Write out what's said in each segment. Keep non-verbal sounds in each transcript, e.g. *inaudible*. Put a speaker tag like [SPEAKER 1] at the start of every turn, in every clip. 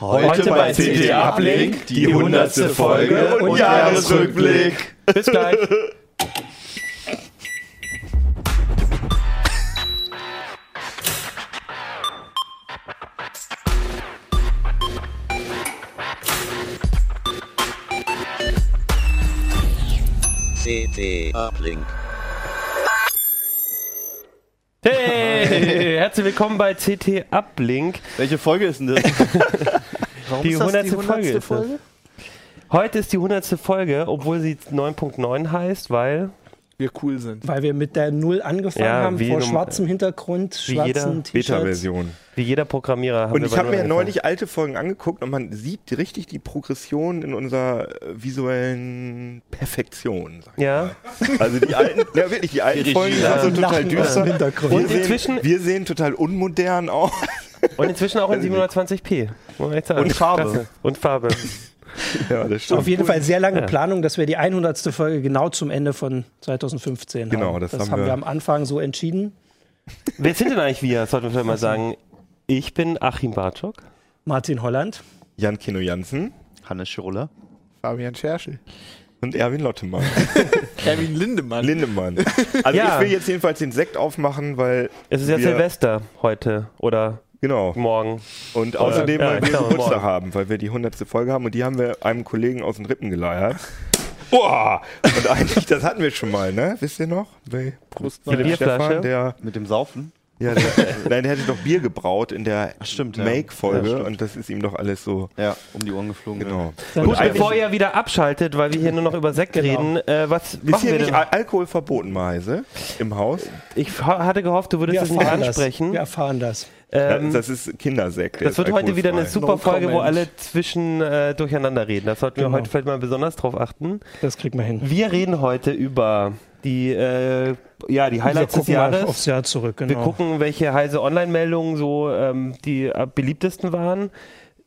[SPEAKER 1] Heute bei CD Uplink die 100. Folge und Jahresrückblick.
[SPEAKER 2] Bis gleich.
[SPEAKER 3] CT Uplink.
[SPEAKER 2] *laughs* Hey, herzlich willkommen bei CT Uplink.
[SPEAKER 1] Welche Folge ist denn das?
[SPEAKER 4] Warum
[SPEAKER 2] Die
[SPEAKER 4] ist das
[SPEAKER 2] 100.
[SPEAKER 4] die 100.
[SPEAKER 2] Folge ist das. Heute ist die 100. Folge, obwohl sie 9.9 heißt, weil
[SPEAKER 4] Wir cool sind.
[SPEAKER 5] Weil wir mit der Null angefangen
[SPEAKER 2] Ja,
[SPEAKER 5] haben,
[SPEAKER 2] wie
[SPEAKER 5] vor
[SPEAKER 2] num-
[SPEAKER 5] schwarzem Hintergrund,
[SPEAKER 2] wie jeder
[SPEAKER 5] schwarzen T-Shirts.
[SPEAKER 6] Beta-Version.
[SPEAKER 2] wie jeder Programmierer haben
[SPEAKER 6] Und
[SPEAKER 2] wir
[SPEAKER 6] ich
[SPEAKER 2] bei
[SPEAKER 6] habe
[SPEAKER 2] Null
[SPEAKER 6] mir
[SPEAKER 2] angefangen.
[SPEAKER 6] neulich alte Folgen angeguckt und man sieht richtig die Progression in unserer äh, visuellen Perfektion. sag ich
[SPEAKER 2] Ja,
[SPEAKER 6] mal. Also die alten, ja wirklich, die alten Folgen sind so total
[SPEAKER 5] Lachen aus dem
[SPEAKER 6] düster.
[SPEAKER 5] Hintergrund.
[SPEAKER 2] Und
[SPEAKER 6] Wir sehen,
[SPEAKER 2] inzwischen-
[SPEAKER 6] wir sehen total unmodern aus.
[SPEAKER 2] und inzwischen auch in 720p. muss man echt sagen.
[SPEAKER 6] Also Und Farbe.
[SPEAKER 2] Klasse. Und Farbe.
[SPEAKER 6] Ja, das
[SPEAKER 5] Auf jeden Fall sehr lange
[SPEAKER 2] Ja.
[SPEAKER 5] Planung, dass wir die 100. Folge genau zum Ende von 2015
[SPEAKER 6] Genau,
[SPEAKER 5] haben.
[SPEAKER 6] das haben
[SPEAKER 5] haben
[SPEAKER 6] wir-
[SPEAKER 5] wir am Anfang so entschieden.
[SPEAKER 2] Wer sind denn eigentlich wir? Sollten wir vielleicht mal sagen. Ich bin Achim Bartschok.
[SPEAKER 5] Martin Holland.
[SPEAKER 6] Jan Kino Jansen
[SPEAKER 1] Hannes Schroller.
[SPEAKER 4] Fabian Scherschel.
[SPEAKER 6] und Erwin Lottemann.
[SPEAKER 4] Kevin Lindemann.
[SPEAKER 6] Lindemann. Also
[SPEAKER 2] Ja.
[SPEAKER 6] ich will jetzt jedenfalls den Sekt aufmachen, weil
[SPEAKER 2] Es ist ja
[SPEAKER 6] Wir-
[SPEAKER 2] Silvester heute oder
[SPEAKER 6] genau.
[SPEAKER 2] morgen.
[SPEAKER 6] Und außerdem,
[SPEAKER 2] ja,
[SPEAKER 6] weil wir
[SPEAKER 2] genau,
[SPEAKER 6] Geburtstag
[SPEAKER 2] morgen.
[SPEAKER 6] haben, weil wir die 100. Folge haben und die haben wir einem Kollegen aus den
[SPEAKER 2] *laughs*
[SPEAKER 6] Rippen geleiert. Boah! Und eigentlich, das hatten wir schon mal, ne? Wisst ihr noch? Bei
[SPEAKER 4] Prost.
[SPEAKER 2] Philipp Bierflasche.
[SPEAKER 6] Stefan, der,
[SPEAKER 1] Mit dem Saufen?
[SPEAKER 6] ja, der, nein, der hatte doch Bier gebraut in der
[SPEAKER 1] stimmt, ja.
[SPEAKER 6] Make-Folge
[SPEAKER 1] Ja, stimmt.
[SPEAKER 6] und das ist ihm doch alles so.
[SPEAKER 1] Ja, um die Ohren geflogen.
[SPEAKER 6] Genau.
[SPEAKER 5] Dann
[SPEAKER 6] Und
[SPEAKER 2] Gut,
[SPEAKER 6] eigentlich
[SPEAKER 2] bevor ihr wieder abschaltet, weil wir hier nur noch über Sekt reden, äh, was
[SPEAKER 6] ist
[SPEAKER 2] machen
[SPEAKER 6] hier
[SPEAKER 2] wir
[SPEAKER 6] nicht
[SPEAKER 2] denn?
[SPEAKER 6] Al Alkohol verboten, Meise, im Haus?
[SPEAKER 2] Ich ha- hatte gehofft, du würdest es nicht ansprechen.
[SPEAKER 5] das. Wir erfahren das.
[SPEAKER 2] Ähm, das,
[SPEAKER 6] das ist Kindersekt. der ist
[SPEAKER 2] wird heute wieder eine
[SPEAKER 6] alkoholfrei.
[SPEAKER 2] super
[SPEAKER 4] No
[SPEAKER 2] Folge, wo
[SPEAKER 4] comment.
[SPEAKER 2] alle zwischen äh, durcheinander reden. Das sollten wir
[SPEAKER 5] Genau.
[SPEAKER 2] heute vielleicht mal besonders drauf achten.
[SPEAKER 5] Das kriegt man hin.
[SPEAKER 2] Wir reden heute über die, äh, ja, die Highlights
[SPEAKER 5] wir
[SPEAKER 2] des
[SPEAKER 5] gucken mal
[SPEAKER 2] Jahres.
[SPEAKER 5] aufs Jahr zurück. Genau.
[SPEAKER 2] Wir gucken, welche heise Online-Meldungen so ähm, die äh, beliebtesten waren.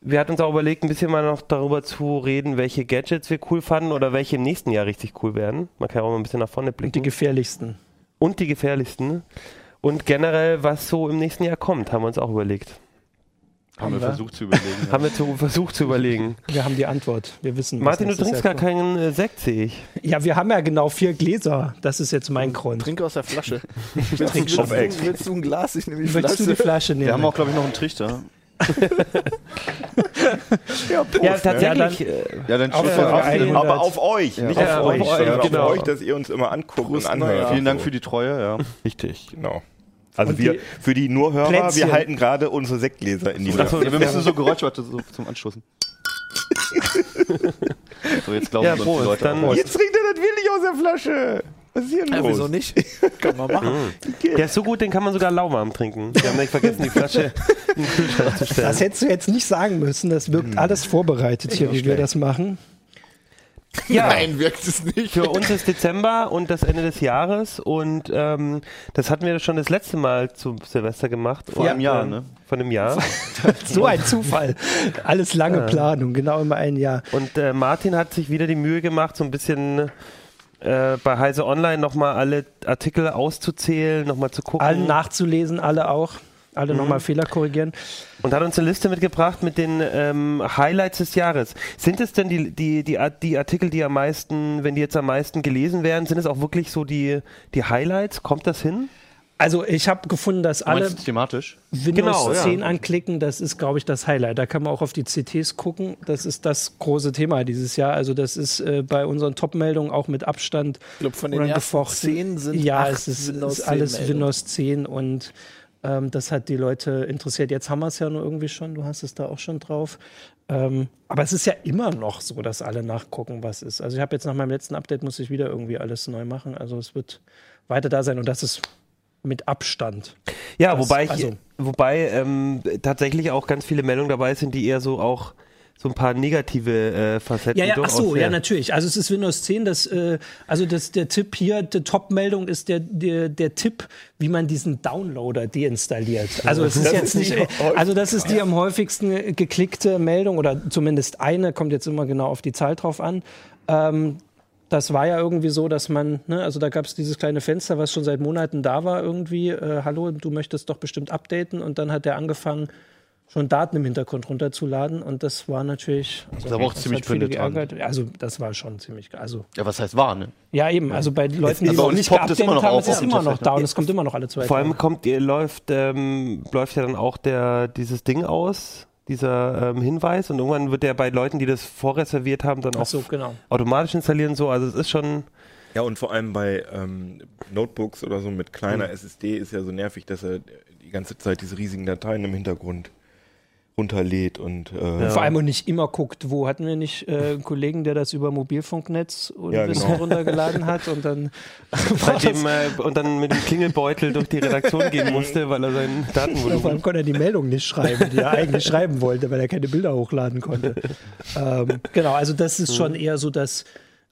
[SPEAKER 2] Wir hatten uns auch überlegt, ein bisschen mal noch darüber zu reden, welche Gadgets wir cool fanden oder welche im nächsten Jahr richtig cool werden. Man kann ja auch mal ein bisschen nach vorne blicken.
[SPEAKER 5] die gefährlichsten.
[SPEAKER 2] und die gefährlichsten. ne? Und generell, was so im nächsten Jahr kommt, haben wir uns auch überlegt.
[SPEAKER 1] *laughs* Haben wir versucht zu überlegen.
[SPEAKER 2] Haben wir zu, versucht zu überlegen.
[SPEAKER 5] Wir haben die Antwort. Wir wissen. was
[SPEAKER 2] Martin, du
[SPEAKER 5] nächstes
[SPEAKER 2] trinkst
[SPEAKER 5] Jahr
[SPEAKER 2] gar keinen äh, Sekt, sehe ich.
[SPEAKER 5] kommt. Ja, wir haben ja genau vier Gläser. Das ist jetzt mein Grund.
[SPEAKER 4] Trink aus der Flasche. *laughs* willst,
[SPEAKER 5] trink
[SPEAKER 4] du,
[SPEAKER 5] schon
[SPEAKER 6] weg.
[SPEAKER 4] willst, du, willst du ein Glas? Ich nehme die
[SPEAKER 5] Willst du die
[SPEAKER 4] Flasche.
[SPEAKER 5] Flasche nehmen?
[SPEAKER 1] Wir haben auch, glaube ich, noch einen Trichter.
[SPEAKER 6] Ja, Prost,
[SPEAKER 2] Ja,
[SPEAKER 6] ne?
[SPEAKER 2] tatsächlich. äh,
[SPEAKER 1] Ja, dann
[SPEAKER 5] Auf-
[SPEAKER 1] tschüss.
[SPEAKER 5] auf-
[SPEAKER 1] Auf
[SPEAKER 5] auf-
[SPEAKER 1] jeden-
[SPEAKER 5] 100.
[SPEAKER 6] Aber auf euch, nicht
[SPEAKER 2] Ja,
[SPEAKER 6] auf,
[SPEAKER 2] auf
[SPEAKER 6] euch,
[SPEAKER 2] euch,
[SPEAKER 6] sondern
[SPEAKER 2] genau.
[SPEAKER 6] auf euch, dass ihr uns immer anguckt
[SPEAKER 4] Prost,
[SPEAKER 6] und anhört.
[SPEAKER 4] naja.
[SPEAKER 1] Vielen Dank
[SPEAKER 6] So.
[SPEAKER 1] für die Treue, *laughs* ja.
[SPEAKER 6] Richtig, genau. Also
[SPEAKER 5] Und
[SPEAKER 6] wir,
[SPEAKER 5] die
[SPEAKER 6] für die nur Hörer,
[SPEAKER 5] Plätzchen.
[SPEAKER 6] wir halten gerade unsere Sektgläser in die
[SPEAKER 2] Ach so,
[SPEAKER 6] Höhe.
[SPEAKER 1] Ja, wir müssen so Geräuschwarte so zum *laughs* Anstoßen. so, jetzt glauben
[SPEAKER 2] Ja,
[SPEAKER 1] uns
[SPEAKER 2] Prost,
[SPEAKER 1] die Leute.
[SPEAKER 2] dann-
[SPEAKER 1] auch.
[SPEAKER 6] Jetzt trinkt er das willig aus der Flasche. Was ist hier denn
[SPEAKER 4] Ja,
[SPEAKER 6] los?
[SPEAKER 4] wieso nicht? *laughs* Hm. Kann man machen.
[SPEAKER 2] der ist so gut, den kann man sogar lauwarm trinken. Wir haben nicht vergessen, die Flasche in den Kühlschrank zu
[SPEAKER 5] Das
[SPEAKER 2] stellen.
[SPEAKER 5] hättest du jetzt nicht sagen müssen. Das wirkt alles vorbereitet hier, wie wir das machen. *laughs*
[SPEAKER 2] Ja.
[SPEAKER 4] Nein, wirkt es nicht.
[SPEAKER 2] Für uns ist Dezember und das Ende des Jahres und ähm, das hatten wir schon das letzte Mal zu Silvester gemacht. ähm, Vor
[SPEAKER 1] einem Jahr, ne?
[SPEAKER 2] Von einem Jahr.
[SPEAKER 5] So ein Zufall. Alles lange Planung, genau immer ein Jahr.
[SPEAKER 2] Und äh, Martin hat sich wieder die Mühe gemacht, so ein bisschen äh, bei Heise Online nochmal alle Artikel auszuzählen, nochmal zu gucken.
[SPEAKER 5] Allen nachzulesen, alle auch. Alle nochmal Fehler korrigieren.
[SPEAKER 2] und hat uns eine Liste mitgebracht mit den ähm, Highlights des Jahres. Sind es denn die, die, die, Ar- die Artikel, die am meisten, wenn die jetzt am meisten gelesen werden, sind es auch wirklich so die, die Highlights? Kommt das hin?
[SPEAKER 5] Also ich habe gefunden, dass alle
[SPEAKER 1] Meinst du thematisch?
[SPEAKER 5] Windows
[SPEAKER 2] Genau, ja.
[SPEAKER 5] 10 anklicken, das ist, glaube ich, das Highlight. Da kann man auch auf die CTs gucken. Das ist das große Thema dieses Jahr. Also das ist äh, bei unseren Top-Meldungen auch mit Abstand
[SPEAKER 4] Ich glaube, von den ersten
[SPEAKER 5] unangefochten.
[SPEAKER 4] zehn sind
[SPEAKER 5] ja,
[SPEAKER 4] acht
[SPEAKER 5] es ist,
[SPEAKER 4] Windows
[SPEAKER 5] ist alles
[SPEAKER 4] 10 Meldungen.
[SPEAKER 5] Windows 10 und ähm, das hat die Leute interessiert. Jetzt haben wir es ja nur irgendwie schon, du hast es da auch schon drauf. Ähm, aber es ist ja immer noch so, dass alle nachgucken, was ist. Also ich habe jetzt nach meinem letzten Update muss ich wieder irgendwie alles neu machen. Also es wird weiter da sein und das ist mit Abstand.
[SPEAKER 2] Ja,
[SPEAKER 5] Das-
[SPEAKER 2] wobei ich,
[SPEAKER 5] also-
[SPEAKER 2] wobei ähm, tatsächlich auch ganz viele Meldungen dabei sind, die eher so auch so ein paar negative äh, Facetten
[SPEAKER 5] Ja, ja, ach
[SPEAKER 2] durchaus
[SPEAKER 5] so, ja,
[SPEAKER 2] sehr-
[SPEAKER 5] natürlich. Also es ist Windows 10, das, äh, also das, der Tipp hier, die Top-Meldung ist der, der, der Tipp, wie man diesen Downloader deinstalliert. Also es ist
[SPEAKER 6] Das
[SPEAKER 5] jetzt
[SPEAKER 6] ist die
[SPEAKER 5] nicht,
[SPEAKER 6] häufig-
[SPEAKER 5] also das ist die am häufigsten geklickte Meldung oder zumindest eine, kommt jetzt immer genau auf die Zahl drauf an. Ähm, das war ja irgendwie so, dass man, ne, also da gab es dieses kleine Fenster, was schon seit Monaten da war irgendwie, äh, hallo, du möchtest doch bestimmt updaten und dann hat der angefangen, schon Daten im Hintergrund runterzuladen. Und das war natürlich. Also,
[SPEAKER 7] ist aber auch
[SPEAKER 5] das
[SPEAKER 7] ziemlich
[SPEAKER 5] hat viele
[SPEAKER 7] penetrant.
[SPEAKER 5] geärgert. Also, das war schon ziemlich. ge- Also,
[SPEAKER 7] Ja, was heißt wahr, ne?
[SPEAKER 5] ja, eben. Also bei Leuten, die
[SPEAKER 7] aber auch nicht poppt es
[SPEAKER 5] geupdatet
[SPEAKER 7] immer noch
[SPEAKER 5] haben,
[SPEAKER 7] auf
[SPEAKER 5] ist es
[SPEAKER 7] auf
[SPEAKER 5] ist
[SPEAKER 7] dem ne?
[SPEAKER 5] immer noch
[SPEAKER 7] Tablet,
[SPEAKER 5] da und es kommt immer noch alle zwei
[SPEAKER 2] Vor
[SPEAKER 5] Tage.
[SPEAKER 2] allem kommt, ihr läuft, ähm, läuft ja dann auch der, dieses Ding aus, dieser ähm, Hinweis und irgendwann wird der bei Leuten, die das vorreserviert haben, dann
[SPEAKER 5] Ach
[SPEAKER 2] auch
[SPEAKER 5] so, genau.
[SPEAKER 2] automatisch installieren so. Also es ist schon,
[SPEAKER 6] Ja, und vor allem bei ähm, Notebooks oder so mit kleiner SSD ist ja so nervig, dass er die ganze Zeit diese riesigen Dateien im Hintergrund runterlädt und äh,
[SPEAKER 5] Vor allem und nicht immer guckt, wo hatten wir nicht äh, einen Kollegen, der das über Mobilfunknetz und
[SPEAKER 6] Ja,
[SPEAKER 5] Wissen
[SPEAKER 6] genau.
[SPEAKER 5] runtergeladen hat und dann war das, *laughs*
[SPEAKER 2] seitdem, äh, und dann mit dem Klingelbeutel durch die Redaktion gehen
[SPEAKER 4] *laughs*
[SPEAKER 2] musste, weil er sein
[SPEAKER 5] vor
[SPEAKER 2] Datenvolumen
[SPEAKER 5] allem konnte er die Meldung nicht schreiben, die er eigentlich schreiben wollte, weil er keine Bilder hochladen konnte. ähm, genau, also das ist schon eher so das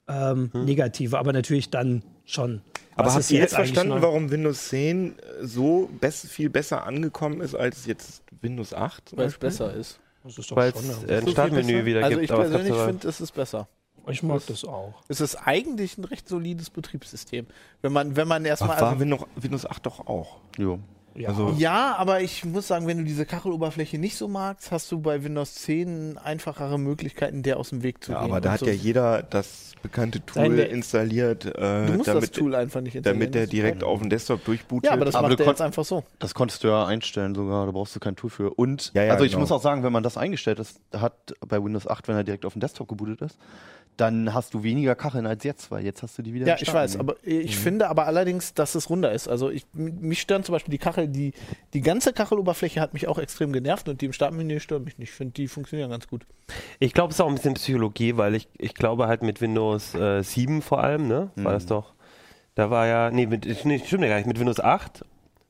[SPEAKER 5] ähm, Negative, aber natürlich dann schon.
[SPEAKER 6] Aber
[SPEAKER 5] was
[SPEAKER 6] habt
[SPEAKER 5] ist
[SPEAKER 6] ihr jetzt
[SPEAKER 5] eigentlich
[SPEAKER 6] verstanden,
[SPEAKER 5] neu?
[SPEAKER 6] warum Windows 10 so bess- viel besser angekommen ist als jetzt Windows 8? zum
[SPEAKER 4] weil es
[SPEAKER 6] Beispiel?
[SPEAKER 4] besser ist.
[SPEAKER 5] Das ist doch
[SPEAKER 2] weil
[SPEAKER 5] schon
[SPEAKER 2] es
[SPEAKER 5] irgendwie-
[SPEAKER 2] äh, ein
[SPEAKER 4] So viel besser?
[SPEAKER 2] Startmenü wieder
[SPEAKER 4] also
[SPEAKER 2] gibt.
[SPEAKER 4] Also
[SPEAKER 2] aber
[SPEAKER 4] ich
[SPEAKER 2] es gab's
[SPEAKER 4] persönlich
[SPEAKER 2] aber-
[SPEAKER 4] finde, es ist besser.
[SPEAKER 5] ich mag das auch.
[SPEAKER 4] Es ist eigentlich ein recht solides Betriebssystem. Wenn man, wenn man erstmal.
[SPEAKER 6] War
[SPEAKER 4] Also,
[SPEAKER 6] Windows, Windows 8 doch auch.
[SPEAKER 7] Jo.
[SPEAKER 5] Ja.
[SPEAKER 6] Also-
[SPEAKER 4] ja, aber ich muss sagen, wenn du diese Kacheloberfläche nicht so magst, hast du bei Windows 10 einfachere Möglichkeiten, der aus dem Weg zu
[SPEAKER 6] Ja,
[SPEAKER 4] gehen.
[SPEAKER 6] aber da
[SPEAKER 4] und
[SPEAKER 6] hat
[SPEAKER 4] so.
[SPEAKER 6] ja jeder das bekannte Tool
[SPEAKER 5] Nein, der-
[SPEAKER 6] installiert, äh,
[SPEAKER 4] Du musst das
[SPEAKER 6] damit,
[SPEAKER 4] Tool einfach nicht installieren.
[SPEAKER 6] damit der
[SPEAKER 4] Das ist
[SPEAKER 6] direkt
[SPEAKER 4] geil.
[SPEAKER 6] auf den Desktop durchbootet.
[SPEAKER 4] Ja, aber das
[SPEAKER 7] Aber
[SPEAKER 4] macht
[SPEAKER 7] du
[SPEAKER 4] er
[SPEAKER 7] konnt-
[SPEAKER 4] jetzt einfach so.
[SPEAKER 7] Das konntest du ja einstellen sogar, da brauchst du kein Tool für. Und,
[SPEAKER 6] Ja, ja,
[SPEAKER 7] also ich
[SPEAKER 6] genau.
[SPEAKER 7] muss auch sagen, wenn man das eingestellt ist, hat bei Windows 8, wenn er direkt auf den Desktop gebootet ist, dann hast du weniger Kacheln als jetzt, weil jetzt hast du die wieder
[SPEAKER 4] Ja,
[SPEAKER 7] im
[SPEAKER 4] ich
[SPEAKER 7] Startmenü.
[SPEAKER 4] weiß, aber ich
[SPEAKER 6] Mhm.
[SPEAKER 4] finde aber allerdings, dass es runder ist. Also ich, m- mich stören zum Beispiel die Kachel, die, die ganze Kacheloberfläche hat mich auch extrem genervt und die im Startmenü stört mich nicht. Ich finde, die funktionieren ganz gut.
[SPEAKER 2] Ich glaube, es ist auch ein bisschen Psychologie, weil ich, ich glaube halt mit Windows äh, 7 vor allem, ne? War
[SPEAKER 6] Mhm.
[SPEAKER 2] das doch. Da war ja, nee, mit, nee, stimmt ja gar nicht, mit Windows 8.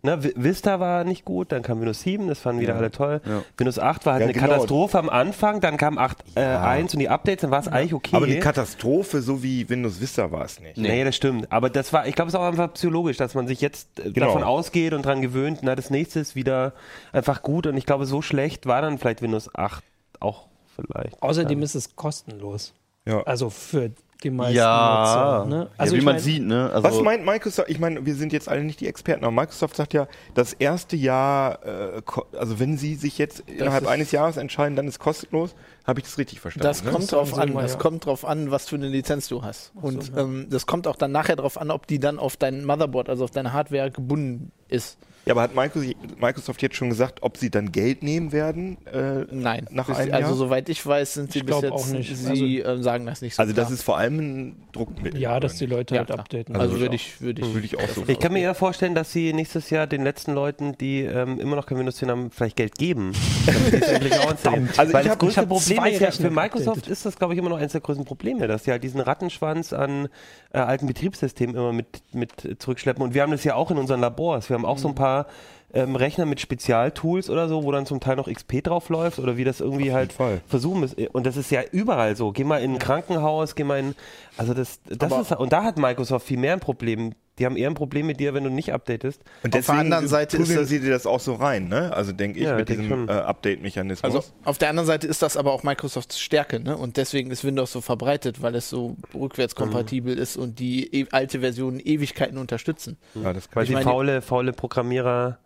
[SPEAKER 2] Ne, Vi- Vista war nicht gut, dann kam Windows 7, das fanden wieder alle toll.
[SPEAKER 7] Ja.
[SPEAKER 2] Windows 8 war halt
[SPEAKER 6] Ja,
[SPEAKER 2] eine
[SPEAKER 6] genau.
[SPEAKER 2] Katastrophe am Anfang, dann kam 8, äh, 1 und die Updates, dann war es eigentlich okay.
[SPEAKER 6] Aber eine Katastrophe, so wie Windows Vista war es nicht.
[SPEAKER 2] Nee. das stimmt. Aber das war, ich glaube, es ist auch einfach psychologisch, dass man sich jetzt äh,
[SPEAKER 6] Genau.
[SPEAKER 2] davon ausgeht und dran gewöhnt, na, das nächste ist wieder einfach gut und ich glaube, so schlecht war dann vielleicht Windows 8 auch vielleicht.
[SPEAKER 5] Außerdem ist es kostenlos.
[SPEAKER 6] Ja.
[SPEAKER 5] Also für die meisten
[SPEAKER 7] Ja,
[SPEAKER 5] Nutzer. Ne?
[SPEAKER 7] ja, wie
[SPEAKER 5] ich
[SPEAKER 7] man
[SPEAKER 5] mein,
[SPEAKER 7] sieht, ne? Also,
[SPEAKER 6] Was meint Microsoft? Ich meine, wir sind jetzt alle nicht die Experten, aber Microsoft sagt ja, das erste Jahr, äh, ko- also wenn sie sich jetzt innerhalb
[SPEAKER 4] ist-
[SPEAKER 6] eines Jahres entscheiden, dann ist kostenlos. Habe ich das richtig verstanden?
[SPEAKER 4] Das
[SPEAKER 6] ne?
[SPEAKER 4] kommt drauf
[SPEAKER 5] sagen
[SPEAKER 4] an.
[SPEAKER 5] wir,
[SPEAKER 4] Das
[SPEAKER 5] ja.
[SPEAKER 4] kommt drauf an, was für eine Lizenz du hast. Und ähm, das kommt auch dann nachher drauf an, ob die dann auf dein Motherboard, also auf deine Hardware gebunden ist.
[SPEAKER 6] Ja, aber hat Micro- Microsoft jetzt schon gesagt, ob sie dann Geld nehmen werden? Äh,
[SPEAKER 4] Nein.
[SPEAKER 6] Nach
[SPEAKER 4] Bis-
[SPEAKER 6] einem
[SPEAKER 4] also
[SPEAKER 6] Jahr?
[SPEAKER 4] soweit ich weiß, sind sie
[SPEAKER 5] Ich
[SPEAKER 4] bis
[SPEAKER 5] glaub
[SPEAKER 4] jetzt
[SPEAKER 5] auch nicht.
[SPEAKER 4] sie ähm, sagen das nicht so
[SPEAKER 6] also das
[SPEAKER 4] klar.
[SPEAKER 6] ist vor allem ein Druckmittel.
[SPEAKER 5] Ja, dass die
[SPEAKER 6] oder
[SPEAKER 5] Leute
[SPEAKER 4] ja,
[SPEAKER 5] halt
[SPEAKER 4] klar.
[SPEAKER 5] updaten.
[SPEAKER 4] Also,
[SPEAKER 5] Das
[SPEAKER 4] würde
[SPEAKER 5] ist
[SPEAKER 4] ich würde
[SPEAKER 6] nicht?
[SPEAKER 4] ich
[SPEAKER 6] würde ich auch so.
[SPEAKER 2] Ich kann mir eher vorstellen, dass sie nächstes Jahr den letzten Leuten, die ähm, immer noch kein Windows 10 haben, vielleicht Geld
[SPEAKER 6] *laughs*
[SPEAKER 2] geben. damit die es endlich auch installieren.
[SPEAKER 6] Also
[SPEAKER 2] Weil
[SPEAKER 6] ich
[SPEAKER 2] das
[SPEAKER 6] hab-
[SPEAKER 2] größte
[SPEAKER 5] ich hab
[SPEAKER 2] Problem
[SPEAKER 5] zwei
[SPEAKER 2] ist ja,
[SPEAKER 5] Rechner
[SPEAKER 2] für Microsoft
[SPEAKER 5] geupdatet.
[SPEAKER 2] ist das, glaube ich, immer noch eines der größten Probleme, dass sie halt diesen Rattenschwanz an äh, alten Betriebssystemen immer mit, mit äh, zurückschleppen. Und wir haben das ja auch in unseren Labors. Wir haben auch so
[SPEAKER 6] Mhm.
[SPEAKER 2] ein paar ähm, Rechner mit Spezialtools oder so, wo dann zum Teil noch XP draufläuft oder wie das irgendwie halt
[SPEAKER 6] Fall.
[SPEAKER 2] versuchen müssen. Und das ist ja überall so. Geh mal in ein Krankenhaus, geh mal in. Also das, das ist und da hat Microsoft viel mehr ein Problem. Die haben eher ein Problem mit dir, wenn du nicht updatest.
[SPEAKER 6] Und
[SPEAKER 4] Auf der
[SPEAKER 6] deswegen
[SPEAKER 4] anderen Seite ist
[SPEAKER 6] prügeln
[SPEAKER 4] das-
[SPEAKER 6] sie dir das auch so rein, ne? Also denke ich
[SPEAKER 2] Ja,
[SPEAKER 6] mit
[SPEAKER 2] denk
[SPEAKER 6] diesem
[SPEAKER 2] schon.
[SPEAKER 6] äh, Update-Mechanismus.
[SPEAKER 4] Also auf der anderen Seite ist das aber auch Microsofts Stärke, ne? Und deswegen ist Windows so verbreitet, weil es so rückwärtskompatibel ist und die e alte Version Ewigkeiten unterstützen.
[SPEAKER 6] ja, das kann
[SPEAKER 2] Weil
[SPEAKER 6] ich
[SPEAKER 2] sie
[SPEAKER 4] meine-
[SPEAKER 2] faule, faule Programmierer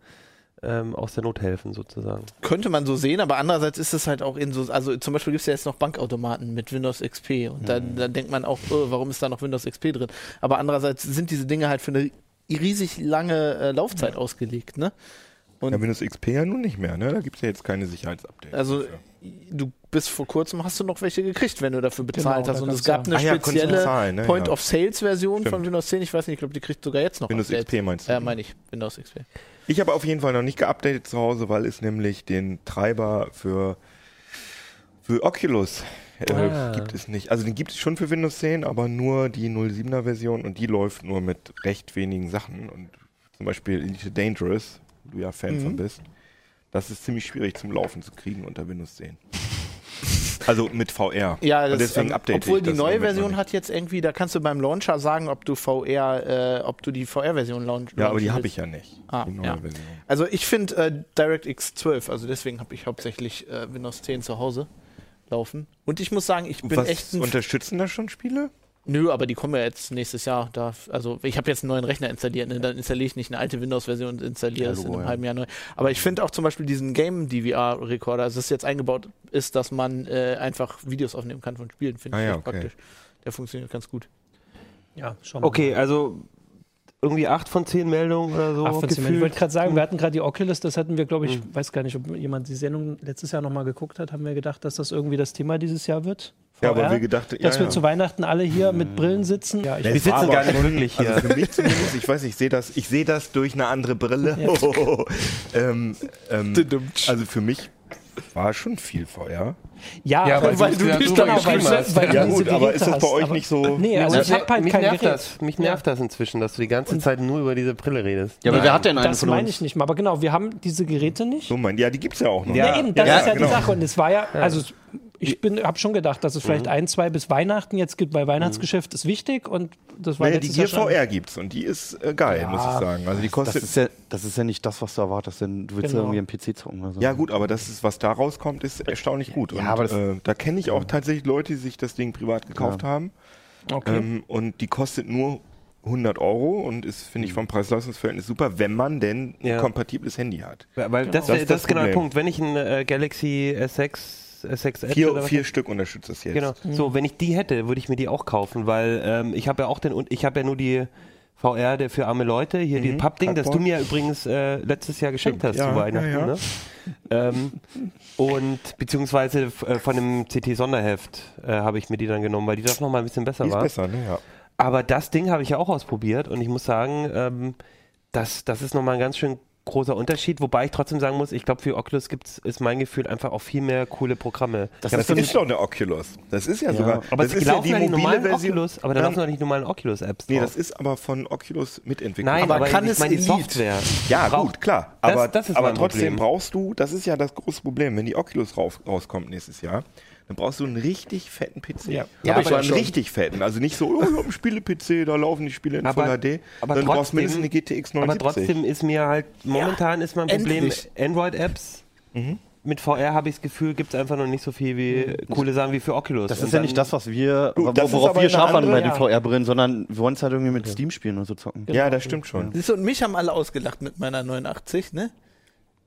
[SPEAKER 2] ähm, aus der Not helfen, sozusagen.
[SPEAKER 4] Könnte man so sehen, aber andererseits ist es halt auch in so, also zum Beispiel gibt es ja jetzt noch Bankautomaten mit Windows XP und dann, dann denkt man auch, oh, warum ist da noch Windows XP drin? Aber andererseits sind diese Dinge halt für eine riesig lange äh, Laufzeit ausgelegt, ne?
[SPEAKER 6] ja, Windows XP ja nun nicht mehr, ne? Da gibt es ja jetzt keine Sicherheitsupdates.
[SPEAKER 4] Also
[SPEAKER 6] dafür.
[SPEAKER 4] du bist vor kurzem hast du noch welche gekriegt, wenn du dafür bezahlt
[SPEAKER 5] Genau,
[SPEAKER 4] hast.
[SPEAKER 5] da
[SPEAKER 4] Und es
[SPEAKER 5] kannst du-
[SPEAKER 4] gab eine
[SPEAKER 6] Ah ja, konntest du
[SPEAKER 4] spezielle
[SPEAKER 6] bezahlen, ne?
[SPEAKER 4] Point
[SPEAKER 6] Ja.
[SPEAKER 4] of Sales Version von
[SPEAKER 6] Stimmt.
[SPEAKER 4] Windows 10. Ich weiß nicht, ich glaube, die kriegt sogar jetzt noch.
[SPEAKER 6] Windows
[SPEAKER 4] Updates.
[SPEAKER 6] XP meinst du?
[SPEAKER 4] Ja, meine ich. Windows XP.
[SPEAKER 6] Ich habe auf jeden Fall noch nicht geupdatet zu Hause, weil es nämlich den Treiber für, für Oculus äh,
[SPEAKER 5] Ah.
[SPEAKER 6] gibt es nicht. Also den gibt es schon für Windows 10, aber nur die 07er Version und die läuft nur mit recht wenigen Sachen. Und zum Beispiel Elite Dangerous, wo du ja Fan
[SPEAKER 4] Mhm.
[SPEAKER 6] von bist, das ist ziemlich schwierig zum Laufen zu kriegen unter Windows 10. *laughs* Also mit VR.
[SPEAKER 4] Ja,
[SPEAKER 6] und
[SPEAKER 4] das,
[SPEAKER 6] deswegen
[SPEAKER 4] ähm,
[SPEAKER 6] update
[SPEAKER 4] obwohl
[SPEAKER 6] ich
[SPEAKER 4] die
[SPEAKER 6] das
[SPEAKER 4] neue
[SPEAKER 6] im Moment noch
[SPEAKER 4] Version
[SPEAKER 6] nicht.
[SPEAKER 4] hat jetzt irgendwie, da kannst du beim Launcher sagen, ob du VR, äh, ob du die VR-Version launchen
[SPEAKER 6] Ja, aber die
[SPEAKER 4] launchen
[SPEAKER 6] habe ich
[SPEAKER 4] willst.
[SPEAKER 6] ja nicht.
[SPEAKER 4] Ah,
[SPEAKER 6] die neue
[SPEAKER 4] ja.
[SPEAKER 6] Version.
[SPEAKER 4] Also ich finde äh, DirectX 12, also deswegen habe ich hauptsächlich äh, Windows 10 zu Hause laufen. Und ich muss sagen, ich bin
[SPEAKER 6] Was
[SPEAKER 4] echt ein
[SPEAKER 6] unterstützen da schon Spiele?
[SPEAKER 4] Nö, aber die kommen ja jetzt nächstes Jahr. Da, also ich habe jetzt einen neuen Rechner installiert, ne? dann installiere ich nicht eine alte Windows-Version und installiere
[SPEAKER 7] Ja,
[SPEAKER 4] es in
[SPEAKER 7] Logo,
[SPEAKER 4] einem
[SPEAKER 7] ja.
[SPEAKER 4] halben Jahr neu. Aber ich finde auch zum Beispiel diesen Game-DVR-Recorder, also das jetzt eingebaut ist, dass man äh, einfach Videos aufnehmen kann von Spielen, finde
[SPEAKER 6] Ah
[SPEAKER 4] ich
[SPEAKER 6] ja,
[SPEAKER 4] echt
[SPEAKER 6] okay.
[SPEAKER 4] praktisch. Der funktioniert ganz gut.
[SPEAKER 5] Ja, schon.
[SPEAKER 2] Okay, also irgendwie 8 von 10 Meldungen oder so.
[SPEAKER 5] Ach, von Zement. ich
[SPEAKER 2] gefühlt. Mhm.
[SPEAKER 5] wollte gerade sagen, wir hatten gerade die Oculus, das hatten wir, glaube ich, weiß gar nicht, ob jemand die Sendung letztes Jahr nochmal geguckt hat, haben wir gedacht, dass das irgendwie das Thema dieses Jahr wird.
[SPEAKER 6] Ja,
[SPEAKER 5] VR,
[SPEAKER 6] aber wir gedacht, ja,
[SPEAKER 5] dass wir
[SPEAKER 6] ja.
[SPEAKER 5] zu Weihnachten alle hier
[SPEAKER 2] Mhm.
[SPEAKER 5] mit Brillen sitzen. Ja, ich
[SPEAKER 2] Wir sitzen
[SPEAKER 6] Aber
[SPEAKER 2] gar nicht
[SPEAKER 6] schon-
[SPEAKER 2] wirklich hier.
[SPEAKER 6] Also für mich zumindest, ich weiß, ich sehe das, ich sehe das durch eine andere Brille. *laughs* ähm, ähm, also für mich war schon viel Feuer.
[SPEAKER 5] ja,
[SPEAKER 1] Ja, weil
[SPEAKER 4] Also,
[SPEAKER 5] weil,
[SPEAKER 1] du
[SPEAKER 5] du
[SPEAKER 1] ja
[SPEAKER 5] dich
[SPEAKER 1] drüber
[SPEAKER 5] dann auch
[SPEAKER 1] geschrieben
[SPEAKER 5] weil-
[SPEAKER 1] hast.
[SPEAKER 5] weil also du
[SPEAKER 6] Ja
[SPEAKER 5] diese
[SPEAKER 6] gut, aber
[SPEAKER 5] Geräte
[SPEAKER 6] ist das bei
[SPEAKER 5] hast,
[SPEAKER 6] euch
[SPEAKER 5] aber-
[SPEAKER 6] nicht so?
[SPEAKER 5] Nee, aber ich habe halt
[SPEAKER 2] mich
[SPEAKER 5] kein
[SPEAKER 2] nervt
[SPEAKER 5] Gerät.
[SPEAKER 2] das. Mich nervt das inzwischen, dass du die ganze Zeit nur über diese Brille redest.
[SPEAKER 8] Ja, aber wer hat denn einen
[SPEAKER 5] Das
[SPEAKER 8] von
[SPEAKER 5] meine
[SPEAKER 8] uns?
[SPEAKER 5] ich nicht mal. Aber genau, wir haben diese Geräte nicht.
[SPEAKER 6] So mein, ja, die gibt's ja auch noch.
[SPEAKER 5] Ja, eben, das
[SPEAKER 8] Ja,
[SPEAKER 5] ist ja
[SPEAKER 6] genau.
[SPEAKER 5] die Sache. Und es war ja, also es- ich bin, habe schon gedacht, dass es vielleicht
[SPEAKER 6] Mhm.
[SPEAKER 5] ein, zwei bis Weihnachten jetzt gibt, weil Weihnachtsgeschäft ist wichtig und das war
[SPEAKER 6] Naja, Mhm. die
[SPEAKER 5] letztes
[SPEAKER 6] Gear
[SPEAKER 5] Jahr schon-
[SPEAKER 6] VR gibt's und die ist äh, geil, muss ich sagen. Also die
[SPEAKER 7] Das
[SPEAKER 6] kostet
[SPEAKER 7] ist, ja, das ist ja nicht das, was du erwartest, denn du willst
[SPEAKER 5] Genau.
[SPEAKER 7] ja irgendwie am PC zocken oder so.
[SPEAKER 6] Ja, gut, aber das ist, was da rauskommt, ist erstaunlich gut. Und,
[SPEAKER 7] Ja, aber das-
[SPEAKER 6] äh, da kenne ich auch tatsächlich Leute, die sich das Ding privat gekauft haben.
[SPEAKER 5] Okay.
[SPEAKER 6] Ähm, und die kostet nur 100 Euro und ist, finde ich, vom Preis-Leistungs-Verhältnis super, wenn man denn
[SPEAKER 2] Mhm. Ja.
[SPEAKER 6] ein kompatibles Handy hat.
[SPEAKER 2] Ja, Weil das,
[SPEAKER 6] Das
[SPEAKER 2] das,
[SPEAKER 6] ist
[SPEAKER 2] ist
[SPEAKER 6] das
[SPEAKER 2] genau der
[SPEAKER 6] Problem.
[SPEAKER 2] Punkt. Wenn ich ein äh, Galaxy S6, S6 Edge
[SPEAKER 6] Vier,
[SPEAKER 2] oder was
[SPEAKER 6] vier Stück unterstützt das jetzt. Mhm.
[SPEAKER 2] Genau. So, wenn ich die hätte, würde ich mir die auch kaufen, weil ähm, ich habe ja auch den und ich habe ja nur die VR der für arme Leute, hier die Pappding, das du
[SPEAKER 6] Pappbox.
[SPEAKER 2] mir übrigens äh, letztes Jahr geschenkt hast
[SPEAKER 6] Mhm. Ja,
[SPEAKER 2] zu Weihnachten.
[SPEAKER 6] ja, ja.
[SPEAKER 2] Ne? ähm, und beziehungsweise f- äh, von dem CT-Sonderheft äh, habe ich mir die dann genommen, weil die doch nochmal ein bisschen besser
[SPEAKER 6] Die ist
[SPEAKER 2] war.
[SPEAKER 6] besser, ne? Ja.
[SPEAKER 2] Aber das Ding habe ich ja auch ausprobiert und ich muss sagen, ähm, das, das ist nochmal ein ganz schön großer Unterschied, wobei ich trotzdem sagen muss, ich glaube für Oculus gibt's, ist mein Gefühl einfach auch viel mehr coole Programme.
[SPEAKER 7] das
[SPEAKER 6] Das
[SPEAKER 7] ist doch
[SPEAKER 6] ist doch eine Oculus. Das ist ja, sogar.
[SPEAKER 2] Aber
[SPEAKER 6] das
[SPEAKER 2] es
[SPEAKER 6] ist
[SPEAKER 2] laufen ja die normalen Oculus, aber da
[SPEAKER 6] Nein.
[SPEAKER 2] laufen doch nicht die normalen Oculus-Apps
[SPEAKER 6] Nee,
[SPEAKER 2] drauf.
[SPEAKER 6] das ist aber von Oculus mitentwickelt.
[SPEAKER 2] Nein, aber,
[SPEAKER 4] aber kann
[SPEAKER 2] ich
[SPEAKER 4] es
[SPEAKER 2] meine die
[SPEAKER 4] Elite?
[SPEAKER 2] Software.
[SPEAKER 6] Ja,
[SPEAKER 2] Braucht-
[SPEAKER 6] gut, klar.
[SPEAKER 2] Das-
[SPEAKER 6] Aber,
[SPEAKER 2] das ist
[SPEAKER 6] aber
[SPEAKER 2] mein
[SPEAKER 6] trotzdem
[SPEAKER 2] Problem.
[SPEAKER 6] brauchst du, das ist ja das große Problem, wenn die Oculus rauf, rauskommt nächstes Jahr, dann brauchst du einen richtig fetten PC.
[SPEAKER 5] Ja.
[SPEAKER 6] aber,
[SPEAKER 4] aber
[SPEAKER 6] ich einen
[SPEAKER 4] schon.
[SPEAKER 6] richtig fetten. Also nicht so, oh, ich hab einen Spiele-PC, da laufen die Spiele in
[SPEAKER 2] Aber-
[SPEAKER 6] Full HD.
[SPEAKER 2] aber
[SPEAKER 6] dann brauchst
[SPEAKER 2] trotzdem-
[SPEAKER 6] du mindestens eine GTX
[SPEAKER 2] Aber
[SPEAKER 6] 970.
[SPEAKER 2] trotzdem ist mir halt, momentan ist mein Problem,
[SPEAKER 4] endlich.
[SPEAKER 2] Android-Apps. Mit VR habe ich das Gefühl, gibt es einfach noch nicht so viel wie coole Sachen wie für Oculus.
[SPEAKER 7] Das
[SPEAKER 2] Und
[SPEAKER 7] ist ja
[SPEAKER 2] dann-
[SPEAKER 7] nicht das, was wir,
[SPEAKER 6] Gut,
[SPEAKER 7] wo-
[SPEAKER 6] das ist
[SPEAKER 7] worauf
[SPEAKER 6] aber
[SPEAKER 7] wir
[SPEAKER 6] eine
[SPEAKER 7] scharf waren
[SPEAKER 6] andere-
[SPEAKER 7] bei den
[SPEAKER 5] ja.
[SPEAKER 7] VR-Brillen, sondern wir wollen es halt irgendwie mit Steam spielen und so zocken.
[SPEAKER 6] Ja, das stimmt schon.
[SPEAKER 4] Siehst du, und mich haben alle ausgelacht mit meiner 89, ne?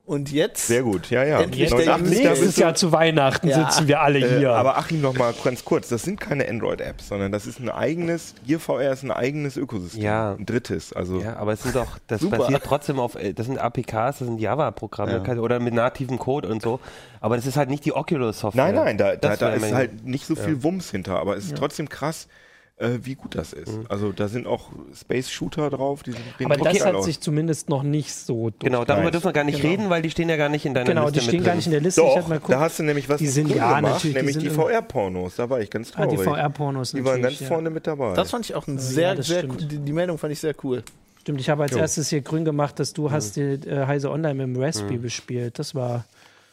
[SPEAKER 4] Und jetzt?
[SPEAKER 6] Sehr gut, ja,
[SPEAKER 2] Äh,
[SPEAKER 6] ja.
[SPEAKER 4] Endlich der
[SPEAKER 6] 89, da
[SPEAKER 5] Nächstes
[SPEAKER 6] bist du-
[SPEAKER 5] Jahr zu Weihnachten
[SPEAKER 4] Ja.
[SPEAKER 5] sitzen wir alle
[SPEAKER 6] Äh,
[SPEAKER 5] hier.
[SPEAKER 6] aber Achim, noch mal ganz kurz, das sind keine Android-Apps, sondern das ist ein eigenes, Gear VR ist ein eigenes Ökosystem.
[SPEAKER 2] Ja.
[SPEAKER 6] Ein drittes, also.
[SPEAKER 2] Ja, aber es sind doch, das
[SPEAKER 4] Super.
[SPEAKER 2] basiert trotzdem auf, äh, das sind APKs, das sind Java-Programme
[SPEAKER 7] Ja.
[SPEAKER 2] keine- oder mit nativem Code und so. Aber das ist halt nicht die Oculus-Software.
[SPEAKER 6] Nein, nein, da, da,
[SPEAKER 2] Das
[SPEAKER 6] da
[SPEAKER 2] wär
[SPEAKER 6] ist
[SPEAKER 2] mein-
[SPEAKER 6] halt nicht so viel Wumms hinter, aber es ist trotzdem krass, äh, wie gut das ist.
[SPEAKER 2] Mhm.
[SPEAKER 6] Also da sind auch Space-Shooter drauf, die sind
[SPEAKER 5] Aber
[SPEAKER 6] richtig
[SPEAKER 5] das
[SPEAKER 6] geil
[SPEAKER 5] hat
[SPEAKER 6] aus.
[SPEAKER 5] sich zumindest noch nicht so
[SPEAKER 2] Genau, darüber
[SPEAKER 6] Nein.
[SPEAKER 2] dürfen wir gar nicht reden, weil die stehen ja gar nicht in deiner
[SPEAKER 5] Genau,
[SPEAKER 2] Liste
[SPEAKER 5] die stehen
[SPEAKER 2] mit
[SPEAKER 5] gar
[SPEAKER 2] drin.
[SPEAKER 5] nicht in der Liste. ich
[SPEAKER 6] Doch,
[SPEAKER 5] hab halt mal geguckt.
[SPEAKER 6] da hast du nämlich was
[SPEAKER 5] Die sind-
[SPEAKER 6] cool
[SPEAKER 5] ja,
[SPEAKER 6] gemacht,
[SPEAKER 5] natürlich, die
[SPEAKER 6] nämlich
[SPEAKER 5] sind
[SPEAKER 6] die,
[SPEAKER 5] im-
[SPEAKER 6] VR-Pornos, da war ich ganz
[SPEAKER 5] ah,
[SPEAKER 6] traurig.
[SPEAKER 5] die VR-Pornos
[SPEAKER 6] Die waren ganz
[SPEAKER 5] natürlich, ja.
[SPEAKER 6] vorne mit dabei.
[SPEAKER 4] Das fand ich auch ein sehr,
[SPEAKER 5] das
[SPEAKER 4] sehr cool.
[SPEAKER 5] stimmt.
[SPEAKER 4] Die, die Meldung fand ich sehr cool.
[SPEAKER 5] Stimmt, ich habe als erstes hier grün gemacht, dass
[SPEAKER 6] Hm.
[SPEAKER 5] du hast die äh, Heise Online mit dem Raspberry bespielt. Das war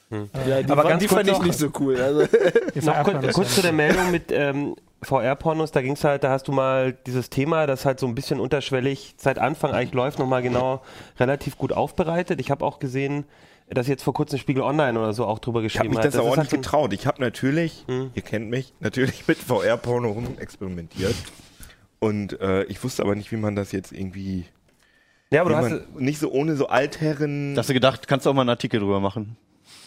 [SPEAKER 4] Ja, die
[SPEAKER 2] Aber
[SPEAKER 4] fand-
[SPEAKER 2] ganz
[SPEAKER 4] die fand
[SPEAKER 2] kurz
[SPEAKER 4] ich
[SPEAKER 2] noch-
[SPEAKER 4] nicht so cool. Also,
[SPEAKER 5] die
[SPEAKER 2] Noch
[SPEAKER 5] VR-Pornos
[SPEAKER 2] kurz, kurz zu
[SPEAKER 5] eigentlich.
[SPEAKER 2] der Meldung mit ähm, VR-Pornos, da ging es halt, da hast du mal dieses Thema, das halt so ein bisschen unterschwellig seit Anfang eigentlich läuft, nochmal genau relativ gut aufbereitet. Ich habe auch gesehen, dass jetzt vor kurzem Spiegel Online oder so auch drüber
[SPEAKER 6] ich habe
[SPEAKER 2] geschrieben
[SPEAKER 6] mich das,
[SPEAKER 2] hat.
[SPEAKER 6] aber auch
[SPEAKER 2] ist
[SPEAKER 6] nicht
[SPEAKER 2] halt so ein- Hm.
[SPEAKER 6] getraut. Ich habe natürlich, ihr kennt mich, *laughs* natürlich mit VR-Porno rumexperimentiert. Und äh, ich wusste aber nicht, wie man das jetzt irgendwie.
[SPEAKER 2] Ja, aber
[SPEAKER 6] Wie
[SPEAKER 2] du hast,
[SPEAKER 6] man, nicht so ohne so Altherren.
[SPEAKER 7] Da hast du gedacht, kannst du auch mal einen Artikel drüber machen.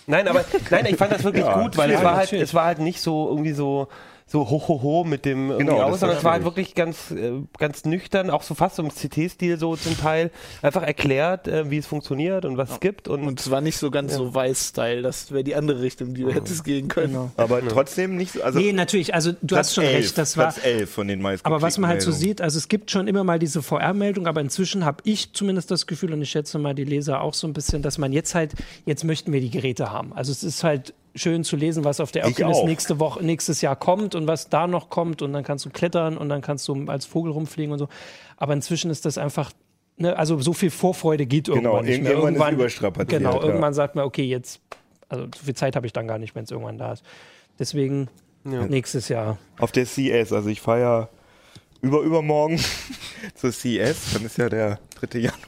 [SPEAKER 2] Nein, aber nein, ich fand das wirklich
[SPEAKER 6] *laughs* Ja,
[SPEAKER 2] gut, weil es
[SPEAKER 6] ja,
[SPEAKER 2] war halt,
[SPEAKER 5] natürlich.
[SPEAKER 2] es war halt nicht so irgendwie so so hohoho mit dem irgendwie
[SPEAKER 6] Genau, das
[SPEAKER 2] aus, sondern es war halt
[SPEAKER 6] verstehe
[SPEAKER 2] wirklich ganz äh, ganz nüchtern, auch so fast so im CT-Stil so zum Teil einfach erklärt, äh, wie es funktioniert und was es gibt und,
[SPEAKER 4] Und es war nicht so ganz so Weiß-Style. Das wäre die andere Richtung, die du hättest gehen können.
[SPEAKER 5] Genau.
[SPEAKER 6] aber trotzdem nicht so. Also
[SPEAKER 5] Nee, natürlich, also du hast schon recht, das war.
[SPEAKER 6] Platz 11 von den meisten.
[SPEAKER 5] Aber was man halt so sieht, also es gibt schon immer mal diese VR-Meldung, aber inzwischen habe ich zumindest das Gefühl, und ich schätze mal die Leser auch so ein bisschen, dass man jetzt halt, jetzt möchten wir die Geräte haben. Also es ist halt schön zu lesen, was auf der
[SPEAKER 6] Ich
[SPEAKER 5] Oculus
[SPEAKER 6] auch.
[SPEAKER 5] nächste Woche, nächstes Jahr kommt und was da noch kommt und dann kannst du klettern und dann kannst du als Vogel rumfliegen und so. Aber inzwischen ist das einfach, ne, also so viel Vorfreude geht irgendwann
[SPEAKER 6] Genau,
[SPEAKER 5] nicht
[SPEAKER 6] irgendwann,
[SPEAKER 5] mehr.
[SPEAKER 6] irgendwann ist überstrapaziert.
[SPEAKER 5] Genau,
[SPEAKER 6] ja.
[SPEAKER 5] irgendwann sagt man, okay, jetzt, also so viel Zeit habe ich dann gar nicht, wenn es irgendwann da ist. Deswegen nächstes Jahr.
[SPEAKER 6] Auf der CS, also ich fahre ja über übermorgen *laughs* zur CS, dann ist ja der 3. Januar.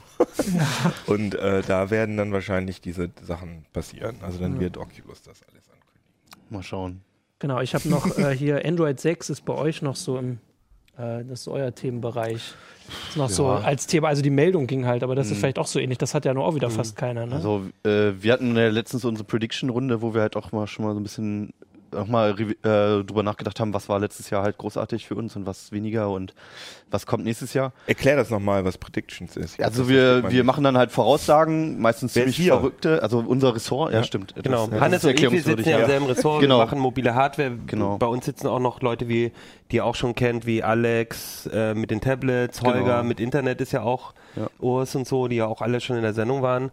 [SPEAKER 6] Und äh, da werden dann wahrscheinlich diese Sachen passieren. Also dann wird Oculus das alles ankündigen.
[SPEAKER 7] Mal schauen.
[SPEAKER 5] Genau, ich habe noch äh, hier Android 6 ist bei euch noch so im Äh, das ist euer Themenbereich. Das ist noch so als Thema, also die Meldung ging halt, aber das
[SPEAKER 6] Mhm.
[SPEAKER 5] ist vielleicht auch so ähnlich. Das hat ja nur auch wieder fast keiner. Ne?
[SPEAKER 7] Also äh, wir hatten ja letztens unsere Prediction-Runde, wo wir halt auch mal schon mal so ein bisschen auch mal re- äh, drüber nachgedacht haben, was war letztes Jahr halt großartig für uns und was weniger und was kommt nächstes Jahr.
[SPEAKER 6] Erklär das nochmal, was Predictions ist.
[SPEAKER 7] Also
[SPEAKER 6] Das
[SPEAKER 7] wir,
[SPEAKER 6] versteht man
[SPEAKER 7] wir
[SPEAKER 6] nicht.
[SPEAKER 7] machen dann halt Voraussagen, meistens
[SPEAKER 6] Wer ist
[SPEAKER 7] ziemlich
[SPEAKER 6] hier?
[SPEAKER 7] verrückte, also unser Ressort, ja, stimmt.
[SPEAKER 2] Genau.
[SPEAKER 7] Das- das
[SPEAKER 2] Hannes und
[SPEAKER 7] ist
[SPEAKER 2] ich, wir
[SPEAKER 7] erklärungswürdig,
[SPEAKER 2] sitzen ja
[SPEAKER 7] ja.
[SPEAKER 2] im selben Ressort,
[SPEAKER 7] Genau.
[SPEAKER 2] wir machen mobile Hardware.
[SPEAKER 7] Genau.
[SPEAKER 2] Bei uns sitzen auch noch Leute, wie, die ihr auch schon kennt, wie Alex äh, mit den Tablets, Holger
[SPEAKER 7] Genau.
[SPEAKER 2] mit Internet ist ja auch,
[SPEAKER 7] Ja.
[SPEAKER 2] Urs und so, die ja auch alle schon in der Sendung waren.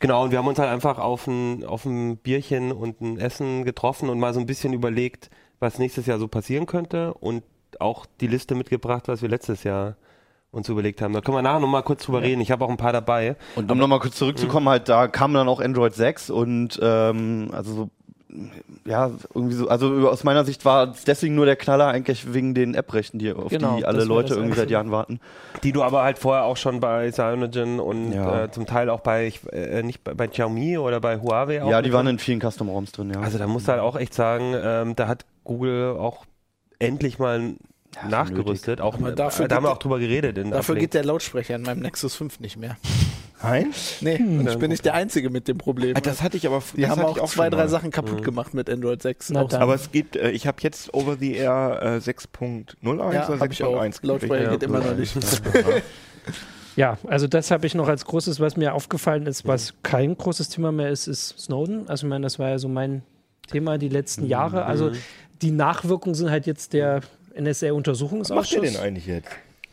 [SPEAKER 2] Genau, und wir haben uns halt einfach auf ein, auf ein Bierchen und ein Essen getroffen und mal so ein bisschen überlegt, was nächstes Jahr so passieren könnte und auch die Liste mitgebracht, was wir letztes Jahr uns überlegt haben. Da können wir nachher nochmal kurz drüber reden. Ich habe auch ein paar dabei.
[SPEAKER 7] Und um nochmal kurz zurückzukommen, halt, da kam dann auch Android 6 und ähm, also so, ja, irgendwie so, also aus meiner Sicht war es deswegen nur der Knaller eigentlich wegen den App-Rechten, die auf
[SPEAKER 5] Genau,
[SPEAKER 7] die
[SPEAKER 5] das
[SPEAKER 7] alle
[SPEAKER 5] war
[SPEAKER 7] Leute
[SPEAKER 5] das
[SPEAKER 7] irgendwie seit
[SPEAKER 5] Einzige.
[SPEAKER 7] Jahren warten.
[SPEAKER 2] Die du aber halt vorher auch schon bei Cyanogen und
[SPEAKER 7] Ja.
[SPEAKER 2] äh, zum Teil auch bei, ich, äh, nicht bei, bei Xiaomi oder bei Huawei auch.
[SPEAKER 7] Ja, die
[SPEAKER 2] mit
[SPEAKER 7] waren
[SPEAKER 2] drin.
[SPEAKER 7] in vielen Custom Roms drin, ja.
[SPEAKER 2] Also da musst du halt auch echt sagen, ähm, da hat Google auch endlich mal nachgerüstet. Auch,
[SPEAKER 4] Aber
[SPEAKER 2] äh,
[SPEAKER 4] dafür
[SPEAKER 2] da haben wir
[SPEAKER 4] geht-
[SPEAKER 2] auch drüber geredet. In
[SPEAKER 4] Dafür
[SPEAKER 2] Uplink.
[SPEAKER 4] geht der Lautsprecher in meinem Nexus 5 nicht mehr.
[SPEAKER 6] Nein?
[SPEAKER 4] Nee,
[SPEAKER 5] Hm.
[SPEAKER 4] und ich bin nicht der Einzige mit dem Problem.
[SPEAKER 6] Ah, Das hatte ich aber
[SPEAKER 4] Die
[SPEAKER 6] das
[SPEAKER 4] haben
[SPEAKER 6] hatte
[SPEAKER 4] auch,
[SPEAKER 6] ich
[SPEAKER 4] zwei,
[SPEAKER 6] schon
[SPEAKER 4] drei
[SPEAKER 6] mal.
[SPEAKER 4] Sachen kaputt gemacht mit Android 6.
[SPEAKER 5] Na
[SPEAKER 4] Auch so.
[SPEAKER 5] dann.
[SPEAKER 6] Aber es gibt, äh, ich habe jetzt Over the Air äh, 6.01
[SPEAKER 4] ja,
[SPEAKER 6] oder
[SPEAKER 4] hab ich auch.
[SPEAKER 6] 6.1
[SPEAKER 4] Lautsprecher
[SPEAKER 6] gekriegt.
[SPEAKER 4] geht immer noch
[SPEAKER 6] *laughs*
[SPEAKER 4] nicht.
[SPEAKER 5] Ja, also das habe ich noch als großes, was mir aufgefallen ist, was
[SPEAKER 6] Mhm.
[SPEAKER 5] kein großes Thema mehr ist, ist Snowden. Also ich meine, das war ja so mein Thema die
[SPEAKER 6] Mhm.
[SPEAKER 5] letzten Jahre. Also die Nachwirkungen sind halt jetzt der
[SPEAKER 6] Was macht ihr
[SPEAKER 5] NSA-Untersuchungsausschuss.
[SPEAKER 6] denn eigentlich jetzt?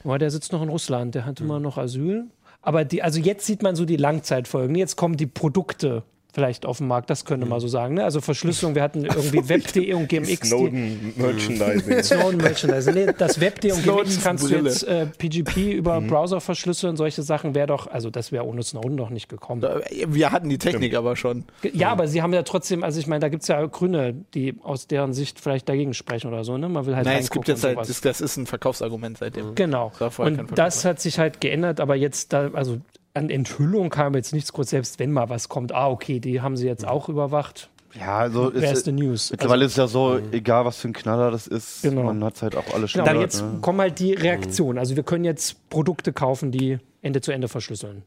[SPEAKER 5] Ja, der sitzt noch in Russland, der hat
[SPEAKER 4] Hm.
[SPEAKER 5] immer noch Asyl. Aber die, also jetzt sieht man so die Langzeitfolgen. Jetzt kommen die Produkte vielleicht auf den Markt, das könnte
[SPEAKER 4] Hm.
[SPEAKER 5] man so sagen. Ne? Also Verschlüsselung,
[SPEAKER 4] *laughs*
[SPEAKER 5] wir hatten irgendwie Web.de und GMX. die-
[SPEAKER 6] Snowden Merchandising.
[SPEAKER 5] Snowden Merchandise. Nee, das Web.de und
[SPEAKER 4] Snowdens
[SPEAKER 5] GMX kannst du
[SPEAKER 4] Brille. Mhm.
[SPEAKER 5] jetzt äh,
[SPEAKER 4] *laughs*
[SPEAKER 5] PGP über Browser verschlüsseln, solche Sachen wäre doch, also das wäre ohne Snowden doch nicht gekommen.
[SPEAKER 4] äh, Wir hatten die Technik aber schon.
[SPEAKER 5] Ge- Ja, aber sie haben ja trotzdem, also ich meine, da gibt es ja Grüne, die aus deren Sicht vielleicht dagegen sprechen oder so, ne? Man will halt
[SPEAKER 4] Nein, es gibt
[SPEAKER 5] reingucken
[SPEAKER 4] jetzt halt,
[SPEAKER 5] und sowas.
[SPEAKER 4] das, das ist ein Verkaufsargument seitdem.
[SPEAKER 5] Genau.
[SPEAKER 4] war vorher kein
[SPEAKER 5] Und
[SPEAKER 4] Problem.
[SPEAKER 5] das hat sich halt geändert, aber jetzt da, also an Enthüllung kam jetzt nichts groß, selbst wenn mal was kommt, ah, okay, die haben sie jetzt auch überwacht.
[SPEAKER 7] ja, also
[SPEAKER 5] Wer ist
[SPEAKER 7] ist,
[SPEAKER 5] die News?
[SPEAKER 7] mittlerweile ist ja so, egal was für ein Knaller das ist,
[SPEAKER 5] Genau.
[SPEAKER 7] man hat halt auch alle schon
[SPEAKER 5] Genau, aber
[SPEAKER 7] gehört,
[SPEAKER 5] jetzt
[SPEAKER 7] ne?
[SPEAKER 5] kommen halt die Reaktionen. Also wir können jetzt Produkte kaufen, die Ende zu Ende verschlüsseln.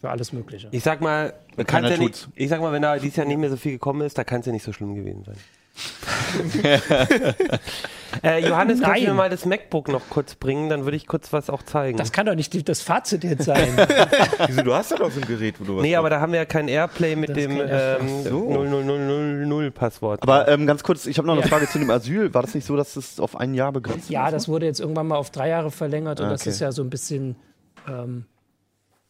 [SPEAKER 5] Für alles Mögliche.
[SPEAKER 2] ich sag mal, kann's
[SPEAKER 7] keiner
[SPEAKER 2] ja nicht,
[SPEAKER 7] tut's.
[SPEAKER 2] ich sag mal, wenn da dieses Jahr nicht mehr so viel gekommen ist, da kann es ja nicht so schlimm gewesen
[SPEAKER 7] *laughs*
[SPEAKER 2] sein. äh, Johannes, kannst du mir
[SPEAKER 5] Nein.
[SPEAKER 2] mal das MacBook noch kurz bringen? Dann würde ich kurz was auch zeigen.
[SPEAKER 5] Das kann doch nicht die, das Fazit jetzt *laughs* sein.
[SPEAKER 6] *laughs* Wieso, du hast doch doch so ein Gerät, wo du was
[SPEAKER 2] Nee, aber da haben wir ja kein Airplay mit
[SPEAKER 5] Das
[SPEAKER 2] dem
[SPEAKER 5] kann-
[SPEAKER 2] ähm, 00000 Passwort.
[SPEAKER 7] Aber ähm, ganz kurz, ich habe noch eine
[SPEAKER 5] Ja.
[SPEAKER 7] Frage zu dem Asyl. War das nicht so, dass das auf ein Jahr begrenzt war?
[SPEAKER 5] ja, das wurde jetzt irgendwann mal auf drei Jahre verlängert und das
[SPEAKER 7] Okay.
[SPEAKER 5] ist ja so ein bisschen. Ähm,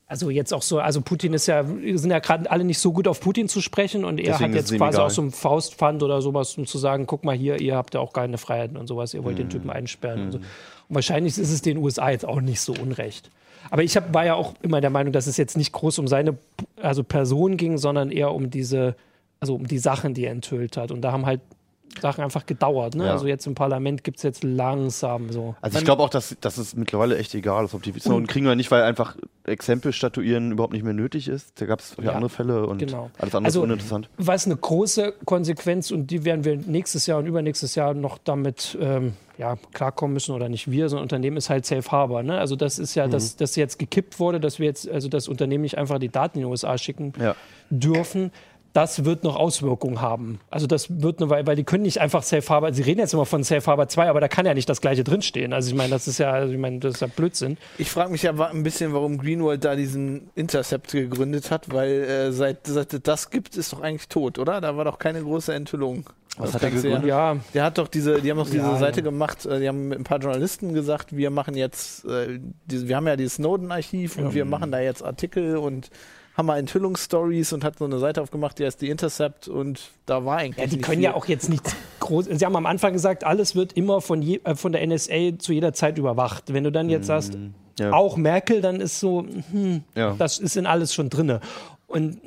[SPEAKER 5] also jetzt auch so, also Putin ist ja, sind ja gerade alle nicht so gut auf Putin zu sprechen und er
[SPEAKER 7] Deswegen
[SPEAKER 5] hat
[SPEAKER 7] ist
[SPEAKER 5] jetzt
[SPEAKER 7] es ihm
[SPEAKER 5] quasi
[SPEAKER 7] egal.
[SPEAKER 5] auch so ein Faustpfand oder sowas, um zu sagen, guck mal hier, ihr habt ja auch keine Freiheiten und sowas, ihr wollt
[SPEAKER 7] Hm.
[SPEAKER 5] den Typen einsperren und so. Und wahrscheinlich ist es den USA jetzt auch nicht so unrecht. Aber ich hab, war ja auch immer der Meinung, dass es jetzt nicht groß um seine also Person ging, sondern eher um diese, also um die Sachen, die er enthüllt hat. Und da haben halt Sachen einfach gedauert. Ne?
[SPEAKER 7] Ja.
[SPEAKER 5] Also jetzt im Parlament gibt es jetzt langsam so.
[SPEAKER 7] Also ich glaube auch, dass, dass es mittlerweile echt egal ist, ob die Snowden kriegen oder nicht, weil einfach Exempel statuieren überhaupt nicht mehr nötig ist. Da gab es ja. andere Fälle und
[SPEAKER 5] genau.
[SPEAKER 7] alles andere
[SPEAKER 5] Also-
[SPEAKER 7] ist uninteressant.
[SPEAKER 5] was eine große Konsequenz und die werden wir nächstes Jahr und übernächstes Jahr noch damit ähm, ja, klarkommen müssen oder nicht wir, sondern Unternehmen ist halt Safe Harbor. Ne? Also das ist ja, dass das jetzt gekippt wurde, dass wir jetzt, also das Unternehmen nicht einfach die Daten in die USA schicken
[SPEAKER 7] Ja.
[SPEAKER 5] dürfen. Das wird noch Auswirkungen haben. Also das wird eine, weil, weil die können nicht einfach Safe Harbor, sie reden jetzt immer von Safe Harbor 2, aber da kann ja nicht das gleiche drinstehen. Also ich meine, das ist ja, also ich meine, das ist ja Blödsinn.
[SPEAKER 4] Ich frage mich ja wa- ein bisschen, warum Greenwald da diesen Intercept gegründet hat, weil äh, seit, seit es das gibt, ist doch eigentlich tot, oder? Da war doch keine große Enthüllung. Was
[SPEAKER 7] hat er gegründet?
[SPEAKER 5] Ja,
[SPEAKER 4] Der hat doch diese, die haben doch diese
[SPEAKER 5] Ja,
[SPEAKER 4] Seite
[SPEAKER 5] ja.
[SPEAKER 4] gemacht, äh, die haben mit ein paar Journalisten gesagt, wir machen jetzt, äh, diese, wir haben ja dieses Snowden-Archiv und wir machen da jetzt Artikel und haben mal Enthüllungsstories und hat so eine Seite aufgemacht, die heißt The Intercept und da war eigentlich.
[SPEAKER 5] Ja, die
[SPEAKER 4] nicht
[SPEAKER 5] können
[SPEAKER 4] viel.
[SPEAKER 5] ja auch jetzt nichts groß. Sie haben am Anfang gesagt, alles wird immer von, je, äh, von der NSA zu jeder Zeit überwacht. Wenn du dann jetzt
[SPEAKER 7] Mhm.
[SPEAKER 5] sagst,
[SPEAKER 7] Ja.
[SPEAKER 5] auch Merkel, dann ist so, hm,
[SPEAKER 7] Ja.
[SPEAKER 5] das ist in alles schon drinne. Und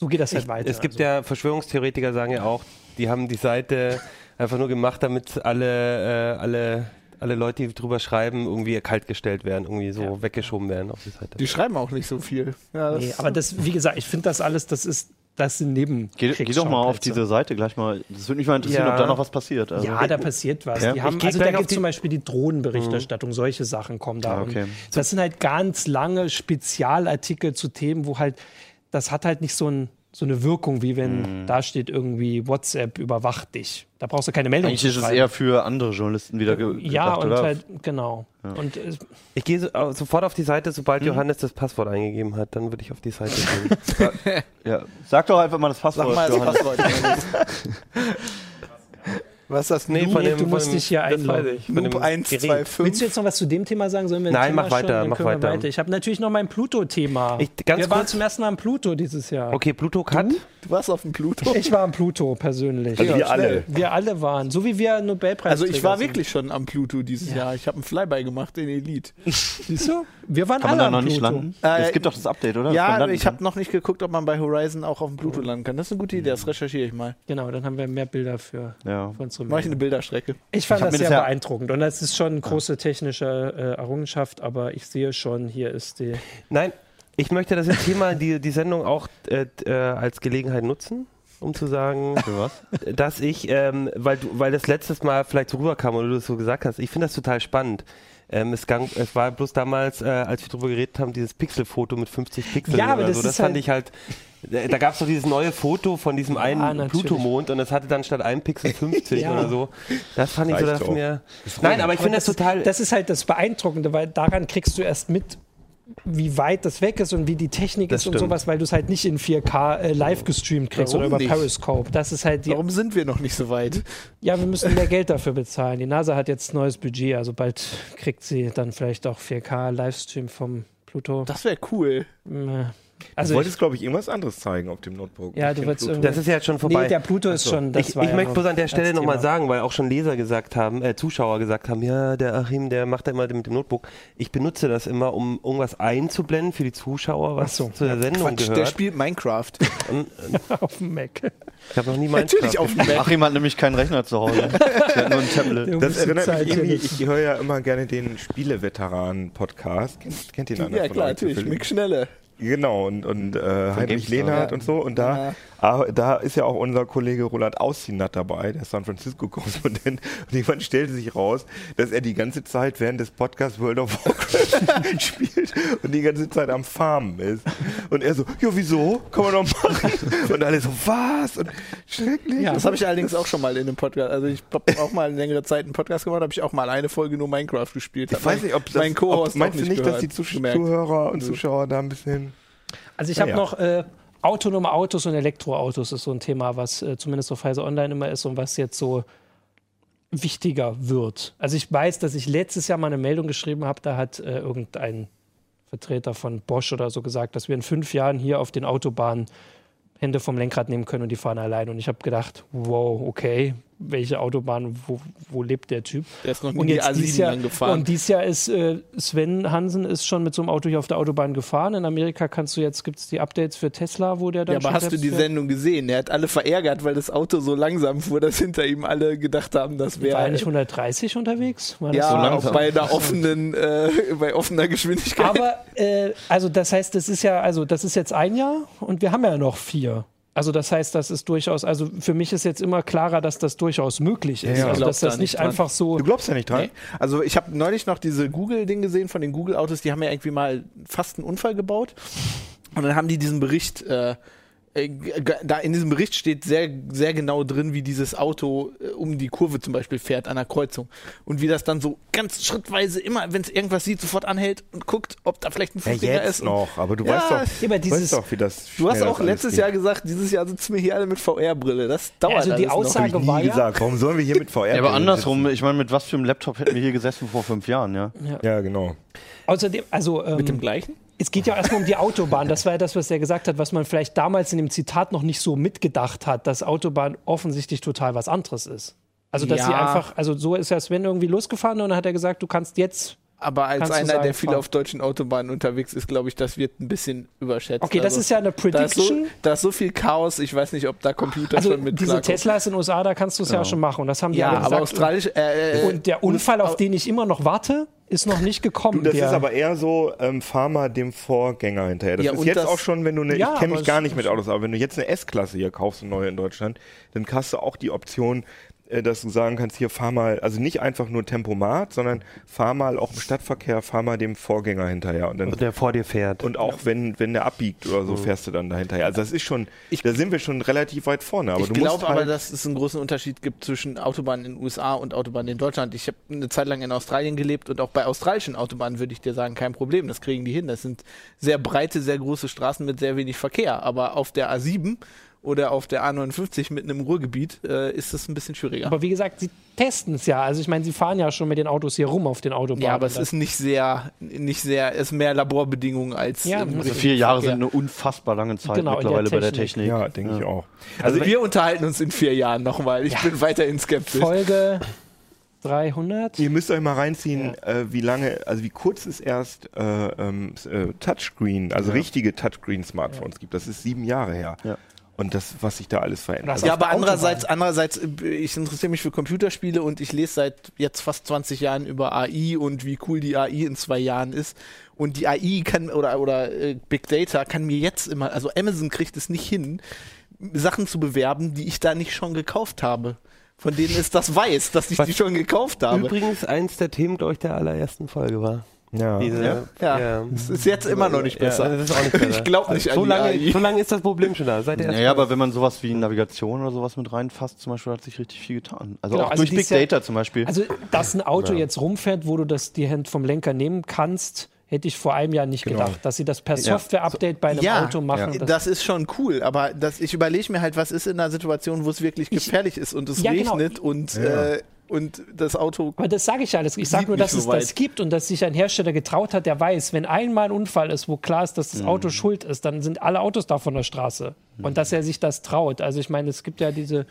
[SPEAKER 5] so geht das halt weiter.
[SPEAKER 2] Es gibt
[SPEAKER 5] also.
[SPEAKER 2] ja Verschwörungstheoretiker, sagen ja auch, die haben die Seite einfach nur gemacht, damit alle, äh, alle, alle Leute, die drüber schreiben, irgendwie kaltgestellt werden, irgendwie so weggeschoben werden auf die Seite.
[SPEAKER 4] Die schreiben auch nicht so viel. Ja, das
[SPEAKER 5] Nee, aber das, wie gesagt, ich finde das alles, das ist das sind neben.
[SPEAKER 7] Geh, geh doch mal auf diese Seite gleich mal. Das würde mich mal interessieren,
[SPEAKER 2] Ja.
[SPEAKER 7] ob da noch was passiert. Also,
[SPEAKER 5] Ja, da passiert was.
[SPEAKER 7] Ja.
[SPEAKER 5] Die haben,
[SPEAKER 2] Ich geh
[SPEAKER 5] also da
[SPEAKER 2] gleich auf
[SPEAKER 5] gibt es
[SPEAKER 2] die-
[SPEAKER 5] zum Beispiel die Drohnenberichterstattung, solche Sachen kommen da.
[SPEAKER 7] Ah, okay.
[SPEAKER 5] Und Das sind halt ganz lange Spezialartikel zu Themen, wo halt, das hat halt nicht so, ein, so eine Wirkung, wie wenn da steht irgendwie WhatsApp überwacht dich. Da brauchst du keine Meldung
[SPEAKER 7] eigentlich
[SPEAKER 5] zu
[SPEAKER 7] ist es
[SPEAKER 5] schreiben.
[SPEAKER 7] eher für andere Journalisten wieder ge
[SPEAKER 5] ja,
[SPEAKER 7] gedacht,
[SPEAKER 5] und
[SPEAKER 7] oder?
[SPEAKER 5] halt, genau. Und äh,
[SPEAKER 2] Ich gehe so, äh, sofort auf die Seite, sobald Johannes das Passwort eingegeben hat, dann würde ich auf die Seite gehen.
[SPEAKER 7] Ja. Sag doch einfach mal das
[SPEAKER 4] Sag
[SPEAKER 7] Passwort,
[SPEAKER 4] mal das
[SPEAKER 7] Johannes.
[SPEAKER 4] Passwort. Was ist das?
[SPEAKER 2] Nee,
[SPEAKER 5] Du- du musst dich hier
[SPEAKER 2] das
[SPEAKER 5] einloggen.
[SPEAKER 2] weiß ich, von
[SPEAKER 4] Noob
[SPEAKER 2] dem Gerät.
[SPEAKER 4] 125.
[SPEAKER 5] willst du jetzt noch was zu dem Thema sagen? Sollen wir ein
[SPEAKER 2] Nein,
[SPEAKER 5] Thema
[SPEAKER 2] mach weiter,
[SPEAKER 5] schon? Dann
[SPEAKER 2] mach
[SPEAKER 5] können wir
[SPEAKER 2] weiter.
[SPEAKER 5] Ich habe natürlich noch mein Pluto-Thema.
[SPEAKER 2] Ich- ganz
[SPEAKER 5] Wir waren
[SPEAKER 2] kurz-
[SPEAKER 5] zum ersten Mal am Pluto dieses Jahr.
[SPEAKER 2] Okay, Pluto Cut.
[SPEAKER 4] Du warst auf dem
[SPEAKER 5] *laughs*
[SPEAKER 4] Pluto.
[SPEAKER 5] Ich war am Pluto persönlich.
[SPEAKER 6] Also wir alle.
[SPEAKER 5] Wir alle waren, so wie wir Nobelpreis.
[SPEAKER 4] Also ich war wirklich schon am Pluto dieses Jahr. Ich habe einen Flyby gemacht in Elite.
[SPEAKER 5] Siehst du? Wir waren
[SPEAKER 7] Kann man
[SPEAKER 5] alle
[SPEAKER 7] da noch
[SPEAKER 5] am
[SPEAKER 7] nicht
[SPEAKER 5] Pluto.
[SPEAKER 7] landen?
[SPEAKER 4] Äh,
[SPEAKER 7] es gibt doch das Update, oder? Dass man
[SPEAKER 4] Ja,
[SPEAKER 7] landen
[SPEAKER 4] ich
[SPEAKER 7] kann.
[SPEAKER 5] ne?
[SPEAKER 4] habe noch nicht geguckt, ob man bei Horizon auch auf dem Pluto landen kann. Das ist eine gute Idee, das recherchiere ich mal.
[SPEAKER 5] Genau, dann haben wir mehr Bilder für,
[SPEAKER 7] Ja.
[SPEAKER 5] für unsere
[SPEAKER 4] Mache ich eine
[SPEAKER 5] Meldung.
[SPEAKER 4] Bilderstrecke.
[SPEAKER 5] Ich fand
[SPEAKER 7] Ich hab
[SPEAKER 5] das
[SPEAKER 7] mir das
[SPEAKER 5] sehr
[SPEAKER 7] ja-
[SPEAKER 5] beeindruckend und das ist schon eine große technische äh, Errungenschaft, aber ich sehe schon, hier ist die.
[SPEAKER 2] Nein, ich möchte
[SPEAKER 5] *laughs*
[SPEAKER 2] das jetzt hier mal die, die Sendung auch äh, äh, als Gelegenheit nutzen, um zu sagen,
[SPEAKER 7] Für was?
[SPEAKER 2] dass ich, ähm, weil du, weil das letztes Mal vielleicht so rüberkam oder du das so gesagt hast, ich finde das total spannend. Ähm, es, gang, es war bloß damals, äh, als wir drüber geredet haben, dieses Pixelfoto mit 50 Pixeln
[SPEAKER 5] Ja, aber
[SPEAKER 2] oder
[SPEAKER 5] das
[SPEAKER 2] so.
[SPEAKER 5] ist
[SPEAKER 2] Das fand
[SPEAKER 5] halt-
[SPEAKER 2] ich halt. Da da gab es doch dieses neue Foto von diesem einen
[SPEAKER 5] natürlich.
[SPEAKER 2] Plutomond und das hatte dann statt einem Pixel 50
[SPEAKER 5] *laughs* Ja.
[SPEAKER 2] oder so. Das fand ich so,
[SPEAKER 6] Reicht
[SPEAKER 2] dass
[SPEAKER 6] auch.
[SPEAKER 2] mir. Nein, aber ich finde das, total.
[SPEAKER 5] Das ist halt das Beeindruckende, weil daran kriegst du erst mit, wie weit das weg ist und wie die Technik
[SPEAKER 2] Das
[SPEAKER 5] ist und
[SPEAKER 2] stimmt.
[SPEAKER 5] sowas, weil du es halt nicht in 4K äh, live gestreamt kriegst
[SPEAKER 4] Warum
[SPEAKER 5] oder über
[SPEAKER 4] nicht?
[SPEAKER 5] Periscope. Das ist halt die
[SPEAKER 4] Warum sind wir noch nicht so weit?
[SPEAKER 5] Ja, wir müssen mehr Geld dafür bezahlen. Die NASA hat jetzt neues Budget, also bald kriegt sie dann vielleicht auch 4K Livestream vom Pluto.
[SPEAKER 4] Das wäre cool.
[SPEAKER 5] Mm,
[SPEAKER 6] Du
[SPEAKER 5] Also ich,
[SPEAKER 6] wolltest, glaube ich, irgendwas anderes zeigen auf dem Notebook.
[SPEAKER 5] ja,
[SPEAKER 6] Ich
[SPEAKER 5] du
[SPEAKER 6] kenn
[SPEAKER 5] wolltest
[SPEAKER 6] Pluto.
[SPEAKER 5] irgendwie.
[SPEAKER 2] das ist ja jetzt schon vorbei.
[SPEAKER 5] nee, der Pluto ist schon. Das
[SPEAKER 2] ich
[SPEAKER 5] war
[SPEAKER 2] ich
[SPEAKER 5] ja
[SPEAKER 2] möchte
[SPEAKER 5] noch
[SPEAKER 2] bloß an der
[SPEAKER 5] als
[SPEAKER 2] Stelle nochmal
[SPEAKER 5] Thema.
[SPEAKER 2] sagen, weil auch schon Leser gesagt haben, äh, Zuschauer gesagt haben, ja, der Achim, der macht da immer mit dem Notebook. Ich benutze das immer, um irgendwas einzublenden für die Zuschauer, was
[SPEAKER 5] Ach so.
[SPEAKER 2] zu der Sendung
[SPEAKER 4] Quatsch, der
[SPEAKER 2] gehört.
[SPEAKER 4] spielt Minecraft.
[SPEAKER 5] auf dem Mac.
[SPEAKER 2] Ich habe noch nie
[SPEAKER 4] *laughs* Natürlich
[SPEAKER 2] Minecraft.
[SPEAKER 4] auf dem Mac.
[SPEAKER 7] Achim hat nämlich keinen Rechner zu Hause. Sie hat nur ein Tablet.
[SPEAKER 6] Das erinnert mich irgendwie, ich höre ja immer gerne den Spieleveteranen-Podcast. Kennt, kennt den einer
[SPEAKER 4] Ja
[SPEAKER 6] von
[SPEAKER 4] klar,
[SPEAKER 6] euch
[SPEAKER 4] natürlich.
[SPEAKER 6] zufällig?
[SPEAKER 4] Mick Schneller.
[SPEAKER 6] Genau, und, und äh, Heinrich
[SPEAKER 7] GameStar.
[SPEAKER 6] Lehnhardt und so. Und da,
[SPEAKER 4] Hm. Ja.
[SPEAKER 6] ah, da ist ja auch unser Kollege Roland Austinat dabei, der San Francisco-Korrespondent. *laughs* Und irgendwann stellte sich raus, dass er die ganze Zeit während des Podcasts World of Warcraft *laughs* spielt und die ganze Zeit am Farmen ist. Und er so, ja, wieso? Kann man doch machen.
[SPEAKER 4] *laughs*
[SPEAKER 6] Und alle so, was? Und schrecklich.
[SPEAKER 5] Ja.
[SPEAKER 4] Das habe ich allerdings auch schon mal in einem Podcast. Also ich habe auch mal längere Zeit einen Podcast gemacht, habe ich auch mal eine Folge nur Minecraft gespielt.
[SPEAKER 6] Ich
[SPEAKER 4] Hat
[SPEAKER 6] weiß
[SPEAKER 4] mein-
[SPEAKER 6] nicht, ob das,
[SPEAKER 4] mein Co-Host
[SPEAKER 6] ob, meinst
[SPEAKER 4] auch
[SPEAKER 6] du
[SPEAKER 4] nicht,
[SPEAKER 6] nicht, dass
[SPEAKER 4] gehört,
[SPEAKER 6] die Zusch-
[SPEAKER 4] gemerkt.
[SPEAKER 6] Zuhörer und Zuschauer da ein bisschen
[SPEAKER 5] Also ich habe
[SPEAKER 6] Naja.
[SPEAKER 5] noch äh, autonome Autos und Elektroautos ist so ein Thema, was äh, zumindest auf Heise Online immer ist und was jetzt so wichtiger wird. Also ich weiß, dass ich letztes Jahr mal eine Meldung geschrieben habe, da hat äh, irgendein Vertreter von Bosch oder so gesagt, dass wir in fünf Jahren hier auf den Autobahnen Hände vom Lenkrad nehmen können und die fahren allein. Und ich habe gedacht, wow, okay, welche Autobahn, wo, wo lebt der Typ?
[SPEAKER 4] Der ist noch nie
[SPEAKER 5] Und
[SPEAKER 4] die
[SPEAKER 5] jetzt dies
[SPEAKER 4] A7
[SPEAKER 5] Jahr,
[SPEAKER 4] angefahren.
[SPEAKER 5] und dies Jahr ist äh, Sven Hansen ist schon mit so einem Auto hier auf der Autobahn gefahren. In Amerika kannst du jetzt gibt's die Updates für Tesla, wo der dann
[SPEAKER 4] Ja, aber
[SPEAKER 5] schon
[SPEAKER 4] hast du
[SPEAKER 5] selbst
[SPEAKER 4] die
[SPEAKER 5] fährt.
[SPEAKER 4] Sendung gesehen? Er hat alle verärgert, weil das Auto so langsam fuhr, dass hinter ihm alle gedacht haben, das
[SPEAKER 5] war er
[SPEAKER 4] wäre.
[SPEAKER 5] nicht 130 unterwegs? War das
[SPEAKER 4] Ja,
[SPEAKER 5] so?
[SPEAKER 4] auch bei einer offenen, äh, bei offener Geschwindigkeit.
[SPEAKER 5] Aber äh, also das heißt, das ist ja also das ist jetzt ein Jahr und wir haben ja noch vier. Also das heißt, das ist durchaus also für mich ist jetzt immer klarer, dass das durchaus möglich ist.
[SPEAKER 6] ja.
[SPEAKER 5] Also
[SPEAKER 4] Glaub
[SPEAKER 5] dass
[SPEAKER 4] da
[SPEAKER 5] das
[SPEAKER 4] nicht
[SPEAKER 5] nicht
[SPEAKER 4] dran.
[SPEAKER 5] einfach so
[SPEAKER 6] Du glaubst ja nicht dran.
[SPEAKER 4] Nee. Also ich habe neulich noch diese Google-Ding gesehen von den Google-Autos, die haben ja irgendwie mal fast einen Unfall gebaut. Und dann haben die diesen Bericht, äh, äh, ge- da in diesem Bericht steht sehr, sehr genau drin, wie dieses Auto äh, um die Kurve zum Beispiel fährt an der Kreuzung. Und wie das dann so ganz schrittweise immer, wenn es irgendwas sieht, sofort anhält und guckt, ob da vielleicht ein Fußgänger ist. Und
[SPEAKER 6] noch, aber du
[SPEAKER 4] Ja,
[SPEAKER 6] weißt doch,
[SPEAKER 5] ja, aber dieses-
[SPEAKER 6] weißt doch, wie das
[SPEAKER 4] Du hast
[SPEAKER 6] schnell
[SPEAKER 4] auch
[SPEAKER 6] das alles
[SPEAKER 4] letztes
[SPEAKER 6] geht.
[SPEAKER 4] Jahr gesagt, dieses Jahr sitzen wir hier alle mit VR-Brille. Das dauert
[SPEAKER 5] also
[SPEAKER 4] alles
[SPEAKER 5] die
[SPEAKER 4] noch.
[SPEAKER 5] Aussage-
[SPEAKER 6] Hab ich
[SPEAKER 5] war
[SPEAKER 6] nie
[SPEAKER 5] ja-
[SPEAKER 6] gesagt. Warum sollen wir hier mit VR?
[SPEAKER 7] Ja, aber andersrum, ich meine, mit was für einem Laptop hätten wir hier gesessen vor fünf Jahren, ja?
[SPEAKER 6] Ja, genau.
[SPEAKER 5] außerdem also ähm,
[SPEAKER 4] Mit dem gleichen?
[SPEAKER 5] Es geht ja auch erstmal um die Autobahn. Das war ja das, was er gesagt hat, was man vielleicht damals in dem Zitat noch nicht so mitgedacht hat, dass Autobahn offensichtlich total was anderes ist. Also, dass
[SPEAKER 4] Ja.
[SPEAKER 5] sie einfach, also so ist ja Sven irgendwie losgefahren und dann hat er gesagt, du kannst jetzt
[SPEAKER 4] Aber als
[SPEAKER 5] Kannst du
[SPEAKER 4] einer,
[SPEAKER 5] sagen,
[SPEAKER 4] der viel
[SPEAKER 5] Frank?
[SPEAKER 4] auf deutschen Autobahnen unterwegs ist, glaube ich, das wird ein bisschen überschätzt. Also,
[SPEAKER 5] Okay, das ist ja eine
[SPEAKER 4] Da ist, so,
[SPEAKER 5] Prediction.
[SPEAKER 4] da ist so viel Chaos, ich weiß nicht, ob da Computer
[SPEAKER 5] Also
[SPEAKER 4] schon mit
[SPEAKER 5] diese
[SPEAKER 4] klarkommen. Genau.
[SPEAKER 5] Teslas in den USA, da kannst du es ja. schon machen. Und das haben die
[SPEAKER 4] Ja,
[SPEAKER 5] alle
[SPEAKER 4] aber
[SPEAKER 5] gesagt.
[SPEAKER 4] australisch. Äh, äh,
[SPEAKER 5] und der Unfall, auf den ich immer noch warte, ist noch nicht gekommen.
[SPEAKER 6] Das
[SPEAKER 5] der,
[SPEAKER 6] ist aber eher so, ähm, fahr mal dem Vorgänger hinterher. Das
[SPEAKER 4] Ja,
[SPEAKER 6] ist
[SPEAKER 4] und
[SPEAKER 6] jetzt
[SPEAKER 4] das-
[SPEAKER 6] auch schon, wenn du eine,
[SPEAKER 5] Ja,
[SPEAKER 6] ich kenne
[SPEAKER 5] aber
[SPEAKER 6] mich gar
[SPEAKER 5] es-
[SPEAKER 6] nicht mit Autos, aber wenn du jetzt eine S-Klasse hier kaufst, eine neue in Deutschland, dann hast du auch die Option, äh, dass du sagen kannst, hier fahr mal, also nicht einfach nur Tempomat, sondern fahr mal auch im Stadtverkehr, fahr mal dem Vorgänger hinterher. Und, dann,
[SPEAKER 2] der vor dir fährt.
[SPEAKER 6] und auch wenn, wenn der abbiegt oder
[SPEAKER 4] Mhm.
[SPEAKER 6] so, fährst du dann da hinterher. Also das ist schon, da sind wir schon relativ weit vorne. Aber
[SPEAKER 4] ich
[SPEAKER 6] du
[SPEAKER 4] glaube
[SPEAKER 6] musst halt,
[SPEAKER 4] aber, dass es einen großen Unterschied gibt zwischen Autobahnen in den USA und Autobahnen in Deutschland. Ich habe eine Zeit lang in Australien gelebt und auch bei australischen Autobahnen würde ich dir sagen, kein Problem, das kriegen die hin. Das sind sehr breite, sehr große Straßen mit sehr wenig Verkehr. Aber auf der A7 oder auf der A59 mitten im Ruhrgebiet äh, ist das ein bisschen schwieriger.
[SPEAKER 5] aber wie gesagt, sie testen es ja. Also ich meine, sie fahren ja schon mit den Autos hier rum auf den Autobahnen.
[SPEAKER 4] ja, aber es ist nicht sehr, nicht sehr, es ist mehr Laborbedingungen als
[SPEAKER 5] Ja,
[SPEAKER 4] im
[SPEAKER 5] also
[SPEAKER 7] Also
[SPEAKER 4] richtigen
[SPEAKER 7] vier Jahre sind
[SPEAKER 4] Verkehr.
[SPEAKER 7] eine unfassbar lange Zeit
[SPEAKER 5] Genau, in der
[SPEAKER 7] mittlerweile bei der
[SPEAKER 5] Technik.
[SPEAKER 7] Technik.
[SPEAKER 6] ja, denke ich auch.
[SPEAKER 4] Also wir unterhalten uns in vier Jahren nochmal. Ich bin weiterhin skeptisch.
[SPEAKER 5] Folge 300.
[SPEAKER 6] Ihr müsst euch mal reinziehen, äh, wie lange, also wie kurz es erst äh, ähm, s- äh, Touchscreen, also richtige Touchscreen-Smartphones gibt. Das ist sieben Jahre her.
[SPEAKER 7] Ja.
[SPEAKER 6] Und das, was sich da alles verändert.
[SPEAKER 5] Das
[SPEAKER 6] hat.
[SPEAKER 4] Ja,
[SPEAKER 5] auf der
[SPEAKER 4] aber andererseits, andererseits, äh, ich interessiere mich für Computerspiele und ich lese seit jetzt fast 20 Jahren über AI und wie cool die AI in zwei Jahren ist. Und die AI kann oder oder äh, Big Data kann mir jetzt immer, also Amazon kriegt es nicht hin, Sachen zu bewerben, die ich da nicht schon gekauft habe. Von denen es das weiß, dass ich die schon gekauft habe.
[SPEAKER 2] Übrigens eins der Themen, glaube ich, der allerersten Folge war.
[SPEAKER 6] Ja.
[SPEAKER 2] Diese,
[SPEAKER 6] Ja.
[SPEAKER 4] Ja. Es ist jetzt immer noch nicht
[SPEAKER 2] Ja,
[SPEAKER 4] besser.
[SPEAKER 2] das ist auch
[SPEAKER 4] *laughs*
[SPEAKER 2] nicht besser. Also
[SPEAKER 4] Ich glaube nicht
[SPEAKER 2] so
[SPEAKER 4] an
[SPEAKER 2] lange,
[SPEAKER 4] die
[SPEAKER 2] so
[SPEAKER 4] AI.
[SPEAKER 2] lange ist das Problem schon da. Seit der ersten
[SPEAKER 7] Naja, aber wenn man sowas wie Navigation oder sowas mit reinfasst, zum Beispiel, hat sich richtig viel getan. Also
[SPEAKER 5] Genau,
[SPEAKER 7] auch
[SPEAKER 5] also
[SPEAKER 7] durch
[SPEAKER 5] dies
[SPEAKER 7] Big
[SPEAKER 5] Jahr-
[SPEAKER 7] Data zum Beispiel.
[SPEAKER 5] Also, dass ein Auto jetzt rumfährt, wo du das, die Hand vom Lenker nehmen kannst, hätte ich vor einem Jahr nicht gedacht, dass sie das per Software-Update bei einem Auto machen.
[SPEAKER 4] Das,
[SPEAKER 5] Das-
[SPEAKER 4] ist schon cool, aber das, ich überlege mir halt, was ist in einer Situation, wo es wirklich gefährlich ist und es
[SPEAKER 5] Ja, genau.
[SPEAKER 4] regnet und, äh, und das Auto.
[SPEAKER 5] aber das sage ich ja alles. Ich sage
[SPEAKER 4] Sieht
[SPEAKER 5] nur,
[SPEAKER 4] nicht
[SPEAKER 5] dass
[SPEAKER 4] so
[SPEAKER 5] es
[SPEAKER 4] weit.
[SPEAKER 5] das gibt und dass sich ein Hersteller getraut hat, der weiß, wenn einmal ein Unfall ist, wo klar ist, dass das Auto schuld ist, dann sind alle Autos da von der Straße. Und dass er sich das traut. Also ich meine, es gibt ja diese,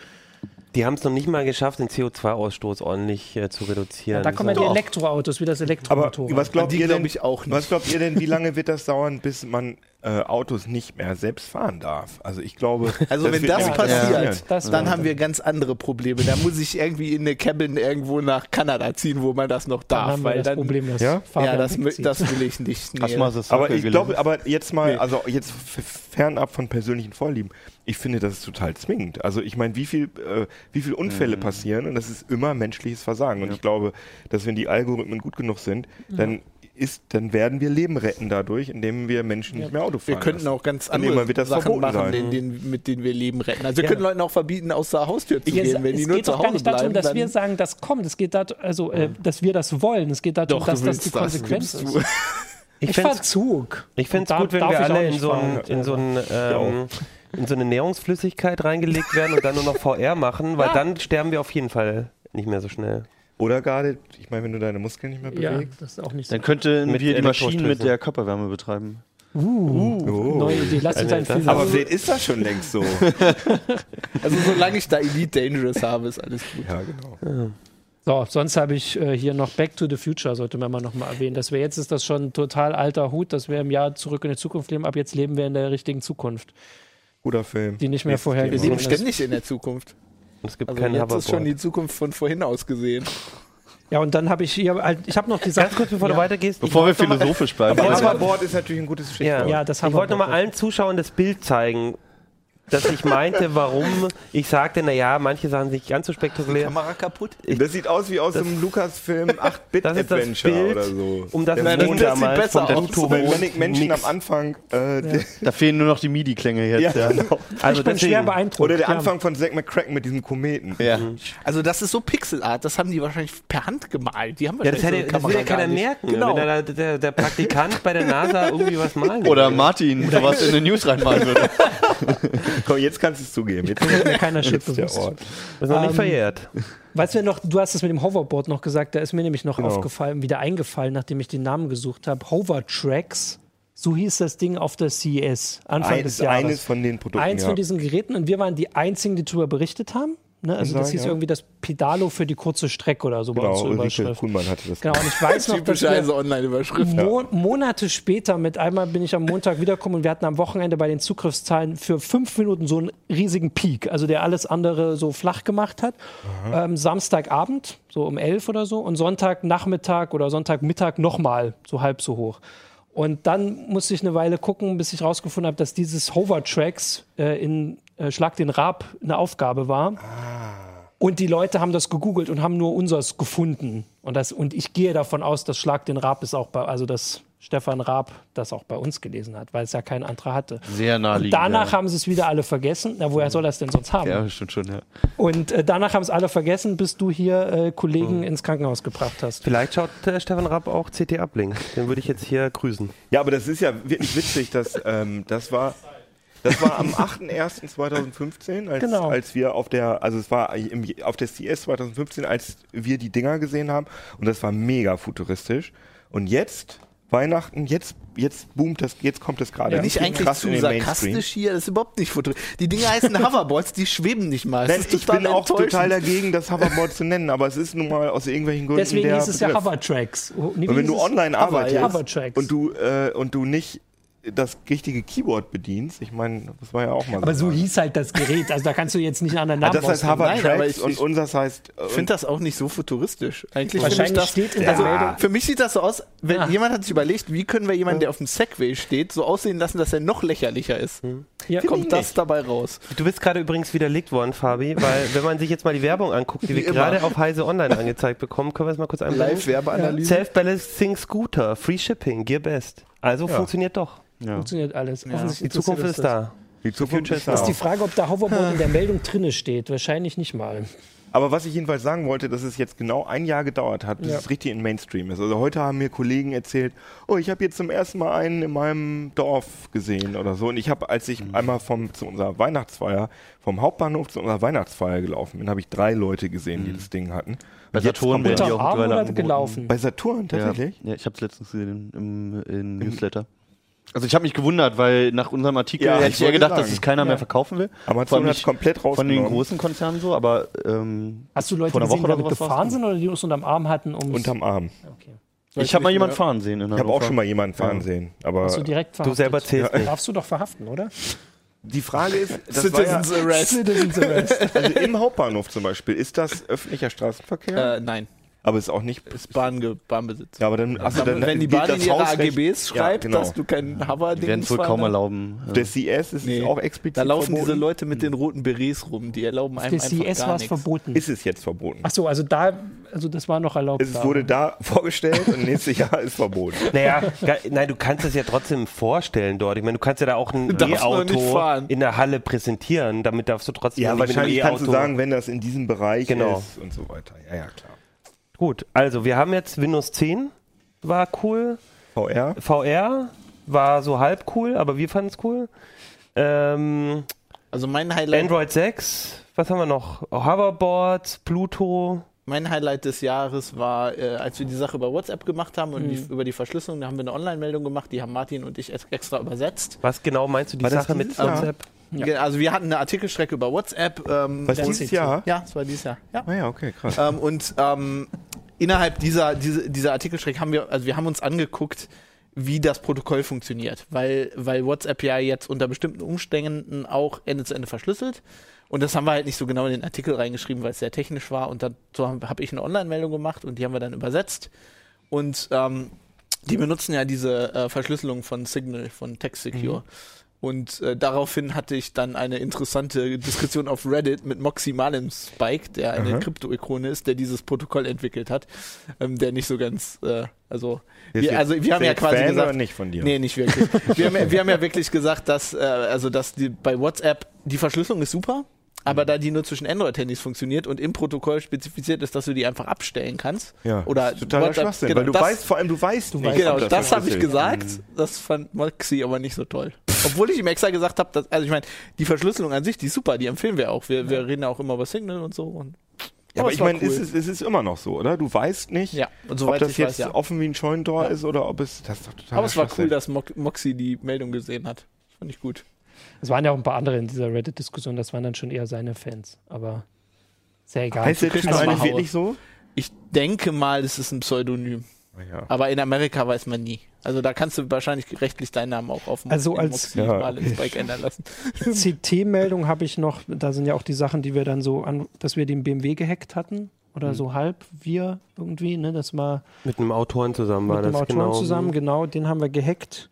[SPEAKER 2] Die haben es noch nicht mal geschafft, den CO2-Ausstoß ordentlich äh, zu reduzieren.
[SPEAKER 5] da kommen ja die
[SPEAKER 2] Sondern-
[SPEAKER 5] Elektroautos, wie das
[SPEAKER 6] Aber
[SPEAKER 5] Elektromotorrad.
[SPEAKER 6] was glaubt,
[SPEAKER 4] die
[SPEAKER 6] ihr denn,
[SPEAKER 4] glaub ich auch nicht.
[SPEAKER 6] was glaubt ihr
[SPEAKER 4] *laughs*
[SPEAKER 6] denn, wie lange wird das dauern, bis man äh, Autos nicht mehr selbst fahren darf? Also ich glaube,
[SPEAKER 4] Also wenn
[SPEAKER 6] wird
[SPEAKER 4] das
[SPEAKER 6] nämlich-
[SPEAKER 4] passiert,
[SPEAKER 5] Ja. Das
[SPEAKER 4] dann
[SPEAKER 5] wird-
[SPEAKER 4] haben wir ganz andere Probleme. Da muss ich irgendwie in eine Cabin irgendwo nach Kanada ziehen, wo man das noch
[SPEAKER 5] dann
[SPEAKER 4] darf.
[SPEAKER 5] haben wir
[SPEAKER 4] weil
[SPEAKER 5] das
[SPEAKER 4] dann,
[SPEAKER 5] Problem, dass
[SPEAKER 6] Ja?
[SPEAKER 5] Fabian
[SPEAKER 4] ja, das, mö-
[SPEAKER 5] wegzieht.
[SPEAKER 4] das will ich nicht.
[SPEAKER 7] Hast
[SPEAKER 4] Nee.
[SPEAKER 7] du mal das
[SPEAKER 6] Aber
[SPEAKER 7] Circle
[SPEAKER 6] ich glaube,
[SPEAKER 7] gelesen?
[SPEAKER 6] aber jetzt mal, also jetzt f- fernab von persönlichen Vorlieben, ich finde, das ist total zwingend. Also ich meine, wie viel, äh, wie viel Unfälle passieren und das ist immer menschliches Versagen. Und ich glaube, dass wenn die Algorithmen gut genug sind, dann ist, dann werden wir Leben retten dadurch, indem wir Menschen nicht mehr Auto fahren.
[SPEAKER 4] Wir könnten
[SPEAKER 6] lassen.
[SPEAKER 4] auch ganz
[SPEAKER 6] Nee,
[SPEAKER 4] andere
[SPEAKER 6] man wird das
[SPEAKER 4] Sachen
[SPEAKER 6] verboten
[SPEAKER 4] machen,
[SPEAKER 6] sein.
[SPEAKER 4] den, den, mit denen wir Leben retten. Also wir können Leuten auch verbieten, aus der Haustür zu
[SPEAKER 5] Jetzt,
[SPEAKER 4] gehen, wenn
[SPEAKER 5] es
[SPEAKER 4] die nur
[SPEAKER 5] geht
[SPEAKER 4] zu
[SPEAKER 5] doch gar
[SPEAKER 4] Hause
[SPEAKER 5] nicht darum,
[SPEAKER 4] bleiben.
[SPEAKER 5] dass wir
[SPEAKER 4] dann
[SPEAKER 5] sagen, das kommt. Es geht darum, also, äh, dass wir das wollen. Es geht darum,
[SPEAKER 4] Doch, du
[SPEAKER 5] dass das die
[SPEAKER 4] willst das,
[SPEAKER 5] Konsequenz
[SPEAKER 4] gibst
[SPEAKER 5] ist.
[SPEAKER 4] du.
[SPEAKER 2] Ich
[SPEAKER 5] Ich
[SPEAKER 2] find's-
[SPEAKER 5] fahr Zug.
[SPEAKER 2] Ich fände
[SPEAKER 5] Da
[SPEAKER 2] es gut, wenn
[SPEAKER 5] darf
[SPEAKER 2] wir
[SPEAKER 5] ich auch
[SPEAKER 2] alle in
[SPEAKER 5] nicht
[SPEAKER 2] so, ein,
[SPEAKER 5] fahren.
[SPEAKER 2] in, so ein, ähm, in so eine Nährungsflüssigkeit reingelegt werden und dann nur noch VR machen, weil dann sterben wir auf jeden Fall nicht mehr so schnell.
[SPEAKER 6] Oder gerade, ich meine, wenn du deine Muskeln nicht mehr
[SPEAKER 5] Ja,
[SPEAKER 6] bewegst.
[SPEAKER 5] das ist auch nicht so.
[SPEAKER 7] dann könnten wir
[SPEAKER 2] Mit
[SPEAKER 7] die Maschinen
[SPEAKER 2] Elektrostöße.
[SPEAKER 7] mit der Körperwärme betreiben. Uh.
[SPEAKER 6] Oh.
[SPEAKER 5] Neue Idee. Lass uns einen
[SPEAKER 2] das-
[SPEAKER 5] Film.
[SPEAKER 6] Aber vielleicht ist das schon längst so.
[SPEAKER 4] Also solange ich da Elite Dangerous habe, ist alles gut.
[SPEAKER 6] ja, genau.
[SPEAKER 5] So, sonst habe ich äh, hier noch Back to the Future, sollte man mal nochmal erwähnen. Dass wir jetzt ist das schon ein total alter Hut, dass wir im Jahr zurück in die Zukunft leben. Ab jetzt leben wir in der richtigen Zukunft,
[SPEAKER 6] Guter Film.
[SPEAKER 5] die nicht mehr
[SPEAKER 6] Nächstes
[SPEAKER 5] vorher
[SPEAKER 6] Thema.
[SPEAKER 4] Wir leben
[SPEAKER 5] geworden ist.
[SPEAKER 4] ständig in der Zukunft.
[SPEAKER 2] Und es gibt
[SPEAKER 4] Also
[SPEAKER 2] keinen
[SPEAKER 4] jetzt ist schon
[SPEAKER 2] Hoverboard.
[SPEAKER 4] die Zukunft von vorhin ausgesehen.
[SPEAKER 5] Ja, und dann habe ich hier halt, ich habe noch die
[SPEAKER 2] Ganz
[SPEAKER 5] Sache.
[SPEAKER 2] kurz, bevor du weitergehst.
[SPEAKER 7] Bevor wir philosophisch bleiben. also,
[SPEAKER 6] Aber
[SPEAKER 2] Aber-
[SPEAKER 6] Hoverboard ist natürlich ein gutes
[SPEAKER 2] Ja,
[SPEAKER 6] Stichwort.
[SPEAKER 5] Ja,
[SPEAKER 2] ja
[SPEAKER 5] das
[SPEAKER 2] das
[SPEAKER 5] haben
[SPEAKER 2] ich
[SPEAKER 5] wir
[SPEAKER 2] wollte nochmal
[SPEAKER 5] gehört.
[SPEAKER 2] allen Zuschauern das Bild zeigen, dass ich meinte, warum ich sagte, naja, manche Sachen sind nicht ganz so spektakulär.
[SPEAKER 4] Kamera kaputt?
[SPEAKER 6] Das sieht aus wie aus einem Lukas-Film
[SPEAKER 2] *laughs*
[SPEAKER 6] 8-Bit-Adventure oder so.
[SPEAKER 2] um das
[SPEAKER 6] Der
[SPEAKER 2] Mond
[SPEAKER 6] Mond-
[SPEAKER 4] das sieht
[SPEAKER 2] damals
[SPEAKER 4] besser
[SPEAKER 2] vom
[SPEAKER 4] aus.
[SPEAKER 2] Pluto
[SPEAKER 6] Wenn
[SPEAKER 2] Mond
[SPEAKER 6] Manic Menschen
[SPEAKER 2] nix.
[SPEAKER 6] am Anfang äh, der-
[SPEAKER 7] Da fehlen nur noch die MIDI-Klänge jetzt.
[SPEAKER 6] Ja.
[SPEAKER 7] Ja.
[SPEAKER 2] Also
[SPEAKER 6] *laughs*
[SPEAKER 5] Ich bin schwer
[SPEAKER 2] deswegen,
[SPEAKER 5] beeindruckt.
[SPEAKER 6] oder der
[SPEAKER 5] ja.
[SPEAKER 6] Anfang von Zack McCracken mit diesem Kometen.
[SPEAKER 7] Ja.
[SPEAKER 4] Also das ist so Pixelart, das haben die wahrscheinlich per Hand gemalt. Die haben
[SPEAKER 2] ja, das,
[SPEAKER 4] wahrscheinlich
[SPEAKER 2] hätte,
[SPEAKER 4] so
[SPEAKER 2] das will ja
[SPEAKER 4] gar
[SPEAKER 2] keiner
[SPEAKER 4] nicht.
[SPEAKER 2] merken, ne?
[SPEAKER 4] Genau.
[SPEAKER 2] wenn da, der, der Praktikant bei der NASA irgendwie was malen
[SPEAKER 7] Oder
[SPEAKER 2] würde.
[SPEAKER 7] Martin sowas in den News reinmalen würde.
[SPEAKER 6] Komm, jetzt kannst du es zugeben. Jetzt
[SPEAKER 5] Hat mir keiner Shit
[SPEAKER 6] ist der
[SPEAKER 5] bewusst.
[SPEAKER 6] Ort.
[SPEAKER 2] Das ist noch
[SPEAKER 5] Ähm,
[SPEAKER 2] nicht verjährt.
[SPEAKER 5] Weißt du noch, du hast es mit dem Hoverboard noch gesagt, da ist mir nämlich noch
[SPEAKER 6] Genau.
[SPEAKER 5] aufgefallen, wieder eingefallen, nachdem ich den Namen gesucht habe. Hovertracks, so hieß das Ding auf der CES Anfang
[SPEAKER 6] Eines,
[SPEAKER 5] des Jahres.
[SPEAKER 6] eines von den Produkten.
[SPEAKER 5] Eins
[SPEAKER 6] ja.
[SPEAKER 5] von diesen Geräten und wir waren die einzigen, die darüber berichtet haben. Ne? Also
[SPEAKER 6] Kann
[SPEAKER 5] das
[SPEAKER 6] sein,
[SPEAKER 5] hieß
[SPEAKER 6] ja.
[SPEAKER 5] irgendwie das Pedalo für die kurze Strecke oder so bei uns
[SPEAKER 6] Genau,
[SPEAKER 5] zur
[SPEAKER 6] Ulrike
[SPEAKER 5] Überschrift.
[SPEAKER 6] Kuhlmann hatte das.
[SPEAKER 5] Genau, und ich
[SPEAKER 6] *laughs*
[SPEAKER 5] weiß noch, dass
[SPEAKER 4] Typische
[SPEAKER 5] wir
[SPEAKER 4] also Online-Überschrift.
[SPEAKER 5] Mo Monate später mit einmal bin ich am Montag wiedergekommen und wir hatten am Wochenende bei den Zugriffszahlen für fünf Minuten so einen riesigen Peak, also der alles andere so flach gemacht hat. Ähm, Samstagabend, so um elf oder so, und Sonntagnachmittag oder Sonntagmittag nochmal so halb so hoch. Und dann musste ich eine Weile gucken, bis ich rausgefunden habe, dass dieses Hover-Tracks äh, in äh, Schlag den Raab eine Aufgabe war. Und die Leute haben das gegoogelt und haben nur unseres gefunden. Und, das, und ich gehe davon aus, dass Schlag den Raab ist auch bei, also dass Stefan Raab das auch bei uns gelesen hat, weil es ja keinen anderer hatte.
[SPEAKER 7] Sehr naheliegend.
[SPEAKER 5] Danach
[SPEAKER 7] ja.
[SPEAKER 5] haben sie es wieder alle vergessen. Na, woher soll das denn sonst haben?
[SPEAKER 7] Ja, stimmt schon, ja.
[SPEAKER 5] Und äh, danach haben es alle vergessen, bis du hier äh, Kollegen
[SPEAKER 6] Hm.
[SPEAKER 5] ins Krankenhaus gebracht hast.
[SPEAKER 2] Vielleicht schaut äh, Stefan Rapp auch CT Uplink. Den würde ich jetzt hier grüßen.
[SPEAKER 6] Ja, aber das ist ja wirklich witzig, dass ähm, das war. Das war am 8.01.2015, als,
[SPEAKER 5] Genau.
[SPEAKER 6] als wir auf der, also es war im, auf der CS 2015, als wir die Dinger gesehen haben und das war mega futuristisch. Und jetzt, Weihnachten, jetzt, jetzt boomt das, jetzt kommt das gerade.
[SPEAKER 5] Ja.
[SPEAKER 6] richtig
[SPEAKER 4] Nicht eigentlich
[SPEAKER 6] krass in
[SPEAKER 4] zu
[SPEAKER 6] den Mainstream.
[SPEAKER 4] sarkastisch hier, das ist überhaupt nicht futuristisch. Die Dinger heißen Hoverboards, die schweben nicht mal. Das
[SPEAKER 6] Nein,
[SPEAKER 4] ist
[SPEAKER 6] ich
[SPEAKER 4] total
[SPEAKER 6] bin auch
[SPEAKER 4] enttäuschend.
[SPEAKER 6] total dagegen, das Hoverboard zu nennen, aber es ist nun mal aus irgendwelchen Gründen
[SPEAKER 5] Deswegen
[SPEAKER 6] der
[SPEAKER 5] hieß es ja
[SPEAKER 6] Begriff.
[SPEAKER 5] Hovertracks. Oh, nee, wie
[SPEAKER 6] Und wenn
[SPEAKER 5] hieß
[SPEAKER 6] du
[SPEAKER 5] es?
[SPEAKER 6] online
[SPEAKER 5] Hover, ja,
[SPEAKER 6] arbeitest
[SPEAKER 5] Hovertracks.
[SPEAKER 6] und du, äh, und du nicht das richtige Keyboard bedienst, ich meine, das war ja auch mal
[SPEAKER 5] Aber so hieß halt das Gerät. Also da kannst du jetzt nicht einen anderen Namen
[SPEAKER 6] das heißt
[SPEAKER 5] ausdenken.
[SPEAKER 6] Hover
[SPEAKER 4] Nein, aber
[SPEAKER 6] Tracks
[SPEAKER 4] ich-
[SPEAKER 6] und
[SPEAKER 4] ich-
[SPEAKER 6] unseres heißt. äh,
[SPEAKER 4] Ich finde das auch nicht so futuristisch. Eigentlich finde ich
[SPEAKER 5] Wahrscheinlich
[SPEAKER 4] das,
[SPEAKER 5] steht in der
[SPEAKER 4] also,
[SPEAKER 5] Meldung.
[SPEAKER 4] Für mich sieht das so aus, wenn
[SPEAKER 5] Ah.
[SPEAKER 4] jemand hat sich überlegt, wie können wir jemanden, der auf dem Segway steht, so aussehen lassen, dass er noch lächerlicher ist.
[SPEAKER 5] Ja.
[SPEAKER 4] Kommt das dabei raus?
[SPEAKER 2] Du bist gerade übrigens widerlegt worden, Fabi, weil wenn man sich jetzt mal die Werbung anguckt, die
[SPEAKER 4] Wie
[SPEAKER 2] wir
[SPEAKER 4] immer.
[SPEAKER 2] gerade auf Heise Online angezeigt bekommen, können wir das mal kurz einblenden?
[SPEAKER 4] Live-Werbeanalyse.
[SPEAKER 2] Self-Balancing Scooter, Free Shipping, Gear Best. Also funktioniert doch.
[SPEAKER 7] ja.
[SPEAKER 5] Funktioniert alles.
[SPEAKER 2] Die Zukunft ist da.
[SPEAKER 6] Die Zukunft
[SPEAKER 2] Future
[SPEAKER 6] ist
[SPEAKER 5] Das
[SPEAKER 6] da.
[SPEAKER 5] ist die Frage, ob da Hoverboard in der Meldung drinne steht. Wahrscheinlich nicht mal.
[SPEAKER 6] Aber was ich jedenfalls sagen wollte, dass es jetzt genau ein Jahr gedauert hat, bis
[SPEAKER 5] Ja.
[SPEAKER 6] es richtig in Mainstream ist. Also heute haben mir Kollegen erzählt, oh, ich habe jetzt zum ersten Mal einen in meinem Dorf gesehen oder so. Und ich habe, als ich einmal vom, zu unserer Weihnachtsfeier, vom Hauptbahnhof zu unserer Weihnachtsfeier gelaufen bin, habe ich drei Leute gesehen, die das Ding hatten.
[SPEAKER 7] Bei
[SPEAKER 6] Und jetzt
[SPEAKER 7] Saturn
[SPEAKER 6] kommt
[SPEAKER 7] werden
[SPEAKER 6] das-
[SPEAKER 7] die
[SPEAKER 5] Unter
[SPEAKER 7] auch
[SPEAKER 5] Arm
[SPEAKER 7] mittlerweile
[SPEAKER 5] oder
[SPEAKER 7] angeboten.
[SPEAKER 5] gelaufen?
[SPEAKER 6] Bei Saturn tatsächlich?
[SPEAKER 7] Ja, ja ich habe es letztens gesehen im, im Newsletter. Also ich habe mich gewundert, weil nach unserem Artikel
[SPEAKER 6] Ja,
[SPEAKER 7] hätte
[SPEAKER 6] ich
[SPEAKER 7] ich eher
[SPEAKER 6] wollte
[SPEAKER 7] gedacht,
[SPEAKER 6] sagen.
[SPEAKER 7] dass es keiner mehr verkaufen will. Vor allem
[SPEAKER 6] Amazon hat es
[SPEAKER 7] nicht
[SPEAKER 6] komplett
[SPEAKER 7] Von
[SPEAKER 6] rausgenommen.
[SPEAKER 7] den großen Konzernen so, aber ähm,
[SPEAKER 5] Hast du Leute
[SPEAKER 7] vor einer
[SPEAKER 5] gesehen, die
[SPEAKER 7] Woche oder
[SPEAKER 5] damit
[SPEAKER 7] sowas
[SPEAKER 5] gefahren
[SPEAKER 7] war's.
[SPEAKER 5] sind oder die uns unterm Arm hatten? Um
[SPEAKER 6] Unterm Arm.
[SPEAKER 5] okay.
[SPEAKER 7] ich habe mal jemanden fahren sehen. In
[SPEAKER 6] ne? Ich habe auch schon mal jemanden fahren sehen. Aber
[SPEAKER 5] Hast du direkt verhaftet?
[SPEAKER 2] selber zählst nicht.
[SPEAKER 5] Darfst du doch verhaften, *laughs* oder?
[SPEAKER 6] die Frage *laughs* ist, das war ja,
[SPEAKER 4] Citizens
[SPEAKER 6] *laughs*
[SPEAKER 4] Arrest.
[SPEAKER 5] Citizens Arrest.
[SPEAKER 6] also im Hauptbahnhof zum Beispiel, ist das öffentlicher Straßenverkehr?
[SPEAKER 4] Äh, nein,
[SPEAKER 6] aber ist auch nicht.
[SPEAKER 4] ist Bahnge Bahnbesitz.
[SPEAKER 6] Ja, aber dann, also
[SPEAKER 4] Aber
[SPEAKER 6] dann
[SPEAKER 4] wenn die
[SPEAKER 6] gilt
[SPEAKER 4] Bahn in
[SPEAKER 6] das
[SPEAKER 4] ihre
[SPEAKER 6] Hausrecht-
[SPEAKER 4] AGBs schreibt,
[SPEAKER 6] ja, genau.
[SPEAKER 4] dass du kein Hover-Ding
[SPEAKER 7] Die werden es wohl kaum erlauben. ähm.
[SPEAKER 6] Der CS ist
[SPEAKER 4] Nee.
[SPEAKER 6] auch explizit
[SPEAKER 4] Da laufen
[SPEAKER 6] verboten.
[SPEAKER 4] diese Leute mit den roten Berets rum, die erlauben einem
[SPEAKER 5] Der
[SPEAKER 4] einfach
[SPEAKER 5] CS
[SPEAKER 4] gar
[SPEAKER 5] war es
[SPEAKER 4] nichts.
[SPEAKER 5] verboten.
[SPEAKER 6] Ist es jetzt verboten?
[SPEAKER 5] Ach so, also da, also das war noch erlaubt.
[SPEAKER 6] Es wurde da *laughs* vorgestellt und nächstes Jahr ist verboten.
[SPEAKER 2] Naja, ge- nein, du kannst es ja trotzdem vorstellen dort. Ich meine, du kannst ja da auch
[SPEAKER 4] *laughs*
[SPEAKER 2] ein
[SPEAKER 4] darfst noch nicht
[SPEAKER 2] E-Auto
[SPEAKER 4] fahren.
[SPEAKER 2] in der Halle präsentieren. Damit darfst du trotzdem
[SPEAKER 6] Ja,
[SPEAKER 2] nicht mit einem
[SPEAKER 6] wahrscheinlich kannst
[SPEAKER 2] E-Auto-
[SPEAKER 6] du sagen, Also wenn das in diesem Bereich
[SPEAKER 2] Genau.
[SPEAKER 6] ist und so weiter. Ja, ja, klar.
[SPEAKER 2] Gut, also wir haben jetzt Windows 10, war cool.
[SPEAKER 6] VR?
[SPEAKER 2] VR war so halb cool, aber wir fanden es cool. Ähm,
[SPEAKER 4] Also mein Highlight,
[SPEAKER 2] Android 6, was haben wir noch? Hoverboards, Pluto.
[SPEAKER 4] mein Highlight des Jahres war, äh, als wir die Sache über WhatsApp gemacht haben und die, über die Verschlüsselung, da haben wir eine Online-Meldung gemacht, die haben Martin und ich ex- extra übersetzt.
[SPEAKER 2] Was genau meinst du die
[SPEAKER 6] War das
[SPEAKER 2] Sache mit
[SPEAKER 6] dieses Jahr?
[SPEAKER 2] WhatsApp?
[SPEAKER 4] Ge- Also wir hatten eine Artikelstrecke über WhatsApp. Ähm,
[SPEAKER 6] Was
[SPEAKER 4] und-
[SPEAKER 6] dieses Jahr?
[SPEAKER 4] Ja, es war dieses Jahr. Ja.
[SPEAKER 6] Ah ja, okay, krass.
[SPEAKER 4] Ähm, und ähm, innerhalb dieser, diese, dieser Artikelstrecke haben wir, also wir haben uns angeguckt, wie das Protokoll funktioniert, weil, weil WhatsApp ja jetzt unter bestimmten Umständen auch Ende zu Ende verschlüsselt. Und das haben wir halt nicht so genau in den Artikel reingeschrieben, weil es sehr technisch war. Und dazu habe hab ich eine Online-Meldung gemacht und die haben wir dann übersetzt. Und ähm, die benutzen ja diese äh, Verschlüsselung von Signal, von Text Secure.
[SPEAKER 6] Mhm.
[SPEAKER 4] Und äh, daraufhin hatte ich dann eine interessante Diskussion auf Reddit mit Moxie Malem Spike, der eine Krypto-Ikone ist, der dieses Protokoll entwickelt hat, ähm, der nicht so ganz, äh, also,
[SPEAKER 6] Ist
[SPEAKER 4] wir,
[SPEAKER 6] jetzt-
[SPEAKER 4] also wir haben
[SPEAKER 6] ist
[SPEAKER 4] ja
[SPEAKER 6] jetzt
[SPEAKER 4] quasi
[SPEAKER 6] Fan
[SPEAKER 4] gesagt,
[SPEAKER 6] Oder nicht von dir.
[SPEAKER 4] Nee, nicht wirklich. Wir haben, ja- wir haben ja wirklich gesagt, dass, äh, also, dass die, bei WhatsApp die Verschlüsselung ist super,
[SPEAKER 6] Mhm.
[SPEAKER 4] aber da die nur zwischen Android-Handys funktioniert und im Protokoll spezifiziert ist, dass du die einfach abstellen kannst.
[SPEAKER 6] Ja,
[SPEAKER 4] Oder
[SPEAKER 6] das ist totaler
[SPEAKER 4] WhatsApp-
[SPEAKER 6] Schwachsinn,
[SPEAKER 4] genau,
[SPEAKER 6] weil du
[SPEAKER 4] das-
[SPEAKER 6] weißt, vor allem du weißt, du nicht,
[SPEAKER 4] Genau,
[SPEAKER 6] ob
[SPEAKER 4] das, habe ich
[SPEAKER 6] verschlüsselt ist.
[SPEAKER 4] gesagt. Das fand Moxie aber nicht so toll. Obwohl ich ihm extra gesagt habe, dass, also ich meine, die Verschlüsselung an sich, die ist super, die empfehlen wir auch. Wir, wir reden ja auch immer über Signal und so. Und,
[SPEAKER 6] Ja, aber
[SPEAKER 4] es
[SPEAKER 6] ich
[SPEAKER 4] war
[SPEAKER 6] meine,
[SPEAKER 4] cool.
[SPEAKER 6] es, ist, es ist immer noch so, oder? Du weißt nicht,
[SPEAKER 4] ja, und
[SPEAKER 6] ob
[SPEAKER 4] soweit
[SPEAKER 6] das
[SPEAKER 4] ich
[SPEAKER 6] jetzt
[SPEAKER 4] weiß, ja.
[SPEAKER 6] offen wie ein Scheunentor
[SPEAKER 4] Ja.
[SPEAKER 6] ist oder ob es. Das ist doch total
[SPEAKER 4] Aber es war cool, dass Mo Moxie die Meldung gesehen hat. Fand ich gut.
[SPEAKER 5] Es waren ja auch ein paar andere in dieser Reddit-Diskussion, das waren dann schon eher seine Fans. Aber Sehr egal.
[SPEAKER 6] Heißt der Typ
[SPEAKER 4] Also
[SPEAKER 6] eigentlich
[SPEAKER 4] Haue.
[SPEAKER 6] wirklich so?
[SPEAKER 4] Ich denke mal, es ist ein Pseudonym.
[SPEAKER 6] Ja.
[SPEAKER 4] Aber in Amerika weiß man nie. Also da kannst du wahrscheinlich rechtlich deinen Namen auch auf dem
[SPEAKER 5] Also
[SPEAKER 4] im
[SPEAKER 5] als-
[SPEAKER 4] Maximalen
[SPEAKER 6] Ja, okay.
[SPEAKER 4] ins Bike ändern lassen.
[SPEAKER 5] CT-Meldung habe ich noch, da sind ja auch die Sachen, die wir dann so an, dass wir den BMW gehackt hatten. Oder
[SPEAKER 7] Hm.
[SPEAKER 5] so halb wir irgendwie, ne? Das war
[SPEAKER 2] Mit einem Autoren zusammen war
[SPEAKER 5] mit dem
[SPEAKER 2] das
[SPEAKER 5] Autoren
[SPEAKER 2] genau.
[SPEAKER 5] zusammen, genau, den haben wir gehackt.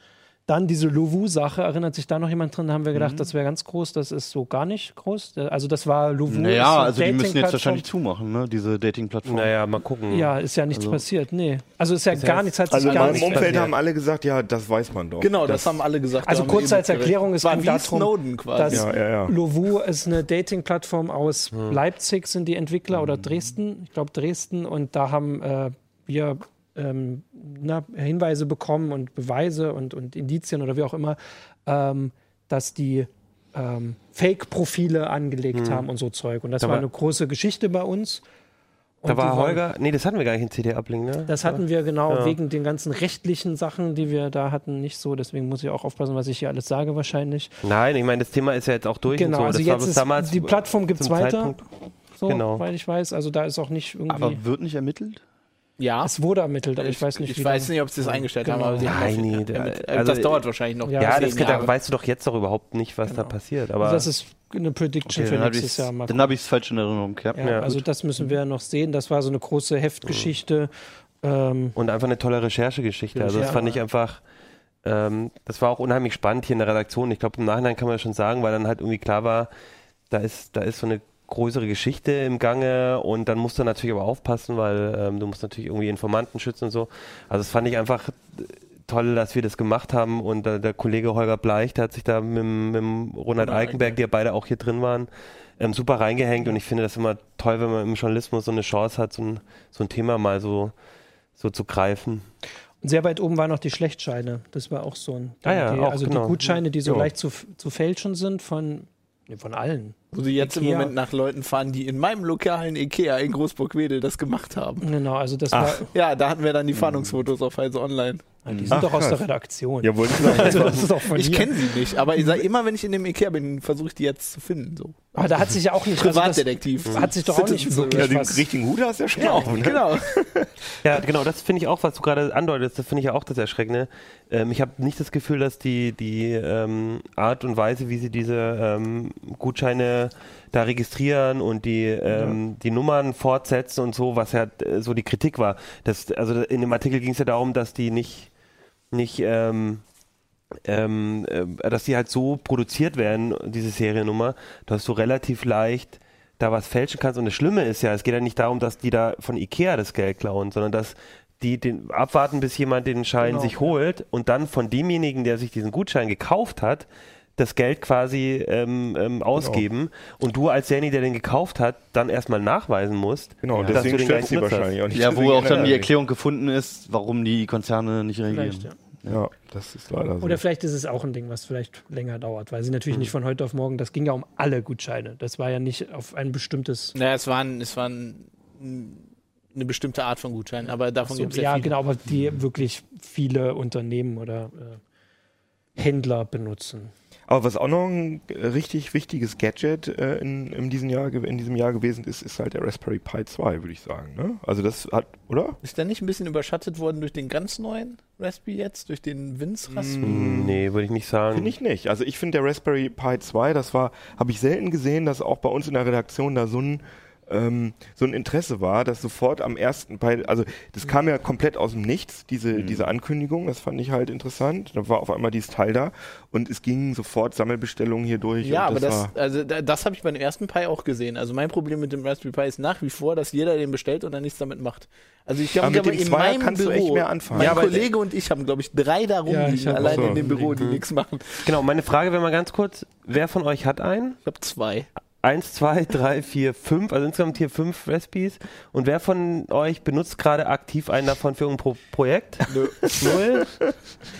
[SPEAKER 5] Dann diese Lovu-Sache, erinnert sich da noch jemand drin? Da haben wir
[SPEAKER 7] Mhm.
[SPEAKER 5] gedacht, das wäre ganz groß, das ist so gar nicht groß. Also das war Lovu. ist
[SPEAKER 7] Naja,
[SPEAKER 5] eine
[SPEAKER 7] also die müssen jetzt
[SPEAKER 5] Dating-Plattform.
[SPEAKER 7] wahrscheinlich zumachen, ne? Diese Dating-Plattform.
[SPEAKER 2] Naja, mal gucken.
[SPEAKER 5] Ja, ist ja nichts
[SPEAKER 7] Also-
[SPEAKER 5] passiert, nee. Also ist ja
[SPEAKER 2] Das heißt-
[SPEAKER 5] gar nichts, hat sich
[SPEAKER 6] Also in
[SPEAKER 5] gar
[SPEAKER 6] meinem
[SPEAKER 5] nichts
[SPEAKER 6] Umfeld
[SPEAKER 5] verändert.
[SPEAKER 6] haben alle gesagt, ja, das weiß man doch.
[SPEAKER 4] Genau, das, haben alle gesagt.
[SPEAKER 5] Also
[SPEAKER 4] da haben
[SPEAKER 5] kurz
[SPEAKER 4] wir eben
[SPEAKER 5] als Erklärung, es
[SPEAKER 4] gerechnet.
[SPEAKER 5] ging
[SPEAKER 4] war wie
[SPEAKER 5] darum,
[SPEAKER 4] Snowden quasi.
[SPEAKER 5] dass-
[SPEAKER 6] Ja, ja, ja.
[SPEAKER 5] Lovu ist eine Dating-Plattform aus
[SPEAKER 2] Hm.
[SPEAKER 5] Leipzig, sind die Entwickler oder Dresden, ich glaube Dresden, und da haben äh, wir ähm, na, Hinweise bekommen und Beweise und, und Indizien oder wie auch immer, ähm, dass die ähm, Fake-Profile angelegt haben und so Zeug. Und das
[SPEAKER 2] Hm. Da
[SPEAKER 5] war
[SPEAKER 2] war-
[SPEAKER 5] eine große Geschichte bei uns. Und
[SPEAKER 2] Da war
[SPEAKER 5] die waren-
[SPEAKER 2] Holger. Nee, das hatten wir gar nicht in CD-Uplink, ne?
[SPEAKER 5] Das hatten wir genau
[SPEAKER 2] Ja.
[SPEAKER 5] wegen den ganzen rechtlichen Sachen, die wir da hatten, nicht so. Deswegen muss ich auch aufpassen, was ich hier alles sage, wahrscheinlich.
[SPEAKER 2] Nein, ich meine, das Thema ist ja jetzt auch durch.
[SPEAKER 5] Genau,
[SPEAKER 2] und so.
[SPEAKER 5] also
[SPEAKER 2] das war
[SPEAKER 5] jetzt
[SPEAKER 2] bis
[SPEAKER 5] ist
[SPEAKER 2] damals
[SPEAKER 5] die Plattform gibt es
[SPEAKER 2] zum
[SPEAKER 5] weiter,
[SPEAKER 2] Zeitpunkt-
[SPEAKER 5] so,
[SPEAKER 2] Genau.
[SPEAKER 5] weil ich weiß. Also da ist auch nicht irgendwie.
[SPEAKER 7] Aber wird nicht ermittelt?
[SPEAKER 4] ja,
[SPEAKER 5] es wurde ermittelt, aber ich, weiß nicht,
[SPEAKER 4] ich weiß nicht, ob sie es eingestellt haben. Aber sie
[SPEAKER 2] Genau.
[SPEAKER 4] haben
[SPEAKER 2] Nein,
[SPEAKER 4] auf-
[SPEAKER 2] nee,
[SPEAKER 4] äh,
[SPEAKER 2] da- also-
[SPEAKER 4] das dauert wahrscheinlich noch.
[SPEAKER 2] Ja,
[SPEAKER 5] Ja,
[SPEAKER 2] Genau.
[SPEAKER 4] zehn
[SPEAKER 2] das geht,
[SPEAKER 4] Jahre.
[SPEAKER 2] da weißt du doch jetzt doch überhaupt nicht, was da passiert. Aber
[SPEAKER 5] Also das ist eine Prediction
[SPEAKER 7] Okay,
[SPEAKER 5] für
[SPEAKER 7] dann habe
[SPEAKER 5] nächstes
[SPEAKER 7] ich
[SPEAKER 5] Jahr mal.
[SPEAKER 7] es hab ich's falsch in Erinnerung gehabt.
[SPEAKER 5] ja,
[SPEAKER 2] ja,
[SPEAKER 5] also das müssen wir ja noch sehen. Das war so eine große Heftgeschichte. Ähm,
[SPEAKER 2] und einfach eine tolle Recherchegeschichte. Also das
[SPEAKER 5] Ja.
[SPEAKER 2] fand ich einfach, ähm, das war auch unheimlich spannend hier in der Redaktion. Ich glaube, im Nachhinein kann man das schon sagen, weil dann halt irgendwie klar war, da ist, da ist so eine größere Geschichte im Gange und dann musst du natürlich aber aufpassen, weil ähm, du musst natürlich irgendwie Informanten schützen und so. Also das fand ich einfach äh, toll, dass wir das gemacht haben und äh, der Kollege Holger Bleich, der hat sich da mit, dem- mit dem Ronald Eikenberg, die ja beide auch hier drin waren, ähm, super reingehängt und ich finde das immer toll, wenn man im Journalismus so eine Chance hat, so ein, so ein Thema mal so, so zu greifen.
[SPEAKER 5] sehr weit oben waren noch die Schlechtscheine. Das war auch so ein.
[SPEAKER 2] Ah ja,
[SPEAKER 5] die,
[SPEAKER 2] auch,
[SPEAKER 5] also
[SPEAKER 2] genau.
[SPEAKER 5] die Gutscheine, die so
[SPEAKER 2] Ja.
[SPEAKER 5] leicht zu, zu fälschen sind von, nee, von allen.
[SPEAKER 4] Wo sie jetzt im
[SPEAKER 5] Ikea.
[SPEAKER 4] Moment nach Leuten fahren, die in meinem lokalen Ikea in Großburg-Wedel das gemacht haben.
[SPEAKER 5] Genau, also das war.
[SPEAKER 4] Ja, da hatten wir dann die Fahndungsfotos auf Heise Online.
[SPEAKER 5] Die sind
[SPEAKER 6] Ach,
[SPEAKER 5] doch aus
[SPEAKER 6] krass.
[SPEAKER 5] der
[SPEAKER 4] *laughs*
[SPEAKER 5] Redaktion.
[SPEAKER 6] Ja, wollte ich noch.
[SPEAKER 5] Also das ist auch von
[SPEAKER 4] Ich
[SPEAKER 5] hier.
[SPEAKER 4] kenne sie nicht, aber ich sag, immer wenn ich in dem Ikea bin, versuche ich die jetzt zu finden. So.
[SPEAKER 5] Aber da hat sich ja auch nicht. Also das
[SPEAKER 4] Privatdetektiv.
[SPEAKER 5] hat sich doch auch nicht
[SPEAKER 6] Ja,
[SPEAKER 5] wirklich
[SPEAKER 6] den
[SPEAKER 5] was.
[SPEAKER 6] richtigen Hut hast du ja schon
[SPEAKER 4] Genau,
[SPEAKER 6] auf, ne?
[SPEAKER 4] genau.
[SPEAKER 2] Ja, genau, das finde ich auch, was du gerade andeutest, das finde ich ja auch das Erschreckende. Ähm, ich habe nicht das Gefühl, dass die, die ähm, Art und Weise, wie sie diese ähm, Gutscheine da registrieren und die, ähm, die Nummern fortsetzen und so, was ja äh, so die Kritik war. Das, also in dem Artikel ging es ja darum, dass die nicht, nicht ähm, ähm, äh, dass die halt so produziert werden, diese Seriennummer, dass du relativ leicht da was fälschen kannst. Und das Schlimme ist ja, es geht ja nicht darum, dass die da von Ikea das Geld klauen, sondern dass die den abwarten, bis jemand den Schein
[SPEAKER 5] Genau.
[SPEAKER 2] sich holt und dann von demjenigen, der sich diesen Gutschein gekauft hat, das Geld quasi ähm,
[SPEAKER 6] Genau.
[SPEAKER 2] ähm, ausgeben und du als derjenige, der den gekauft hat, dann erstmal nachweisen musst,
[SPEAKER 6] Genau,
[SPEAKER 2] dass du
[SPEAKER 6] deswegen
[SPEAKER 2] den gar
[SPEAKER 6] stört
[SPEAKER 2] nicht
[SPEAKER 6] sie
[SPEAKER 2] benutzt hast.
[SPEAKER 6] wahrscheinlich auch nicht.
[SPEAKER 7] Ja, wo
[SPEAKER 6] Deswegen
[SPEAKER 7] auch dann die
[SPEAKER 6] ändert
[SPEAKER 7] Erklärung gefunden ist, warum die Konzerne nicht reagieren.
[SPEAKER 5] Vielleicht, ja.
[SPEAKER 6] sich. Ja, das ist leider so.
[SPEAKER 5] Oder vielleicht ist es auch ein Ding, was vielleicht länger dauert, weil sie natürlich nicht von heute auf morgen, das ging ja um alle Gutscheine. Das war ja nicht auf ein bestimmtes.
[SPEAKER 4] Naja, es waren, es waren mh, eine bestimmte Art von Gutscheinen, aber davon
[SPEAKER 5] So,
[SPEAKER 4] gibt es ja,
[SPEAKER 5] ja,
[SPEAKER 4] viele.
[SPEAKER 5] genau, aber die wirklich viele Unternehmen oder äh, Händler benutzen.
[SPEAKER 6] Aber was auch noch ein äh, richtig wichtiges Gadget äh, in, in, diesem Jahr, ge- in diesem Jahr gewesen ist, ist halt der Raspberry Pi 2, würde ich sagen. Ne? Also das hat, oder?
[SPEAKER 4] Ist der nicht ein bisschen überschattet worden durch den ganz neuen Raspberry jetzt, durch den Vince Raspberry?
[SPEAKER 2] Nee, würde ich nicht sagen.
[SPEAKER 6] Finde ich nicht. Also ich finde der Raspberry Pi 2, das war, habe ich selten gesehen, dass auch bei uns in der Redaktion da so ein ähm, so ein Interesse war, dass sofort am ersten Pi, also das kam ja komplett aus dem Nichts, diese, diese Ankündigung, das fand ich halt interessant. Da war auf einmal dieses Teil da und es ging sofort Sammelbestellungen hier durch.
[SPEAKER 4] Ja,
[SPEAKER 6] und
[SPEAKER 4] aber das,
[SPEAKER 6] war,
[SPEAKER 4] also da- das habe ich beim ersten Pi auch gesehen. Also mein Problem mit dem Raspberry Pi ist nach wie vor, dass jeder den bestellt und dann nichts damit macht. Also ich
[SPEAKER 6] Aber
[SPEAKER 4] glaube, aber
[SPEAKER 6] mit dem
[SPEAKER 4] in
[SPEAKER 6] Zweier
[SPEAKER 4] meinem
[SPEAKER 6] kannst du
[SPEAKER 4] Büro,
[SPEAKER 6] echt mehr anfangen.
[SPEAKER 4] mein
[SPEAKER 6] Ja, aber-
[SPEAKER 4] Kollege und ich haben, glaube ich, drei da rumliegen,
[SPEAKER 5] ich hab-
[SPEAKER 4] alleine
[SPEAKER 6] Ach so.
[SPEAKER 4] in dem Büro,
[SPEAKER 6] Mhm.
[SPEAKER 4] die nichts machen.
[SPEAKER 2] Genau, meine Frage wäre mal ganz kurz, wer von euch hat einen?
[SPEAKER 4] Ich habe
[SPEAKER 6] *laughs*
[SPEAKER 4] zwei.
[SPEAKER 2] Eins, zwei, *laughs* drei, vier, fünf, also insgesamt hier fünf Recipes. Und wer von euch benutzt gerade aktiv einen davon für ein Pro Projekt? Null?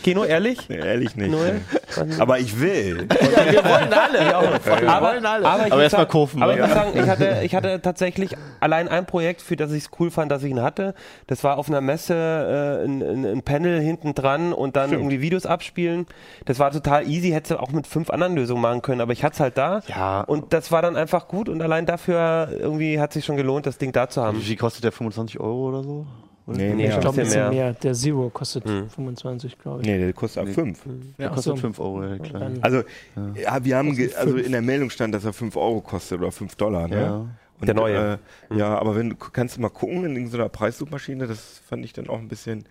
[SPEAKER 2] Kino, ehrlich?
[SPEAKER 6] nee, ehrlich nicht.
[SPEAKER 2] Null?
[SPEAKER 6] *laughs* Aber ich will.
[SPEAKER 4] Wir wollen alle.
[SPEAKER 2] aber,
[SPEAKER 4] wollen alle.
[SPEAKER 2] aber, ich
[SPEAKER 7] Aber
[SPEAKER 2] muss
[SPEAKER 7] erstmal
[SPEAKER 2] sagen-
[SPEAKER 7] Kurven,
[SPEAKER 2] Aber ich
[SPEAKER 7] ja.
[SPEAKER 2] muss sagen, ich hatte, ich hatte tatsächlich allein ein Projekt, für das ich es cool fand, dass ich ihn hatte. Das war auf einer Messe äh, ein, ein, ein Panel hinten dran und dann irgendwie Videos abspielen. Das war total easy, hätte auch mit fünf anderen Lösungen machen können, aber ich hatte es halt da.
[SPEAKER 7] Ja.
[SPEAKER 2] Und das war dann einfach gut und allein dafür irgendwie hat sich schon gelohnt, das Ding da zu
[SPEAKER 7] Wie
[SPEAKER 2] haben.
[SPEAKER 7] viel kostet der? 25 Euro oder so?
[SPEAKER 6] Nee,
[SPEAKER 2] Nee,
[SPEAKER 5] Ich
[SPEAKER 6] mehr.
[SPEAKER 2] stopp.
[SPEAKER 5] glaube, ein
[SPEAKER 2] bisschen
[SPEAKER 5] bisschen
[SPEAKER 2] mehr.
[SPEAKER 5] mehr. Der Zero kostet 25, glaube ich.
[SPEAKER 6] nee der kostet ab 5.
[SPEAKER 7] Der
[SPEAKER 5] Ach
[SPEAKER 7] kostet
[SPEAKER 5] so.
[SPEAKER 7] 5 Euro, ja klar.
[SPEAKER 5] Dann-
[SPEAKER 6] Also, ja, wir haben, ge also in der Meldung stand, dass er 5 Euro kostet oder 5 Dollar. Ne?
[SPEAKER 7] Ja.
[SPEAKER 6] Und,
[SPEAKER 2] Der neue.
[SPEAKER 6] Äh, ja, aber wenn, kannst du mal gucken in irgendeiner Preissuchmaschine, das fand ich dann auch ein bisschen.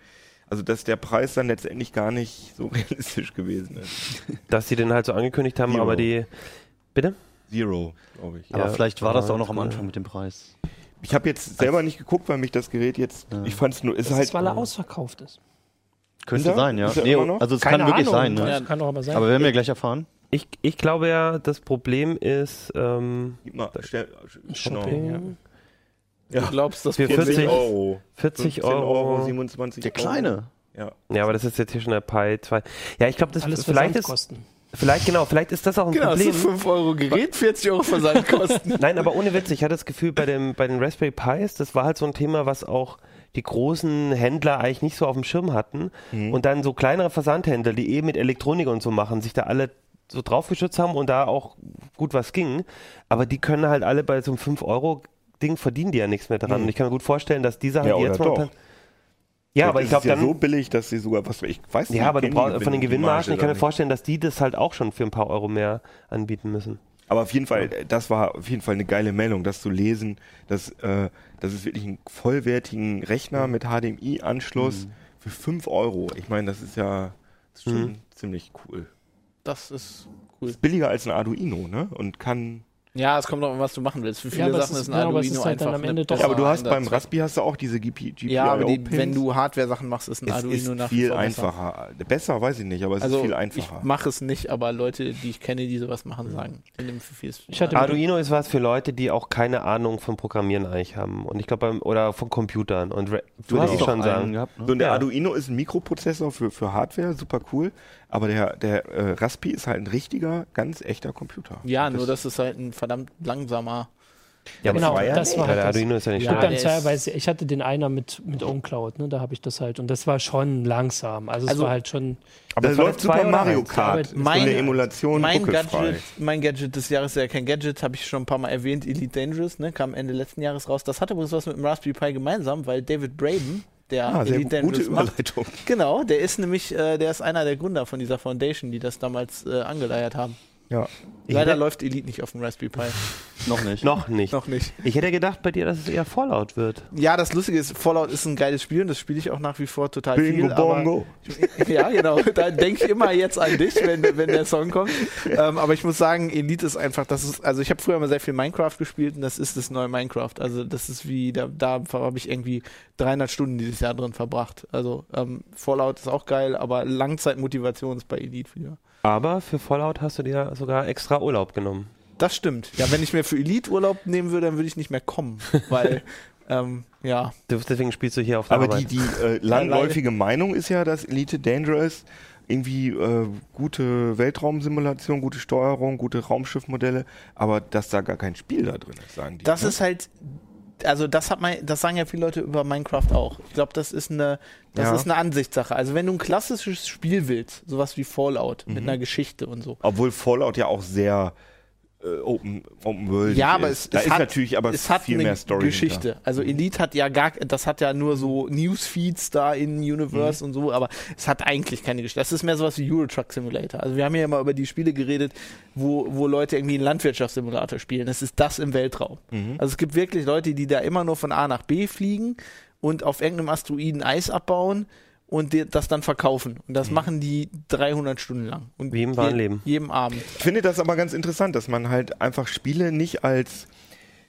[SPEAKER 6] Also, dass der Preis dann letztendlich gar nicht so *laughs* realistisch gewesen ist.
[SPEAKER 2] Dass sie den halt so angekündigt haben,
[SPEAKER 6] Zero.
[SPEAKER 2] aber die.
[SPEAKER 6] Zero, glaube ich.
[SPEAKER 7] Aber
[SPEAKER 2] Ja,
[SPEAKER 7] vielleicht war das
[SPEAKER 2] aber
[SPEAKER 7] auch noch am
[SPEAKER 2] cool.
[SPEAKER 7] Anfang mit dem Preis.
[SPEAKER 6] Ich habe jetzt selber nicht geguckt, weil mich das Gerät jetzt. Ich fand es nur. Ist
[SPEAKER 5] das
[SPEAKER 6] halt,
[SPEAKER 5] ist, weil er ausverkauft ist.
[SPEAKER 7] Könnte
[SPEAKER 6] er?
[SPEAKER 7] sein, ja.
[SPEAKER 6] Ist er
[SPEAKER 7] Nee,
[SPEAKER 6] immer noch?
[SPEAKER 7] also es
[SPEAKER 5] Keine
[SPEAKER 7] kann wirklich
[SPEAKER 5] Ahnung,
[SPEAKER 7] sein, ne?
[SPEAKER 5] Das kann doch aber sein.
[SPEAKER 7] Aber werden wir gleich erfahren.
[SPEAKER 2] Ich, ich glaube ja, das Problem ist, ähm,
[SPEAKER 6] Gib mal, stell,
[SPEAKER 5] Shopping,
[SPEAKER 6] genau.
[SPEAKER 5] ja.
[SPEAKER 6] Ja.
[SPEAKER 4] Du glaubst, dass
[SPEAKER 2] Wir 40
[SPEAKER 6] Euro.
[SPEAKER 2] 40
[SPEAKER 6] 15
[SPEAKER 2] Euro.
[SPEAKER 6] 27
[SPEAKER 7] Der
[SPEAKER 6] Euro.
[SPEAKER 7] Kleine.
[SPEAKER 6] Ja.
[SPEAKER 2] Ja, aber das ist jetzt hier schon der Pi 2. Ja, ich glaube, das
[SPEAKER 5] Alles
[SPEAKER 2] vielleicht ist,
[SPEAKER 5] Versandkosten.
[SPEAKER 2] Vielleicht, genau, vielleicht ist das auch ein
[SPEAKER 4] Genau, das
[SPEAKER 2] Problem.
[SPEAKER 4] ist 5 Euro Gerät, 40 Euro
[SPEAKER 6] *laughs*
[SPEAKER 4] Versandkosten.
[SPEAKER 2] Nein, aber ohne Witz, ich hatte das Gefühl, bei, dem, bei den Raspberry Pis, das war halt so ein Thema, was auch die großen Händler eigentlich nicht so auf dem Schirm hatten.
[SPEAKER 6] Mhm.
[SPEAKER 2] Und dann so kleinere Versandhändler, die eh mit Elektronik und so machen, sich da alle so draufgeschützt haben und da auch gut was ging. Aber die können halt alle bei so einem 5-Euro-Ding verdienen die ja nichts mehr daran. Und ich kann mir gut vorstellen, dass die Sachen,
[SPEAKER 6] Mhm.
[SPEAKER 2] die
[SPEAKER 6] Ja, oder
[SPEAKER 2] jetzt
[SPEAKER 6] doch.
[SPEAKER 2] momentan- Ja, aber ich
[SPEAKER 6] Das
[SPEAKER 2] glaube,
[SPEAKER 6] ist ja
[SPEAKER 2] dann.
[SPEAKER 6] so billig, dass sie sogar was. Ich weiß
[SPEAKER 2] ja, aber du
[SPEAKER 6] kennen
[SPEAKER 2] brauchst
[SPEAKER 6] die
[SPEAKER 2] von den
[SPEAKER 6] Gewinn- die Marge
[SPEAKER 2] Gewinnmargen, ich kann
[SPEAKER 6] da
[SPEAKER 2] mir
[SPEAKER 6] nicht.
[SPEAKER 2] vorstellen, dass die das halt auch schon für ein paar Euro mehr anbieten müssen.
[SPEAKER 6] Aber auf jeden Fall, äh, das war auf jeden Fall eine geile Meldung, das zu lesen, dass, äh, dass es wirklich einen vollwertigen Rechner mit HDMI-Anschluss
[SPEAKER 2] Mhm.
[SPEAKER 6] für 5 Euro. Ich meine, das ist ja das ist schon
[SPEAKER 2] Mhm.
[SPEAKER 6] ziemlich cool.
[SPEAKER 4] Das ist
[SPEAKER 6] Das
[SPEAKER 4] cool.
[SPEAKER 6] ist billiger als ein Arduino, ne? Und kann.
[SPEAKER 4] Ja, es kommt noch an, was du machen willst. Für viele
[SPEAKER 5] aber es
[SPEAKER 4] Sachen
[SPEAKER 5] ist-
[SPEAKER 4] ist ein
[SPEAKER 5] ja, aber es
[SPEAKER 4] Arduino
[SPEAKER 5] ist halt dann
[SPEAKER 4] einfach.
[SPEAKER 5] am Ende
[SPEAKER 4] eine
[SPEAKER 5] doch-
[SPEAKER 6] Ja, aber du
[SPEAKER 4] bessere
[SPEAKER 6] hast beim
[SPEAKER 4] Einsatz-
[SPEAKER 6] Raspi hast du auch diese GP, GPIO.
[SPEAKER 4] Ja, aber die,
[SPEAKER 6] Pins.
[SPEAKER 4] wenn du Hardware-Sachen machst, ist ein
[SPEAKER 6] es
[SPEAKER 4] Arduino
[SPEAKER 6] ist
[SPEAKER 4] nach wie
[SPEAKER 6] viel
[SPEAKER 4] vor besser.
[SPEAKER 6] einfacher. Besser weiß ich nicht, aber es
[SPEAKER 4] Also
[SPEAKER 6] ist viel
[SPEAKER 4] ich
[SPEAKER 6] einfacher.
[SPEAKER 4] mache es nicht, aber Leute, die ich kenne, die sowas machen, sagen, ich nehme für vieles.
[SPEAKER 5] Ich hatte-
[SPEAKER 2] Arduino ist was für Leute, die auch keine Ahnung von Programmieren eigentlich haben. Und ich glaube, beim- oder von Computern. Und re- würde ich
[SPEAKER 7] doch
[SPEAKER 2] schon
[SPEAKER 7] einen
[SPEAKER 2] sagen.
[SPEAKER 7] gehabt, ne?
[SPEAKER 6] eh So, und der
[SPEAKER 2] Ja.
[SPEAKER 6] Arduino ist ein Mikroprozessor für, für Hardware, super cool. Aber der, der äh, Raspi ist halt ein richtiger, ganz echter Computer.
[SPEAKER 4] ja, nur
[SPEAKER 6] das.
[SPEAKER 4] das ist halt ein verdammt langsamer.
[SPEAKER 2] Ja,
[SPEAKER 5] Genau,
[SPEAKER 2] aber
[SPEAKER 5] das war
[SPEAKER 2] ja, der
[SPEAKER 5] halt das.
[SPEAKER 2] Arduino ist ja nicht
[SPEAKER 5] Ich,
[SPEAKER 4] Ja,
[SPEAKER 5] hab dann
[SPEAKER 2] schlecht.
[SPEAKER 4] der
[SPEAKER 5] teilweise, ich hatte den einer mit, mit OwnCloud, ne? da habe ich das halt. Und das war schon langsam. Also es
[SPEAKER 4] Also-
[SPEAKER 5] war halt schon.
[SPEAKER 6] Aber
[SPEAKER 2] das
[SPEAKER 6] das
[SPEAKER 2] war
[SPEAKER 6] läuft
[SPEAKER 2] doch zwei
[SPEAKER 6] Super
[SPEAKER 2] oder
[SPEAKER 6] Mario
[SPEAKER 2] eins.
[SPEAKER 5] Aber
[SPEAKER 6] Kart. Ist
[SPEAKER 4] mein-
[SPEAKER 6] eine Emulation
[SPEAKER 4] Mein
[SPEAKER 6] ruckelfrei.
[SPEAKER 4] Gadget, mein Gadget des Jahres ist ja kein Gadget, habe ich schon ein paar Mal erwähnt, Elite Dangerous, ne, kam Ende letzten Jahres raus. Das hatte übrigens was mit dem Raspberry Pi gemeinsam, weil David Braben, der
[SPEAKER 6] Ah, sehr
[SPEAKER 4] Elite
[SPEAKER 6] gute
[SPEAKER 4] Dangerous macht,
[SPEAKER 6] Überleitung.
[SPEAKER 4] genau, der ist nämlich, äh, der ist einer der Gründer von dieser Foundation, die das damals äh, angeleiert haben.
[SPEAKER 6] Ja.
[SPEAKER 4] Leider
[SPEAKER 2] hätte-
[SPEAKER 4] läuft Elite nicht auf dem Raspberry
[SPEAKER 6] *laughs*
[SPEAKER 4] Pi.
[SPEAKER 7] Noch nicht.
[SPEAKER 2] Noch nicht.
[SPEAKER 4] Noch nicht.
[SPEAKER 2] Ich hätte gedacht bei dir, dass es eher Fallout wird.
[SPEAKER 4] Ja, das Lustige ist, Fallout ist ein geiles Spiel und das spiele ich auch nach wie vor total
[SPEAKER 6] Bingo
[SPEAKER 4] viel.
[SPEAKER 6] Bongo.
[SPEAKER 4] Aber, *laughs* ja, genau. Da denke ich immer jetzt an dich, wenn, wenn der Song kommt. Ähm, aber ich muss sagen, Elite ist einfach, das ist, also ich habe früher mal sehr viel Minecraft gespielt und das ist das neue Minecraft. Also das ist wie, da, da habe ich irgendwie 300 Stunden dieses Jahr drin verbracht. Also ähm, Fallout ist auch geil, aber Langzeitmotivation ist bei Elite wieder.
[SPEAKER 2] Aber für Fallout hast du dir sogar extra Urlaub genommen.
[SPEAKER 4] Das stimmt. Ja, wenn ich mir für Elite Urlaub nehmen würde, dann würde ich nicht mehr kommen, weil, ähm, ja.
[SPEAKER 2] Du- Deswegen spielst du hier auf der
[SPEAKER 6] Aber die,
[SPEAKER 2] Arbeit.
[SPEAKER 6] die äh, landläufige Meinung ist ja, dass Elite Dangerous irgendwie äh, gute Weltraumsimulation, gute Steuerung, gute Raumschiffmodelle, aber dass da gar kein Spiel da drin ist, sagen die.
[SPEAKER 4] Das
[SPEAKER 6] ne?
[SPEAKER 4] ist halt, also das hat man, das sagen ja viele Leute über Minecraft auch. Ich glaube, das ist eine, das
[SPEAKER 6] Ja.
[SPEAKER 4] ist eine Ansichtssache. Also wenn du ein klassisches Spiel willst, sowas wie Fallout mit
[SPEAKER 6] Mhm.
[SPEAKER 4] einer Geschichte und so.
[SPEAKER 6] Obwohl Fallout ja auch sehr äh, open, open World
[SPEAKER 4] Ja,
[SPEAKER 6] ist.
[SPEAKER 4] aber es,
[SPEAKER 6] da
[SPEAKER 4] es
[SPEAKER 6] ist
[SPEAKER 4] hat,
[SPEAKER 6] natürlich aber
[SPEAKER 4] es hat
[SPEAKER 6] viel
[SPEAKER 4] eine
[SPEAKER 6] mehr Story
[SPEAKER 4] Geschichte.
[SPEAKER 6] hinter. Mhm.
[SPEAKER 4] Also Elite hat ja gar, das hat ja nur so Newsfeeds da in
[SPEAKER 6] Mhm.
[SPEAKER 4] Universe und so, aber es hat eigentlich keine Geschichte. Das ist mehr sowas wie Euro Truck Simulator. Also wir haben ja immer über die Spiele geredet, wo, wo Leute irgendwie einen Landwirtschaftssimulator spielen. Das ist das im Weltraum.
[SPEAKER 6] Mhm.
[SPEAKER 4] Also es gibt wirklich Leute, die da immer nur von A nach B fliegen und auf irgendeinem Asteroiden Eis abbauen und dir das dann verkaufen. Und
[SPEAKER 6] Mhm.
[SPEAKER 4] das machen die 300 Stunden lang. Und
[SPEAKER 2] Wie im
[SPEAKER 4] je-
[SPEAKER 2] wahren Leben.
[SPEAKER 4] Jedem Abend.
[SPEAKER 6] Ich finde das aber ganz interessant, dass man halt einfach Spiele nicht als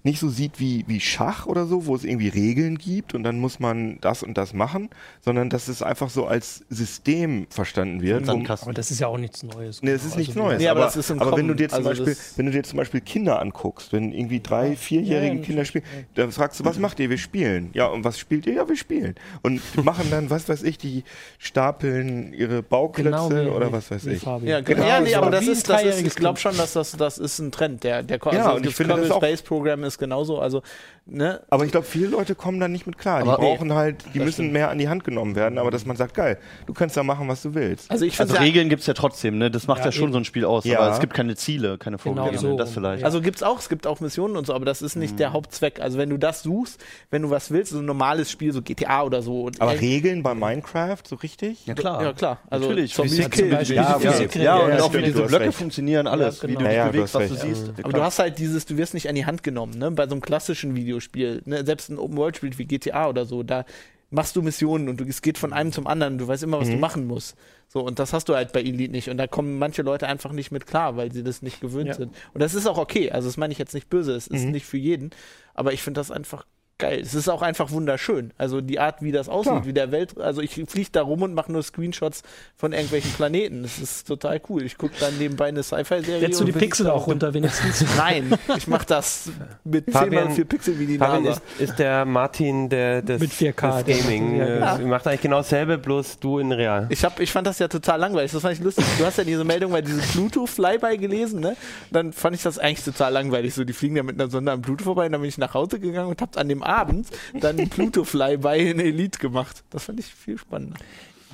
[SPEAKER 6] nicht so sieht wie, wie Schach oder so, wo es irgendwie Regeln gibt und dann muss man das und das machen, sondern dass es einfach so als System verstanden wird. wo-
[SPEAKER 5] Aber das ist ja auch nichts Neues.
[SPEAKER 6] Nee, es ist
[SPEAKER 5] genau.
[SPEAKER 6] nichts
[SPEAKER 5] Also,
[SPEAKER 6] Neues.
[SPEAKER 4] Nee,
[SPEAKER 6] aber
[SPEAKER 4] aber das ist im
[SPEAKER 6] aber wenn,
[SPEAKER 4] Kommen.
[SPEAKER 6] du dir zum
[SPEAKER 4] Also
[SPEAKER 6] Beispiel,
[SPEAKER 4] das-
[SPEAKER 6] wenn du dir zum Beispiel Kinder anguckst, wenn irgendwie drei, vierjährige
[SPEAKER 5] ja,
[SPEAKER 6] Kinder spielen, dann fragst du, was macht ihr? Wir spielen. Ja, und was spielt ihr? Ja, wir spielen. Und machen dann, was weiß ich, die stapeln ihre Bauklötze
[SPEAKER 5] Genau wie-
[SPEAKER 6] oder was weiß
[SPEAKER 5] wie
[SPEAKER 6] ich.
[SPEAKER 5] Fabi.
[SPEAKER 4] Ja, genau. Ja, nee,
[SPEAKER 5] so.
[SPEAKER 4] aber das
[SPEAKER 5] Wie ein
[SPEAKER 4] ist, das ist,
[SPEAKER 5] dreijähriges
[SPEAKER 4] ich glaube
[SPEAKER 5] Kind.
[SPEAKER 4] schon, dass das, das ist ein Trend. Der, der
[SPEAKER 6] Ja,
[SPEAKER 4] also
[SPEAKER 6] und ich
[SPEAKER 4] das
[SPEAKER 6] finde das
[SPEAKER 4] Kerbal
[SPEAKER 6] auch-
[SPEAKER 4] Space Program ist genauso. Also, ne?
[SPEAKER 6] Aber ich glaube, viele Leute kommen da nicht mit klar. Die
[SPEAKER 7] Aber-
[SPEAKER 6] brauchen halt, die müssen mehr an die Hand genommen werden, aber dass man sagt, geil, du kannst da machen, was du willst.
[SPEAKER 4] Also ich finde
[SPEAKER 7] Also Regeln gibt es ja trotzdem, ne? Das macht ja,
[SPEAKER 5] Ja,
[SPEAKER 7] schon
[SPEAKER 5] eben. Genau
[SPEAKER 7] so ein Spiel aus,
[SPEAKER 6] Ja.
[SPEAKER 7] aber es gibt keine Ziele, keine vorgegebenen,
[SPEAKER 5] so
[SPEAKER 7] das
[SPEAKER 5] rum,
[SPEAKER 7] vielleicht.
[SPEAKER 5] ja.
[SPEAKER 7] Also
[SPEAKER 4] Also gibt's auch, es gibt auch Missionen und so, aber das ist nicht der Hauptzweck. Also wenn du das suchst, wenn du was willst, so ein normales Spiel, so GTA oder so. Und
[SPEAKER 6] Aber
[SPEAKER 4] Ey,
[SPEAKER 6] Regeln bei Minecraft, so richtig? Ja,
[SPEAKER 5] klar.
[SPEAKER 4] ja klar, also
[SPEAKER 7] Natürlich,
[SPEAKER 4] Zombies
[SPEAKER 7] Physik-
[SPEAKER 4] killen.
[SPEAKER 5] Beispiel
[SPEAKER 6] Ja,
[SPEAKER 5] die Physik-
[SPEAKER 7] ja, und auch wie
[SPEAKER 6] stimmt, du
[SPEAKER 7] diese
[SPEAKER 6] hast
[SPEAKER 7] Blöcke
[SPEAKER 6] recht.
[SPEAKER 7] funktionieren, alles.
[SPEAKER 5] Ja,
[SPEAKER 7] Wie du
[SPEAKER 5] genau.
[SPEAKER 7] dich
[SPEAKER 6] Ja, ja, du
[SPEAKER 7] bewegst,
[SPEAKER 6] hast
[SPEAKER 7] was du
[SPEAKER 6] recht.
[SPEAKER 7] siehst.
[SPEAKER 4] Aber du hast halt dieses, du wirst nicht an die Hand genommen, ne? Bei so einem klassischen Videospiel, ne? selbst ein Open-World-Spiel wie GTA oder so, da machst du Missionen und du, es geht von einem zum anderen, du weißt immer, was du
[SPEAKER 5] Mhm.
[SPEAKER 4] machen musst. So, und das hast du halt bei Elite nicht. Und da kommen manche Leute einfach nicht mit klar, weil sie das nicht gewöhnt
[SPEAKER 5] Ja. Mhm.
[SPEAKER 4] sind. Und das ist auch okay. Also, das meine ich jetzt nicht böse, es ist nicht für jeden, aber ich finde das einfach geil. Es ist auch einfach wunderschön. Also die Art, wie das aussieht,
[SPEAKER 6] Klar.
[SPEAKER 4] wie der Welt. Also ich fliege da rum und mache nur Screenshots von irgendwelchen Planeten. Das ist total cool. Ich gucke dann nebenbei eine Sci-Fi-Serie.
[SPEAKER 5] Jetzt so
[SPEAKER 4] und
[SPEAKER 5] die
[SPEAKER 4] bin-
[SPEAKER 5] Pixel auch
[SPEAKER 4] *laughs*
[SPEAKER 5] runter wenigstens. *laughs*
[SPEAKER 4] Nein, ich mach das mit
[SPEAKER 2] Fabian-
[SPEAKER 4] 10 mal 4 Pixel wie die
[SPEAKER 2] Fabian
[SPEAKER 4] NASA.
[SPEAKER 2] ist, ist der Martin der, des,
[SPEAKER 5] Mit 4K,
[SPEAKER 2] des
[SPEAKER 5] der-
[SPEAKER 2] Gaming.
[SPEAKER 5] ja,
[SPEAKER 2] äh, Macht eigentlich genau dasselbe, bloß du in real.
[SPEAKER 4] Ich, hab, ich fand das ja total langweilig. Das fand ich lustig. Du hast ja diese Meldung bei diesem Pluto-Flyby gelesen, ne? Dann fand ich das eigentlich total langweilig. So, die fliegen ja mit einer Sonde am Pluto vorbei. Und dann bin ich nach Hause gegangen und hab an dem Abend
[SPEAKER 5] *laughs*
[SPEAKER 4] dann einen Pluto-Flyby in Elite gemacht. Das fand ich viel spannender.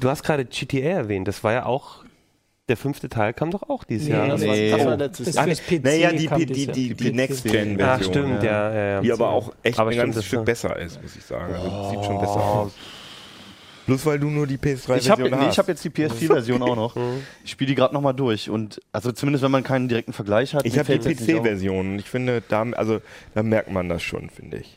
[SPEAKER 2] Du hast gerade GTA erwähnt, das war ja auch, der fünfte Teil kam doch auch dieses Jahr.
[SPEAKER 5] das war-
[SPEAKER 7] Nee.
[SPEAKER 4] Das war
[SPEAKER 7] Oh.
[SPEAKER 4] letztes
[SPEAKER 5] Das
[SPEAKER 4] Jahr.
[SPEAKER 5] fürs PC
[SPEAKER 6] Naja, die,
[SPEAKER 5] kam
[SPEAKER 6] die,
[SPEAKER 5] das
[SPEAKER 6] die,
[SPEAKER 5] ja.
[SPEAKER 6] die, die
[SPEAKER 2] Ach
[SPEAKER 6] Next-Gen-Version.
[SPEAKER 2] stimmt, ja, ja, ja.
[SPEAKER 6] Die aber auch echt
[SPEAKER 2] Aber
[SPEAKER 6] ein
[SPEAKER 2] stimmt,
[SPEAKER 6] ganzes
[SPEAKER 2] das
[SPEAKER 6] Stück
[SPEAKER 2] war-
[SPEAKER 6] besser ist, muss ich sagen. Also sieht schon besser aus. Bloß weil du nur die
[SPEAKER 7] Oh. Ich habe
[SPEAKER 6] PS3-Version
[SPEAKER 7] nee, ich
[SPEAKER 6] hast.
[SPEAKER 7] hab Mhm. jetzt die PS4-Version auch noch. Ich spiele die gerade nochmal durch. Und also zumindest, wenn man keinen direkten Vergleich hat.
[SPEAKER 6] ich
[SPEAKER 7] mir
[SPEAKER 6] habe die
[SPEAKER 7] fällt's jetzt nicht auf.
[SPEAKER 6] PC-Version. Ich finde, da, also, da merkt man das schon, finde ich.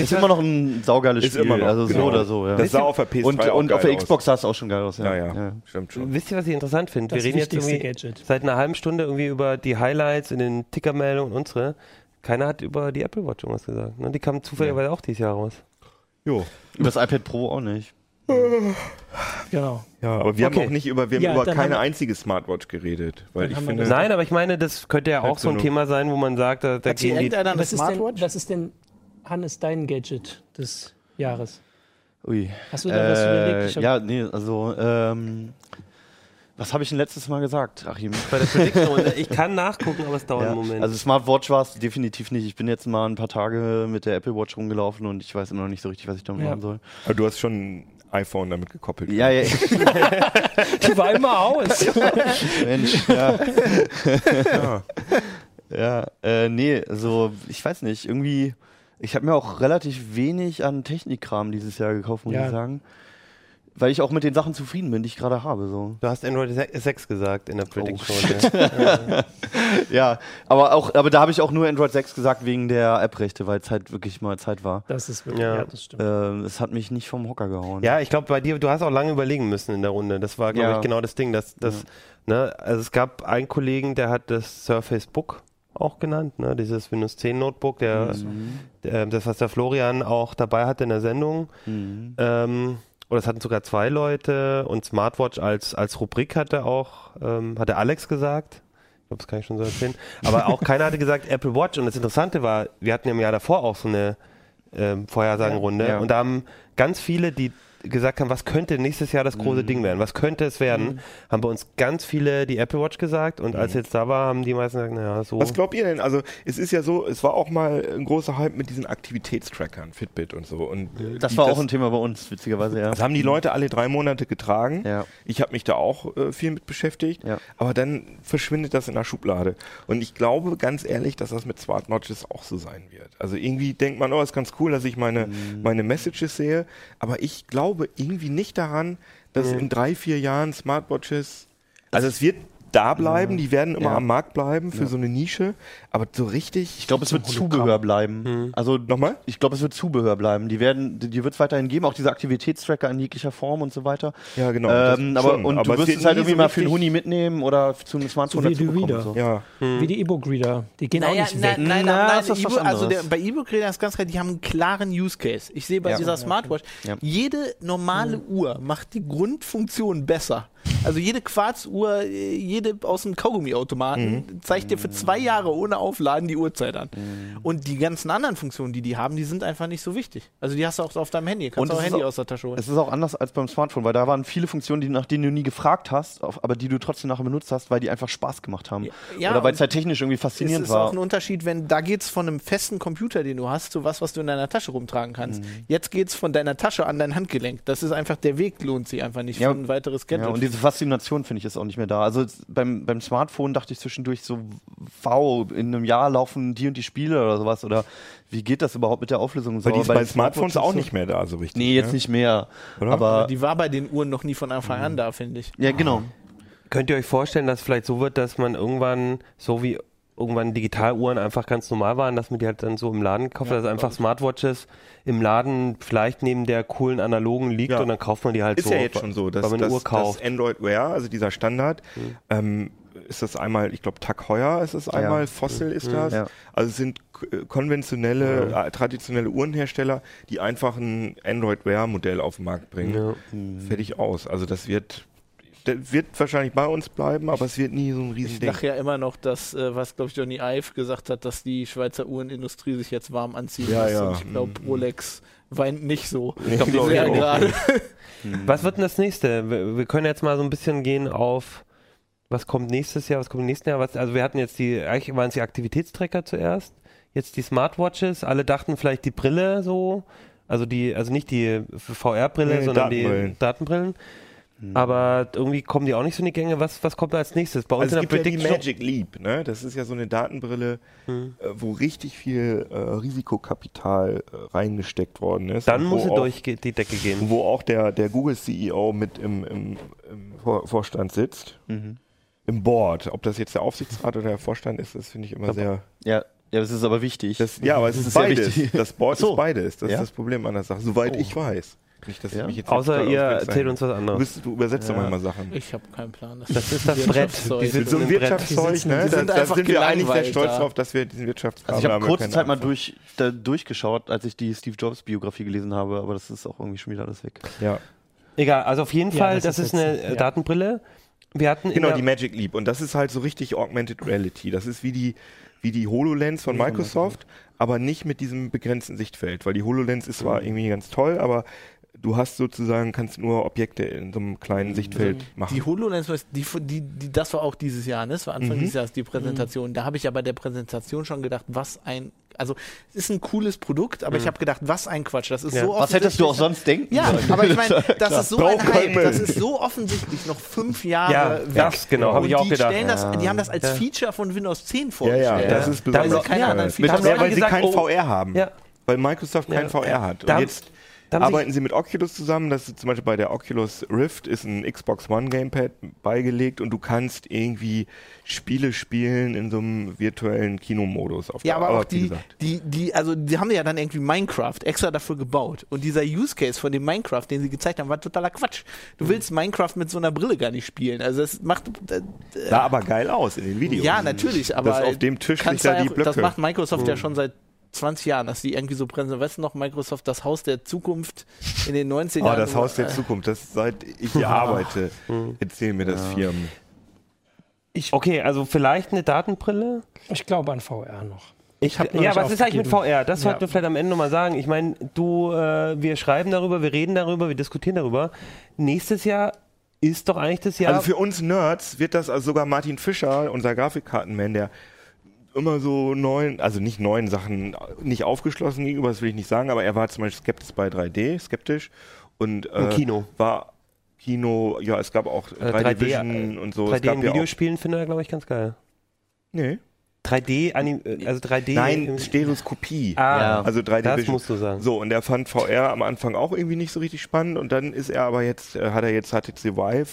[SPEAKER 7] Ist immer noch ein saugeiles
[SPEAKER 6] Ist
[SPEAKER 7] Spiel.
[SPEAKER 6] immer noch,
[SPEAKER 7] also so
[SPEAKER 6] genau.
[SPEAKER 7] oder so, ja.
[SPEAKER 6] Das sah auf der PS3
[SPEAKER 7] und,
[SPEAKER 6] auch
[SPEAKER 7] Und auf
[SPEAKER 6] geil
[SPEAKER 7] der Xbox sah es auch schon geil aus,
[SPEAKER 6] Ja, ja, stimmt schon.
[SPEAKER 2] Wisst ihr, was ich interessant finde? Wir
[SPEAKER 5] Das
[SPEAKER 2] reden jetzt
[SPEAKER 5] wichtigste
[SPEAKER 2] irgendwie
[SPEAKER 5] Gadget.
[SPEAKER 2] seit einer halben Stunde irgendwie über die Highlights in den Tickermeldungen und unsere. Keiner hat über die Apple Watch irgendwas gesagt. Ne? Die kam zufälligerweise auch dieses Jahr raus.
[SPEAKER 6] Jo.
[SPEAKER 7] Über das iPad Pro auch nicht.
[SPEAKER 5] Genau.
[SPEAKER 6] Ja, aber wir
[SPEAKER 2] Okay.
[SPEAKER 6] haben auch nicht über, wir haben
[SPEAKER 5] Ja,
[SPEAKER 6] über
[SPEAKER 5] dann
[SPEAKER 6] keine
[SPEAKER 5] haben-
[SPEAKER 6] einzige Smartwatch geredet. Weil ich
[SPEAKER 5] haben wir
[SPEAKER 6] finde,
[SPEAKER 5] das-
[SPEAKER 2] Nein, aber ich meine, das könnte ja auch so ein
[SPEAKER 6] genug.
[SPEAKER 2] Thema sein, wo man sagt, da, da
[SPEAKER 4] Hat hier
[SPEAKER 2] gehen die.
[SPEAKER 4] irgendeiner eine
[SPEAKER 5] Was ist, denn,
[SPEAKER 4] Smartwatch?
[SPEAKER 5] was ist denn, Hannes, dein Gadget des Jahres?
[SPEAKER 7] Ui. Äh,
[SPEAKER 5] Hast du da was
[SPEAKER 4] Äh,
[SPEAKER 5] überlegt? Ich hab-
[SPEAKER 7] ja, nee, also, ähm, was habe ich denn letztes Mal gesagt, Achim?
[SPEAKER 2] Bei der
[SPEAKER 5] *laughs*
[SPEAKER 2] Prediction. Ich kann nachgucken, aber es dauert einen Moment.
[SPEAKER 7] Also Smartwatch war es definitiv nicht. Ich bin jetzt mal ein paar Tage mit der Apple Watch rumgelaufen und ich weiß immer noch nicht so richtig, was ich damit
[SPEAKER 5] Ja.
[SPEAKER 7] machen soll.
[SPEAKER 6] aber du hast schon ein iPhone damit gekoppelt.
[SPEAKER 7] Ja, ja,
[SPEAKER 5] *laughs* Die war immer
[SPEAKER 4] *laughs*
[SPEAKER 5] aus.
[SPEAKER 7] Mensch, ja. *laughs* ja, äh, nee, so, ich weiß nicht, irgendwie, ich habe mir auch relativ wenig an Technikkram dieses Jahr gekauft, muss
[SPEAKER 5] Ja.
[SPEAKER 7] ich sagen. Weil ich auch mit den Sachen zufrieden bin, die ich gerade habe. So. *laughs*
[SPEAKER 2] du hast Android 6 gesagt in der Prediction.
[SPEAKER 7] Ja, aber auch, aber da habe ich auch nur Android 6 gesagt wegen der App-Rechte, weil es halt wirklich mal Zeit war.
[SPEAKER 5] Das ist wirklich,
[SPEAKER 2] Ja.
[SPEAKER 5] ja, das stimmt.
[SPEAKER 7] Ähm, es hat mich nicht vom Hocker gehauen.
[SPEAKER 2] Ja, ich glaube, bei dir, du hast auch lange überlegen müssen in der Runde. Das war, glaube
[SPEAKER 7] Ja.
[SPEAKER 2] ich, genau das Ding. Dass, dass, ne, also es gab einen Kollegen, der hat das Surface Book auch genannt, ne? dieses Windows 10 Notebook, der,
[SPEAKER 7] Mhm.
[SPEAKER 2] der, ähm, das, was der Florian auch dabei hatte in der Sendung.
[SPEAKER 7] Mhm.
[SPEAKER 2] Ähm, oder es hatten sogar zwei Leute und Smartwatch als, als Rubrik hatte auch, ähm, hatte Alex gesagt. Ich glaube, das kann ich schon so erzählen.
[SPEAKER 7] *laughs*
[SPEAKER 2] Aber auch keiner hatte gesagt Apple Watch. Und das Interessante war, wir hatten im Jahr davor auch so eine ähm, Vorhersagenrunde.
[SPEAKER 7] Ja.
[SPEAKER 2] Und da haben ganz viele, die gesagt haben, was könnte nächstes Jahr das
[SPEAKER 6] Mhm.
[SPEAKER 2] große Ding werden? Was könnte es werden? Haben bei uns ganz viele die Apple Watch gesagt. Und als jetzt da war, haben die meisten gesagt, naja, so.
[SPEAKER 6] Mhm. Was glaubt ihr denn? Also, es ist ja so, es war auch mal ein großer Hype mit diesen Aktivitätstrackern, Fitbit und so. Und äh,
[SPEAKER 7] Das
[SPEAKER 6] die-
[SPEAKER 7] war auch ein Thema bei uns, witzigerweise, ja.
[SPEAKER 6] Das haben die Leute alle drei Monate getragen.
[SPEAKER 7] Mhm. Ja.
[SPEAKER 6] Ich habe mich da auch äh, viel mit beschäftigt.
[SPEAKER 7] Ja.
[SPEAKER 6] Aber dann verschwindet das in der Schublade. Und ich glaube ganz ehrlich, dass das mit Smartwatches auch so sein wird. Also irgendwie denkt man, oh, ist ganz cool, dass ich meine,
[SPEAKER 7] Mhm.
[SPEAKER 6] meine Messages sehe. Aber ich
[SPEAKER 7] Mhm.
[SPEAKER 6] glaube irgendwie nicht daran, dass in drei, vier Jahren Smartwatches. Also es wird da bleiben, die werden immer am Markt bleiben für so eine Nische, aber so richtig.
[SPEAKER 7] Ich glaube, es wird Zubehör bleiben.
[SPEAKER 5] Hm.
[SPEAKER 7] Also
[SPEAKER 6] Nochmal?
[SPEAKER 7] Ich glaube, es wird Zubehör bleiben. Die werden, die, die wird es weiterhin geben, auch diese Aktivitätstracker in jeglicher Form und so weiter.
[SPEAKER 6] Ja, genau, das
[SPEAKER 7] Ähm, aber,
[SPEAKER 6] schon,
[SPEAKER 7] und
[SPEAKER 6] aber es
[SPEAKER 7] du wirst
[SPEAKER 6] wird
[SPEAKER 7] es halt
[SPEAKER 6] nie
[SPEAKER 7] irgendwie
[SPEAKER 6] so
[SPEAKER 7] mal für den
[SPEAKER 6] richtig-
[SPEAKER 7] Huni mitnehmen oder f- zum Smartphone
[SPEAKER 5] So wie
[SPEAKER 7] dazu
[SPEAKER 5] die
[SPEAKER 7] bekommen. und
[SPEAKER 5] Reader.
[SPEAKER 7] So.
[SPEAKER 6] Ja.
[SPEAKER 4] Hm.
[SPEAKER 5] Wie die E-Book-Reader. Die gehen auch
[SPEAKER 4] Naja,
[SPEAKER 5] genau nicht
[SPEAKER 4] nein,
[SPEAKER 5] weg.
[SPEAKER 4] nein, nein,
[SPEAKER 7] Na,
[SPEAKER 4] nein,
[SPEAKER 7] ist das was
[SPEAKER 4] E-Book- also der,
[SPEAKER 7] anderes.
[SPEAKER 4] bei E-Book-Rädern ist ganz klar, die haben einen klaren Use Case. Ich sehe bei
[SPEAKER 7] Ja.
[SPEAKER 4] dieser Smartwatch,
[SPEAKER 7] Ja.
[SPEAKER 4] jede normale Uhr macht die Grundfunktion besser. Also jede Quarzuhr, äh, jede aus dem Kaugummiautomaten
[SPEAKER 7] Mhm.
[SPEAKER 4] zeigt dir für zwei Jahre ohne Aufladen die Uhrzeit an. Und die ganzen anderen Funktionen, die die haben, die sind einfach nicht so wichtig. Also die hast du auch auf deinem Handy,
[SPEAKER 7] Und
[SPEAKER 4] kannst auch
[SPEAKER 7] es ist
[SPEAKER 4] Handy
[SPEAKER 7] auch-
[SPEAKER 4] aus der Tasche holen.
[SPEAKER 7] Es ist auch anders als beim Smartphone, weil da waren viele Funktionen, die, nach denen du nie gefragt hast, auf, aber die du trotzdem nachher benutzt hast, weil die einfach Spaß gemacht haben.
[SPEAKER 4] ja,
[SPEAKER 7] Oder weil
[SPEAKER 4] und
[SPEAKER 7] es halt technisch irgendwie
[SPEAKER 4] Es
[SPEAKER 7] faszinierend
[SPEAKER 4] ist
[SPEAKER 7] war.
[SPEAKER 4] auch ein Unterschied, wenn da geht's von einem festen Computer, den du hast, zu was, was du in deiner Tasche rumtragen kannst. Jetzt geht's von deiner Tasche an dein Handgelenk. Das ist einfach der Weg lohnt sich einfach nicht
[SPEAKER 7] Ja,
[SPEAKER 4] für ein weiteres
[SPEAKER 7] Ja, und
[SPEAKER 4] Gadget.
[SPEAKER 7] diese Faszination finde ich ist auch nicht mehr da. Also es- beim, beim Smartphone dachte ich zwischendurch so, wow, in einem Jahr laufen die und die Spiele oder sowas. Oder wie geht das überhaupt mit der Auflösung? So,
[SPEAKER 6] Weil die ist
[SPEAKER 7] aber
[SPEAKER 6] bei
[SPEAKER 7] den
[SPEAKER 6] Smartphones auch
[SPEAKER 7] so-
[SPEAKER 6] nicht mehr da so richtig.
[SPEAKER 7] Nee, jetzt
[SPEAKER 6] ne?
[SPEAKER 7] nicht mehr.
[SPEAKER 6] Oder?
[SPEAKER 7] Aber
[SPEAKER 4] die war bei den Uhren noch nie von Anfang an da, finde ich.
[SPEAKER 7] ja, genau.
[SPEAKER 6] Ah.
[SPEAKER 2] Könnt ihr euch vorstellen, dass vielleicht so wird, dass man irgendwann, so wie irgendwann Digitaluhren einfach ganz normal waren, dass man die halt dann so im Laden kauft, dass einfach Smartwatches im Laden vielleicht neben der coolen analogen liegt
[SPEAKER 6] Ja.
[SPEAKER 2] und dann kauft man die halt
[SPEAKER 6] Ist
[SPEAKER 2] so.
[SPEAKER 6] ja jetzt schon so, dass,
[SPEAKER 2] weil man eine
[SPEAKER 6] dass,
[SPEAKER 2] Uhr
[SPEAKER 6] dass
[SPEAKER 2] kauft. Hm.
[SPEAKER 6] Android Wear, also dieser Standard, ähm, ist das einmal, ich glaube, Tag Heuer ist es einmal, Fossil
[SPEAKER 2] Hm.
[SPEAKER 6] ist das.
[SPEAKER 7] Ja.
[SPEAKER 6] Also es sind k- äh, konventionelle, äh, traditionelle Uhrenhersteller, die einfach ein Android Wear Modell auf den Markt bringen. Fertig aus. Also das wird, das wird wahrscheinlich bei uns bleiben, aber es wird nie so ein
[SPEAKER 4] Ich
[SPEAKER 6] Riesending.
[SPEAKER 4] lache ja immer noch, dass, äh, was, glaube ich, Johnny Ive gesagt hat, dass die Schweizer Uhrenindustrie sich jetzt warm anziehen
[SPEAKER 6] Ja,
[SPEAKER 4] muss.
[SPEAKER 6] ja.
[SPEAKER 4] Und ich glaube, Rolex weint nicht so.
[SPEAKER 6] Ich glaub,
[SPEAKER 4] Sehr
[SPEAKER 6] auch.
[SPEAKER 4] gerade.
[SPEAKER 2] Was wird denn das nächste? Wir, wir können jetzt mal so ein bisschen gehen auf, was kommt nächstes Jahr, was kommt im nächsten Jahr. Was, also wir hatten jetzt die, eigentlich waren es die Aktivitätstracker zuerst, jetzt die Smartwatches. Alle dachten vielleicht die Brille so, also die, also nicht die VR-Brille,
[SPEAKER 6] Nee,
[SPEAKER 2] sondern
[SPEAKER 6] Datenbrillen. Hm.
[SPEAKER 2] die Datenbrillen. Aber irgendwie kommen die auch nicht so in die Gänge. Was, was kommt als nächstes? Bei uns
[SPEAKER 6] Also es
[SPEAKER 2] in
[SPEAKER 6] gibt
[SPEAKER 2] der
[SPEAKER 6] ja die
[SPEAKER 2] Prediction. Hm.
[SPEAKER 6] Magic Leap, ne? Das ist ja so eine Datenbrille, äh, wo richtig viel äh, Risikokapital äh, reingesteckt worden ist.
[SPEAKER 2] dann
[SPEAKER 6] Und wo
[SPEAKER 2] muss sie
[SPEAKER 6] auch-
[SPEAKER 2] durch die Decke gehen.
[SPEAKER 6] Wo auch der, der Google-CEO mit im, im, im Vor Vorstand sitzt.
[SPEAKER 7] Mhm.
[SPEAKER 6] Im Board. Ob das jetzt der Aufsichtsrat oder der Vorstand ist, das finde ich immer sehr.
[SPEAKER 7] Ja, ja, das ist aber wichtig. Also
[SPEAKER 6] Das, ja, aber es ist
[SPEAKER 7] sehr *laughs*
[SPEAKER 6] beides.
[SPEAKER 7] wichtig.
[SPEAKER 6] Das Board
[SPEAKER 7] So.
[SPEAKER 6] ist beides. Das
[SPEAKER 7] Ja? Oh.
[SPEAKER 6] ist das Problem an der Sache, soweit ich weiß. Nicht, dass ich
[SPEAKER 7] Ja?
[SPEAKER 6] mich jetzt
[SPEAKER 2] Außer
[SPEAKER 6] total
[SPEAKER 2] ihr
[SPEAKER 6] ausgezeichnet-
[SPEAKER 2] erzählt uns was
[SPEAKER 6] Du,
[SPEAKER 2] anderes.
[SPEAKER 6] bist, du übersetzt immer mal Sachen.
[SPEAKER 4] Ich habe keinen Plan.
[SPEAKER 2] Das ist das Brett.
[SPEAKER 4] Wirtschaftszeug.
[SPEAKER 2] Die
[SPEAKER 6] Mit
[SPEAKER 2] sitzen
[SPEAKER 6] so einem
[SPEAKER 2] im Brett.
[SPEAKER 6] Wirtschaftszeug, ne?
[SPEAKER 5] Die
[SPEAKER 4] sind
[SPEAKER 6] Da, da
[SPEAKER 4] einfach
[SPEAKER 6] sind wir eigentlich sehr
[SPEAKER 4] gelangweilt
[SPEAKER 6] stolz
[SPEAKER 4] da.
[SPEAKER 6] drauf, dass wir diesen Wirtschaftsrahmen
[SPEAKER 7] also ich habe
[SPEAKER 6] haben.
[SPEAKER 7] kurze
[SPEAKER 6] keine
[SPEAKER 7] Zeit mal
[SPEAKER 6] Ahnung.
[SPEAKER 7] durch, da durchgeschaut, als ich die Steve Jobs Biografie gelesen habe, aber das ist auch irgendwie schon wieder alles weg.
[SPEAKER 4] Oh,
[SPEAKER 6] Ja.
[SPEAKER 2] Egal, also auf jeden
[SPEAKER 5] Ja,
[SPEAKER 2] Fall,
[SPEAKER 5] das
[SPEAKER 2] das,
[SPEAKER 5] ist
[SPEAKER 2] ist eine
[SPEAKER 5] jetzt-
[SPEAKER 2] äh,
[SPEAKER 5] ja.
[SPEAKER 2] Datenbrille. Wir hatten in
[SPEAKER 6] Genau,
[SPEAKER 2] der-
[SPEAKER 6] die Magic Leap. Und das ist halt so richtig Augmented Reality. Das ist wie die, wie die HoloLens von Microsoft, aber nicht mit diesem begrenzten Sichtfeld. Weil die HoloLens ist zwar irgendwie ganz toll, aber du hast sozusagen, kannst nur Objekte in so einem kleinen Sichtfeld
[SPEAKER 4] Die
[SPEAKER 6] machen.
[SPEAKER 4] HoloLens, was- die, die, die, das war auch dieses Jahr, ne? Das war Anfang
[SPEAKER 6] Mhm.
[SPEAKER 4] dieses Jahres die Präsentation. Da habe ich ja bei der Präsentation schon gedacht, was ein. Also, es ist ein cooles Produkt, aber ich habe gedacht, was ein Quatsch. Das ist so
[SPEAKER 7] Was hättest du auch
[SPEAKER 4] offensichtlich-
[SPEAKER 7] sonst denken
[SPEAKER 4] Ja,
[SPEAKER 7] sollen?
[SPEAKER 4] aber
[SPEAKER 7] *laughs*
[SPEAKER 4] ich meine, das ist so ein
[SPEAKER 6] Braucht kein
[SPEAKER 4] Hype. Das
[SPEAKER 6] Mensch.
[SPEAKER 4] ist so offensichtlich noch fünf Jahre
[SPEAKER 2] Ja,
[SPEAKER 4] weg.
[SPEAKER 2] das genau, habe
[SPEAKER 4] Und
[SPEAKER 2] ich auch
[SPEAKER 4] die
[SPEAKER 2] gedacht.
[SPEAKER 4] Stellen das, die haben das als Feature von Windows 10
[SPEAKER 6] Ja,
[SPEAKER 4] vorgestellt.
[SPEAKER 6] ja, das
[SPEAKER 2] Ja.
[SPEAKER 6] ist
[SPEAKER 2] Da
[SPEAKER 6] besonders.
[SPEAKER 4] sind keine
[SPEAKER 6] toll.
[SPEAKER 4] anderen
[SPEAKER 6] mit,
[SPEAKER 4] Features.
[SPEAKER 6] ja,
[SPEAKER 4] Da haben
[SPEAKER 6] weil
[SPEAKER 2] Leute
[SPEAKER 6] sie kein
[SPEAKER 2] gesagt, oh.
[SPEAKER 6] VR haben.
[SPEAKER 2] Ja.
[SPEAKER 6] Weil Microsoft kein
[SPEAKER 2] Ja.
[SPEAKER 6] VR hat. Und
[SPEAKER 2] Da haben-
[SPEAKER 6] jetzt
[SPEAKER 2] da haben sich-
[SPEAKER 6] arbeiten sie mit Oculus zusammen. Das ist zum Beispiel bei der Oculus Rift ist ein Xbox One Gamepad beigelegt und du kannst irgendwie Spiele spielen in so einem virtuellen Kinomodus. Auf
[SPEAKER 4] Ja,
[SPEAKER 6] der-
[SPEAKER 4] aber auch
[SPEAKER 6] wie
[SPEAKER 4] die,
[SPEAKER 6] gesagt.
[SPEAKER 4] die, die, also die haben ja dann irgendwie Minecraft extra dafür gebaut. Und dieser Use Case von dem Minecraft, den sie gezeigt haben, war totaler Quatsch.
[SPEAKER 6] Mhm.
[SPEAKER 4] Du willst Minecraft mit so einer Brille gar nicht spielen. Also das macht äh,
[SPEAKER 6] Sah aber geil aus in den Videos.
[SPEAKER 4] ja natürlich, aber
[SPEAKER 6] das auf dem Tisch
[SPEAKER 4] kannst
[SPEAKER 6] liegt da
[SPEAKER 4] du
[SPEAKER 6] die
[SPEAKER 4] ja-
[SPEAKER 6] Blöcke. Mhm.
[SPEAKER 4] das macht Microsoft ja schon seit 20 Jahren, dass die irgendwie so präsent. Weißt du noch, Microsoft, das Haus der Zukunft in den 90
[SPEAKER 6] Oh,
[SPEAKER 4] Jahren.
[SPEAKER 6] das Haus
[SPEAKER 4] äh,
[SPEAKER 6] der Zukunft, das seit
[SPEAKER 4] *laughs*
[SPEAKER 6] ich hier arbeite, erzählen mir das Firmen.
[SPEAKER 2] Okay, also vielleicht eine Datenbrille.
[SPEAKER 5] Ich glaube an VR noch.
[SPEAKER 2] Ich
[SPEAKER 5] hab noch
[SPEAKER 2] ja,
[SPEAKER 5] nicht
[SPEAKER 2] was ist eigentlich mit
[SPEAKER 5] aufgegeben.
[SPEAKER 2] VR? Das
[SPEAKER 5] Ja.
[SPEAKER 2] sollten wir vielleicht am Ende nochmal sagen. Ich meine, du, äh, wir schreiben darüber, wir reden darüber, wir diskutieren darüber. Nächstes Jahr ist doch eigentlich das Jahr.
[SPEAKER 6] Also für uns Nerds wird das also sogar Martin Fischer, unser Grafikkartenman, der immer so neuen, also nicht neuen Sachen, nicht aufgeschlossen gegenüber, das will ich nicht sagen, aber er war zum Beispiel skeptisch bei 3D, skeptisch und äh,
[SPEAKER 2] Kino. Äh,
[SPEAKER 6] war Kino, ja, es gab auch 3D,
[SPEAKER 2] 3D,
[SPEAKER 6] Vision und so. es
[SPEAKER 2] 3D
[SPEAKER 6] gab
[SPEAKER 2] in
[SPEAKER 6] ja auch,
[SPEAKER 2] Videospielen finde ich, glaube ich, ganz geil.
[SPEAKER 6] nee.
[SPEAKER 2] 3D, anim- äh, also 3D. im-
[SPEAKER 6] Nein, Stereoskopie.
[SPEAKER 2] ah,
[SPEAKER 7] Ja.
[SPEAKER 6] Also 3D
[SPEAKER 2] das
[SPEAKER 6] Vision.
[SPEAKER 2] musst du sagen.
[SPEAKER 6] So, und er fand VR am Anfang auch irgendwie nicht so richtig spannend und dann ist er aber jetzt, äh, hat er jetzt HTC Vive,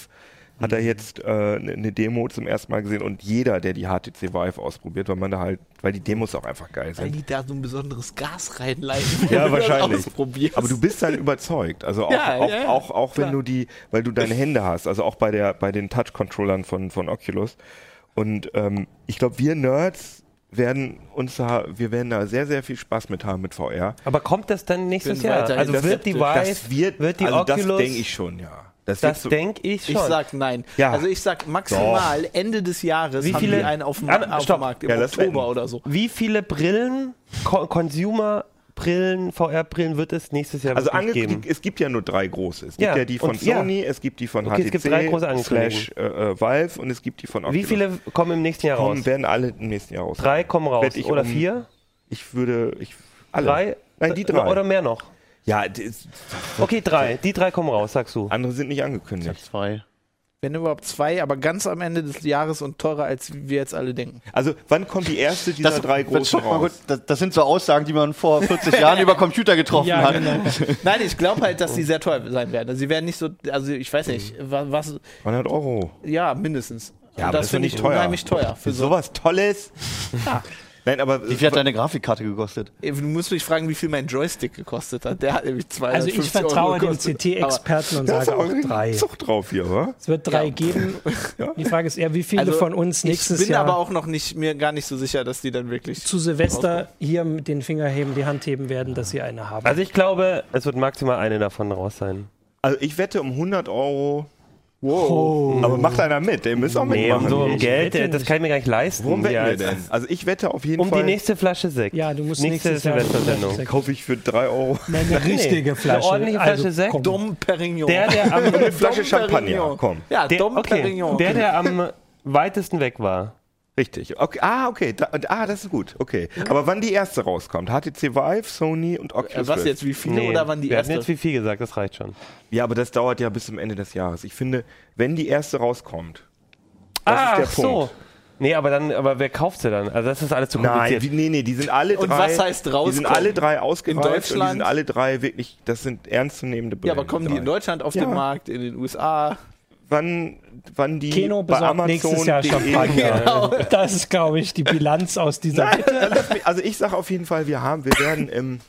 [SPEAKER 6] hat er
[SPEAKER 4] Mhm.
[SPEAKER 6] jetzt äh, ne- eine Demo zum ersten Mal gesehen und jeder, der die HTC Vive ausprobiert, weil man da halt, weil die Demos auch einfach geil
[SPEAKER 4] Weil
[SPEAKER 6] sind.
[SPEAKER 4] die da so ein besonderes Gas reinleiten. *laughs*
[SPEAKER 6] Ja,
[SPEAKER 4] wenn du das
[SPEAKER 6] wahrscheinlich.
[SPEAKER 4] Ausprobierst.
[SPEAKER 6] Aber du bist
[SPEAKER 4] *laughs*
[SPEAKER 6] halt überzeugt. Also auch,
[SPEAKER 4] Ja,
[SPEAKER 6] auch,
[SPEAKER 4] ja, ja,
[SPEAKER 6] auch, auch
[SPEAKER 4] klar.
[SPEAKER 6] wenn du die, weil du deine Hände hast, also auch bei der, bei den Touch-Controllern von, von Oculus. Und ähm, ich glaube, wir Nerds werden uns da, wir werden da sehr, sehr viel Spaß mit haben mit VR.
[SPEAKER 2] Aber kommt das dann nächstes
[SPEAKER 4] Bin
[SPEAKER 2] Jahr?
[SPEAKER 4] weiterhin
[SPEAKER 2] Also wird die
[SPEAKER 4] skeptisch.
[SPEAKER 2] Vive,
[SPEAKER 6] Das wird,
[SPEAKER 2] wird die
[SPEAKER 6] also
[SPEAKER 2] Oculus,
[SPEAKER 6] das denke ich schon, ja.
[SPEAKER 2] das
[SPEAKER 6] wird so-
[SPEAKER 2] denk ich schon.
[SPEAKER 4] ich sag nein.
[SPEAKER 6] Ja.
[SPEAKER 4] Also ich sag maximal Ende des Jahres
[SPEAKER 2] Wie
[SPEAKER 4] haben
[SPEAKER 2] viele-
[SPEAKER 4] die einen auf dem,
[SPEAKER 2] Ah,
[SPEAKER 4] auf
[SPEAKER 2] stopp.
[SPEAKER 4] dem Markt im
[SPEAKER 6] Ja, lass
[SPEAKER 4] Oktober
[SPEAKER 6] wetten.
[SPEAKER 4] oder so.
[SPEAKER 2] Wie viele Brillen, Co Consumer Brillen, VR Brillen wird es nächstes Jahr
[SPEAKER 6] Also ange
[SPEAKER 2] wirklich geben?
[SPEAKER 6] die, es gibt ja nur drei große. Es gibt
[SPEAKER 2] Ja,
[SPEAKER 6] ja, die von
[SPEAKER 2] und- ja.
[SPEAKER 6] Sony, es gibt die von
[SPEAKER 2] Okay,
[SPEAKER 6] HTC,
[SPEAKER 2] es gibt drei große angekündigt.
[SPEAKER 6] slash äh, äh, Valve und es gibt die von Oculus.
[SPEAKER 2] Wie viele kommen im nächsten Jahr raus?
[SPEAKER 6] kommen, werden alle im nächsten Jahr raus?
[SPEAKER 2] Drei kommen raus
[SPEAKER 6] Wett ich
[SPEAKER 2] oder
[SPEAKER 6] um-
[SPEAKER 2] vier?
[SPEAKER 6] Ich würde, ich, alle.
[SPEAKER 2] Drei?
[SPEAKER 6] Nein, die
[SPEAKER 2] D-
[SPEAKER 6] drei.
[SPEAKER 2] Oder mehr noch.
[SPEAKER 6] Ja, das,
[SPEAKER 2] Okay,
[SPEAKER 6] *laughs*
[SPEAKER 2] drei. Die drei kommen raus, sagst du.
[SPEAKER 6] andere sind nicht
[SPEAKER 7] Ich hab
[SPEAKER 6] angekündigt.
[SPEAKER 7] zwei.
[SPEAKER 4] Wenn überhaupt zwei, aber ganz am Ende des Jahres und teurer, als wir jetzt alle denken.
[SPEAKER 6] Also, wann kommt die erste dieser drei
[SPEAKER 7] das,
[SPEAKER 6] großen
[SPEAKER 7] schaut mal gut,
[SPEAKER 6] raus?
[SPEAKER 7] das, das sind so Aussagen, die man vor
[SPEAKER 4] *laughs*
[SPEAKER 7] 40 Jahren über Computer getroffen hat.
[SPEAKER 4] genau.
[SPEAKER 7] *laughs*
[SPEAKER 4] Nein, ich glaube halt, dass die sehr teuer sein werden. Also sie werden nicht so, also ich weiß nicht, wa- was,
[SPEAKER 6] 100 Euro.
[SPEAKER 4] ja, mindestens.
[SPEAKER 6] Ja,
[SPEAKER 4] Und
[SPEAKER 6] aber das ist
[SPEAKER 4] finde
[SPEAKER 6] doch
[SPEAKER 4] ich
[SPEAKER 6] nicht teuer.
[SPEAKER 4] unheimlich teuer. Für
[SPEAKER 6] Für
[SPEAKER 4] so,
[SPEAKER 6] sowas Tolles. Nein, aber
[SPEAKER 7] Wie viel hat deine Grafikkarte gekostet?
[SPEAKER 4] Ey, du musst mich fragen, wie viel mein Joystick gekostet hat. Der hat nämlich zwei.
[SPEAKER 5] Also ich vertraue dem CT-Experten und
[SPEAKER 6] da ist
[SPEAKER 5] sage
[SPEAKER 6] aber
[SPEAKER 5] auch
[SPEAKER 6] richtig
[SPEAKER 5] drei.
[SPEAKER 6] Zug drauf hier, oder?
[SPEAKER 5] Es wird drei geben. Die Frage ist eher, wie viele von uns nächstes
[SPEAKER 4] also ich bin
[SPEAKER 5] Jahr
[SPEAKER 4] aber auch noch nicht mir gar nicht so sicher, dass die dann wirklich
[SPEAKER 5] zu Silvester hier mit den Finger heben, die Hand heben werden, dass sie eine *laughs* haben.
[SPEAKER 2] Also ich glaube, es wird maximal eine davon raus sein.
[SPEAKER 6] Also, ich wette um 100 Euro. Wow. Aber macht einer mit, der müsst auch
[SPEAKER 2] Oh. Nee,
[SPEAKER 6] mitmachen.
[SPEAKER 2] um so um Geld,
[SPEAKER 5] wette
[SPEAKER 2] äh, das
[SPEAKER 5] nicht.
[SPEAKER 2] kann ich mir gar nicht leisten.
[SPEAKER 6] Worum wetten
[SPEAKER 2] Ja,
[SPEAKER 6] wir
[SPEAKER 2] jetzt-
[SPEAKER 6] denn? Also, ich wette auf jeden
[SPEAKER 2] Um
[SPEAKER 6] Fall.
[SPEAKER 2] die nächste Flasche Sekt.
[SPEAKER 5] ja, du musst
[SPEAKER 2] nächste
[SPEAKER 5] nächstes Jahr
[SPEAKER 2] Silvestersendung.
[SPEAKER 6] Kaufe ich für
[SPEAKER 4] *laughs*
[SPEAKER 6] 3 Euro.
[SPEAKER 5] eine richtige Flasche. Also,
[SPEAKER 2] eine ordentliche Flasche Sekt.
[SPEAKER 5] komm.
[SPEAKER 4] Dom Perignon.
[SPEAKER 2] Der, der
[SPEAKER 6] *laughs*
[SPEAKER 2] am,
[SPEAKER 6] Eine Flasche Champagner, komm.
[SPEAKER 4] ja,
[SPEAKER 2] der,
[SPEAKER 4] Dom
[SPEAKER 2] okay,
[SPEAKER 4] Perignon.
[SPEAKER 2] der, der am weitesten weg war.
[SPEAKER 6] Richtig. Okay. Ah, okay. Da, ah, das ist gut. Okay. Aber wann die erste rauskommt? HTC Vive, Sony und
[SPEAKER 4] Äh,
[SPEAKER 6] Oculus
[SPEAKER 4] was
[SPEAKER 6] Rift.
[SPEAKER 4] jetzt, wie viele
[SPEAKER 2] Nee,
[SPEAKER 4] oder wann die
[SPEAKER 2] wir
[SPEAKER 4] erste?
[SPEAKER 2] haben jetzt wie viel gesagt, das reicht schon.
[SPEAKER 6] Ja, aber das dauert ja bis zum Ende des Jahres. Ich finde, wenn die erste rauskommt, das
[SPEAKER 4] Ah,
[SPEAKER 2] Ach
[SPEAKER 6] ist der Punkt.
[SPEAKER 2] so. Nee, aber dann, aber wer kauft sie dann? Also das ist alles zu
[SPEAKER 6] Nein,
[SPEAKER 2] kompliziert.
[SPEAKER 6] wie, nee, nee, die sind alle
[SPEAKER 4] Und
[SPEAKER 6] drei.
[SPEAKER 4] was heißt
[SPEAKER 6] Die sind
[SPEAKER 4] rauskommen?
[SPEAKER 6] alle drei ausgereift
[SPEAKER 4] In
[SPEAKER 6] und die
[SPEAKER 4] Deutschland?
[SPEAKER 6] sind alle drei wirklich, das sind ernstzunehmende
[SPEAKER 4] ja,
[SPEAKER 6] Brillen.
[SPEAKER 4] aber kommen die in
[SPEAKER 6] drei.
[SPEAKER 4] Deutschland auf
[SPEAKER 6] Ja.
[SPEAKER 4] den Markt, in den USA?
[SPEAKER 6] Wann, wann die
[SPEAKER 5] Keno
[SPEAKER 6] bei
[SPEAKER 5] besorgt
[SPEAKER 6] Amazon E.
[SPEAKER 5] nächstes Jahr Champagner. *laughs* Das ist, glaube ich, die Bilanz aus dieser
[SPEAKER 6] Nein, lass mich- also ich sage auf jeden Fall, wir haben, wir werden im,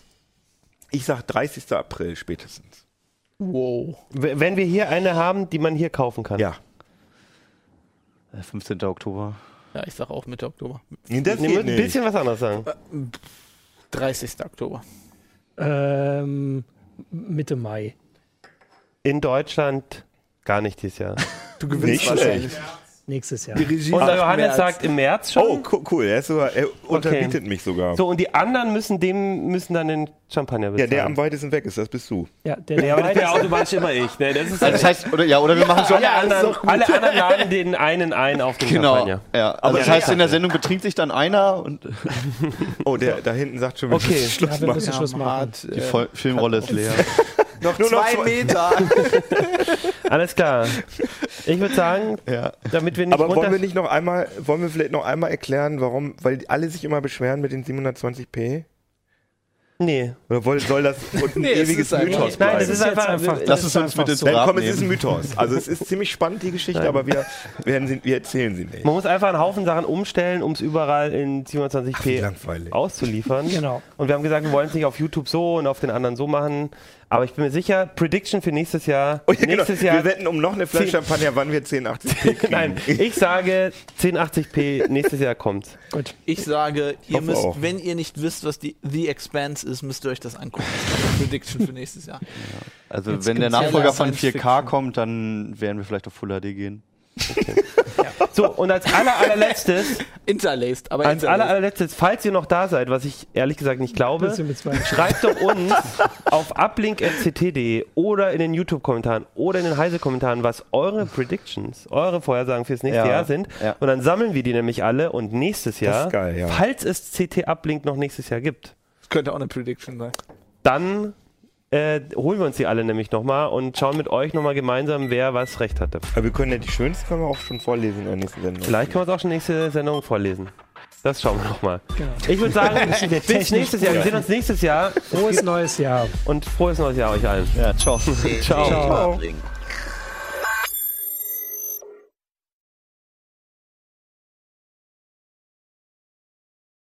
[SPEAKER 6] ich sag 30. April spätestens.
[SPEAKER 4] Wow.
[SPEAKER 2] W- Wenn wir hier eine haben, die man hier kaufen kann.
[SPEAKER 6] Ja.
[SPEAKER 7] Äh, 15. Oktober.
[SPEAKER 4] Ja, ich sag auch Mitte Oktober.
[SPEAKER 6] Nee, das
[SPEAKER 2] Nee,
[SPEAKER 6] geht
[SPEAKER 2] ein
[SPEAKER 6] nicht.
[SPEAKER 2] bisschen was anderes sagen.
[SPEAKER 4] 30. Oktober.
[SPEAKER 5] ähm, Mitte Mai.
[SPEAKER 2] In Deutschland gar nicht dieses
[SPEAKER 6] *laughs*
[SPEAKER 2] Jahr.
[SPEAKER 4] Du
[SPEAKER 6] Nicht schlecht.
[SPEAKER 5] Nächstes Jahr.
[SPEAKER 4] Die Regie
[SPEAKER 2] Und
[SPEAKER 4] sagt
[SPEAKER 2] Johannes
[SPEAKER 4] März.
[SPEAKER 2] sagt im März schon.
[SPEAKER 6] Oh, co- cool. Er, ist sogar, er unterbietet mich sogar.
[SPEAKER 2] So, und die anderen müssen dem müssen dann den Champagner
[SPEAKER 6] ja,
[SPEAKER 2] bezahlen.
[SPEAKER 6] der am weitesten weg ist, das bist du.
[SPEAKER 5] Ja, der,
[SPEAKER 2] Ja, aber das wäre
[SPEAKER 5] der
[SPEAKER 2] automatisch immer ich. Ne? Das *laughs* ist
[SPEAKER 7] Also das heißt, oder, ja, oder wir machen so.
[SPEAKER 2] alle, anderen, alle anderen laden den einen ein auf den
[SPEAKER 7] Genau.
[SPEAKER 2] Champagner.
[SPEAKER 7] Ja. Also das
[SPEAKER 6] der
[SPEAKER 7] heißt, in der Sendung betrinkt sich dann einer und
[SPEAKER 6] Oh, der da hinten sagt schon, wir
[SPEAKER 2] Okay.
[SPEAKER 6] müssen Schluss
[SPEAKER 5] ja, wir
[SPEAKER 6] machen.
[SPEAKER 5] müssen Schluss machen.
[SPEAKER 4] Hart,
[SPEAKER 7] die
[SPEAKER 4] äh,
[SPEAKER 7] Voll- Filmrolle *laughs* ist leer.
[SPEAKER 6] Noch, nur noch
[SPEAKER 4] zwei
[SPEAKER 6] zwei-
[SPEAKER 4] Meter.
[SPEAKER 6] *laughs*
[SPEAKER 2] Alles klar. Ich würde sagen,
[SPEAKER 7] Ja.
[SPEAKER 2] damit wir nicht
[SPEAKER 6] Aber wollen
[SPEAKER 2] runter...
[SPEAKER 6] wir nicht noch einmal, wollen wir vielleicht noch einmal erklären, warum, weil alle sich immer beschweren mit den 720p?
[SPEAKER 2] nee.
[SPEAKER 6] Oder woll- soll das und ein
[SPEAKER 4] Nee, es
[SPEAKER 6] ewiges
[SPEAKER 4] ist einfach-
[SPEAKER 6] Mythos
[SPEAKER 2] Nein,
[SPEAKER 6] bleiben?
[SPEAKER 2] das ist
[SPEAKER 5] jetzt
[SPEAKER 2] einfach...
[SPEAKER 5] einfach-
[SPEAKER 2] das-
[SPEAKER 7] Lass
[SPEAKER 5] ist
[SPEAKER 7] es uns
[SPEAKER 5] einfach
[SPEAKER 7] mit ins
[SPEAKER 5] so.
[SPEAKER 6] Nein,
[SPEAKER 7] Grab
[SPEAKER 6] komm, es
[SPEAKER 7] nehmen.
[SPEAKER 6] ist ein Mythos. Also es ist ziemlich spannend, die Geschichte, aber wir, werden sie, wir erzählen sie nicht.
[SPEAKER 2] Man muss einfach einen Haufen Sachen umstellen, um es überall in 720p
[SPEAKER 6] Langweilig.
[SPEAKER 2] auszuliefern.
[SPEAKER 5] Genau.
[SPEAKER 2] Und wir haben gesagt, wir wollen es nicht auf YouTube so und auf den anderen so machen. Aber ich bin mir sicher, Prediction für nächstes Jahr.
[SPEAKER 6] Oh, ja, genau.
[SPEAKER 2] nächstes
[SPEAKER 6] Wir
[SPEAKER 2] Jahr.
[SPEAKER 6] wetten um noch eine Flasche
[SPEAKER 2] Zehn-
[SPEAKER 6] Champagner, wann
[SPEAKER 2] *laughs*
[SPEAKER 6] wir 1080p kriegen.
[SPEAKER 2] Nein,
[SPEAKER 6] *laughs*
[SPEAKER 2] ich sage 1080p nächstes Jahr kommt.
[SPEAKER 5] Gut.
[SPEAKER 4] Ich sage, ihr
[SPEAKER 6] Hoffe
[SPEAKER 4] müsst,
[SPEAKER 6] auch.
[SPEAKER 4] wenn ihr nicht wisst, was die The Expanse ist, müsst ihr euch das angucken. Das ist meine Prediction für nächstes Jahr.
[SPEAKER 7] Also wenn der
[SPEAKER 4] gibt's ja
[SPEAKER 7] Nachfolger
[SPEAKER 4] leider
[SPEAKER 7] von
[SPEAKER 4] Science
[SPEAKER 7] 4K
[SPEAKER 4] Fiction.
[SPEAKER 7] kommt, dann werden wir vielleicht auf Full HD gehen.
[SPEAKER 2] So, und als aller, allerletztes,
[SPEAKER 4] Interlaced, aber
[SPEAKER 2] als aller,
[SPEAKER 4] interlaced.
[SPEAKER 2] allerletztes, falls ihr noch da seid, was ich ehrlich gesagt nicht glaube,
[SPEAKER 5] Das sind wir zwei.
[SPEAKER 2] schreibt doch uns auf uplink.ct.de oder in den YouTube-Kommentaren oder in den Heise-Kommentaren, was eure Predictions, eure Vorhersagen fürs nächste
[SPEAKER 7] Ja,
[SPEAKER 2] Jahr sind.
[SPEAKER 7] ja.
[SPEAKER 2] Und dann sammeln wir die nämlich alle und nächstes Jahr,
[SPEAKER 6] ist geil, ja.
[SPEAKER 2] falls es CT-Uplink noch nächstes Jahr gibt,
[SPEAKER 4] Das könnte auch eine Prediction sein.
[SPEAKER 2] dann äh, holen wir uns die alle nämlich nochmal und schauen mit euch nochmal gemeinsam, wer was recht hatte.
[SPEAKER 6] Aber wir können ja die schönsten können wir auch schon vorlesen in der nächsten Sendung.
[SPEAKER 2] Vielleicht können wir es auch schon nächste Sendung vorlesen. Das schauen wir nochmal. Ich würde sagen, bis nächstes Jahr. Wir sehen uns nächstes Jahr
[SPEAKER 5] Frohes neues Jahr.
[SPEAKER 2] *laughs* und frohes neues Jahr euch allen.
[SPEAKER 7] Ja, ciao.
[SPEAKER 3] Ciao. Uplink.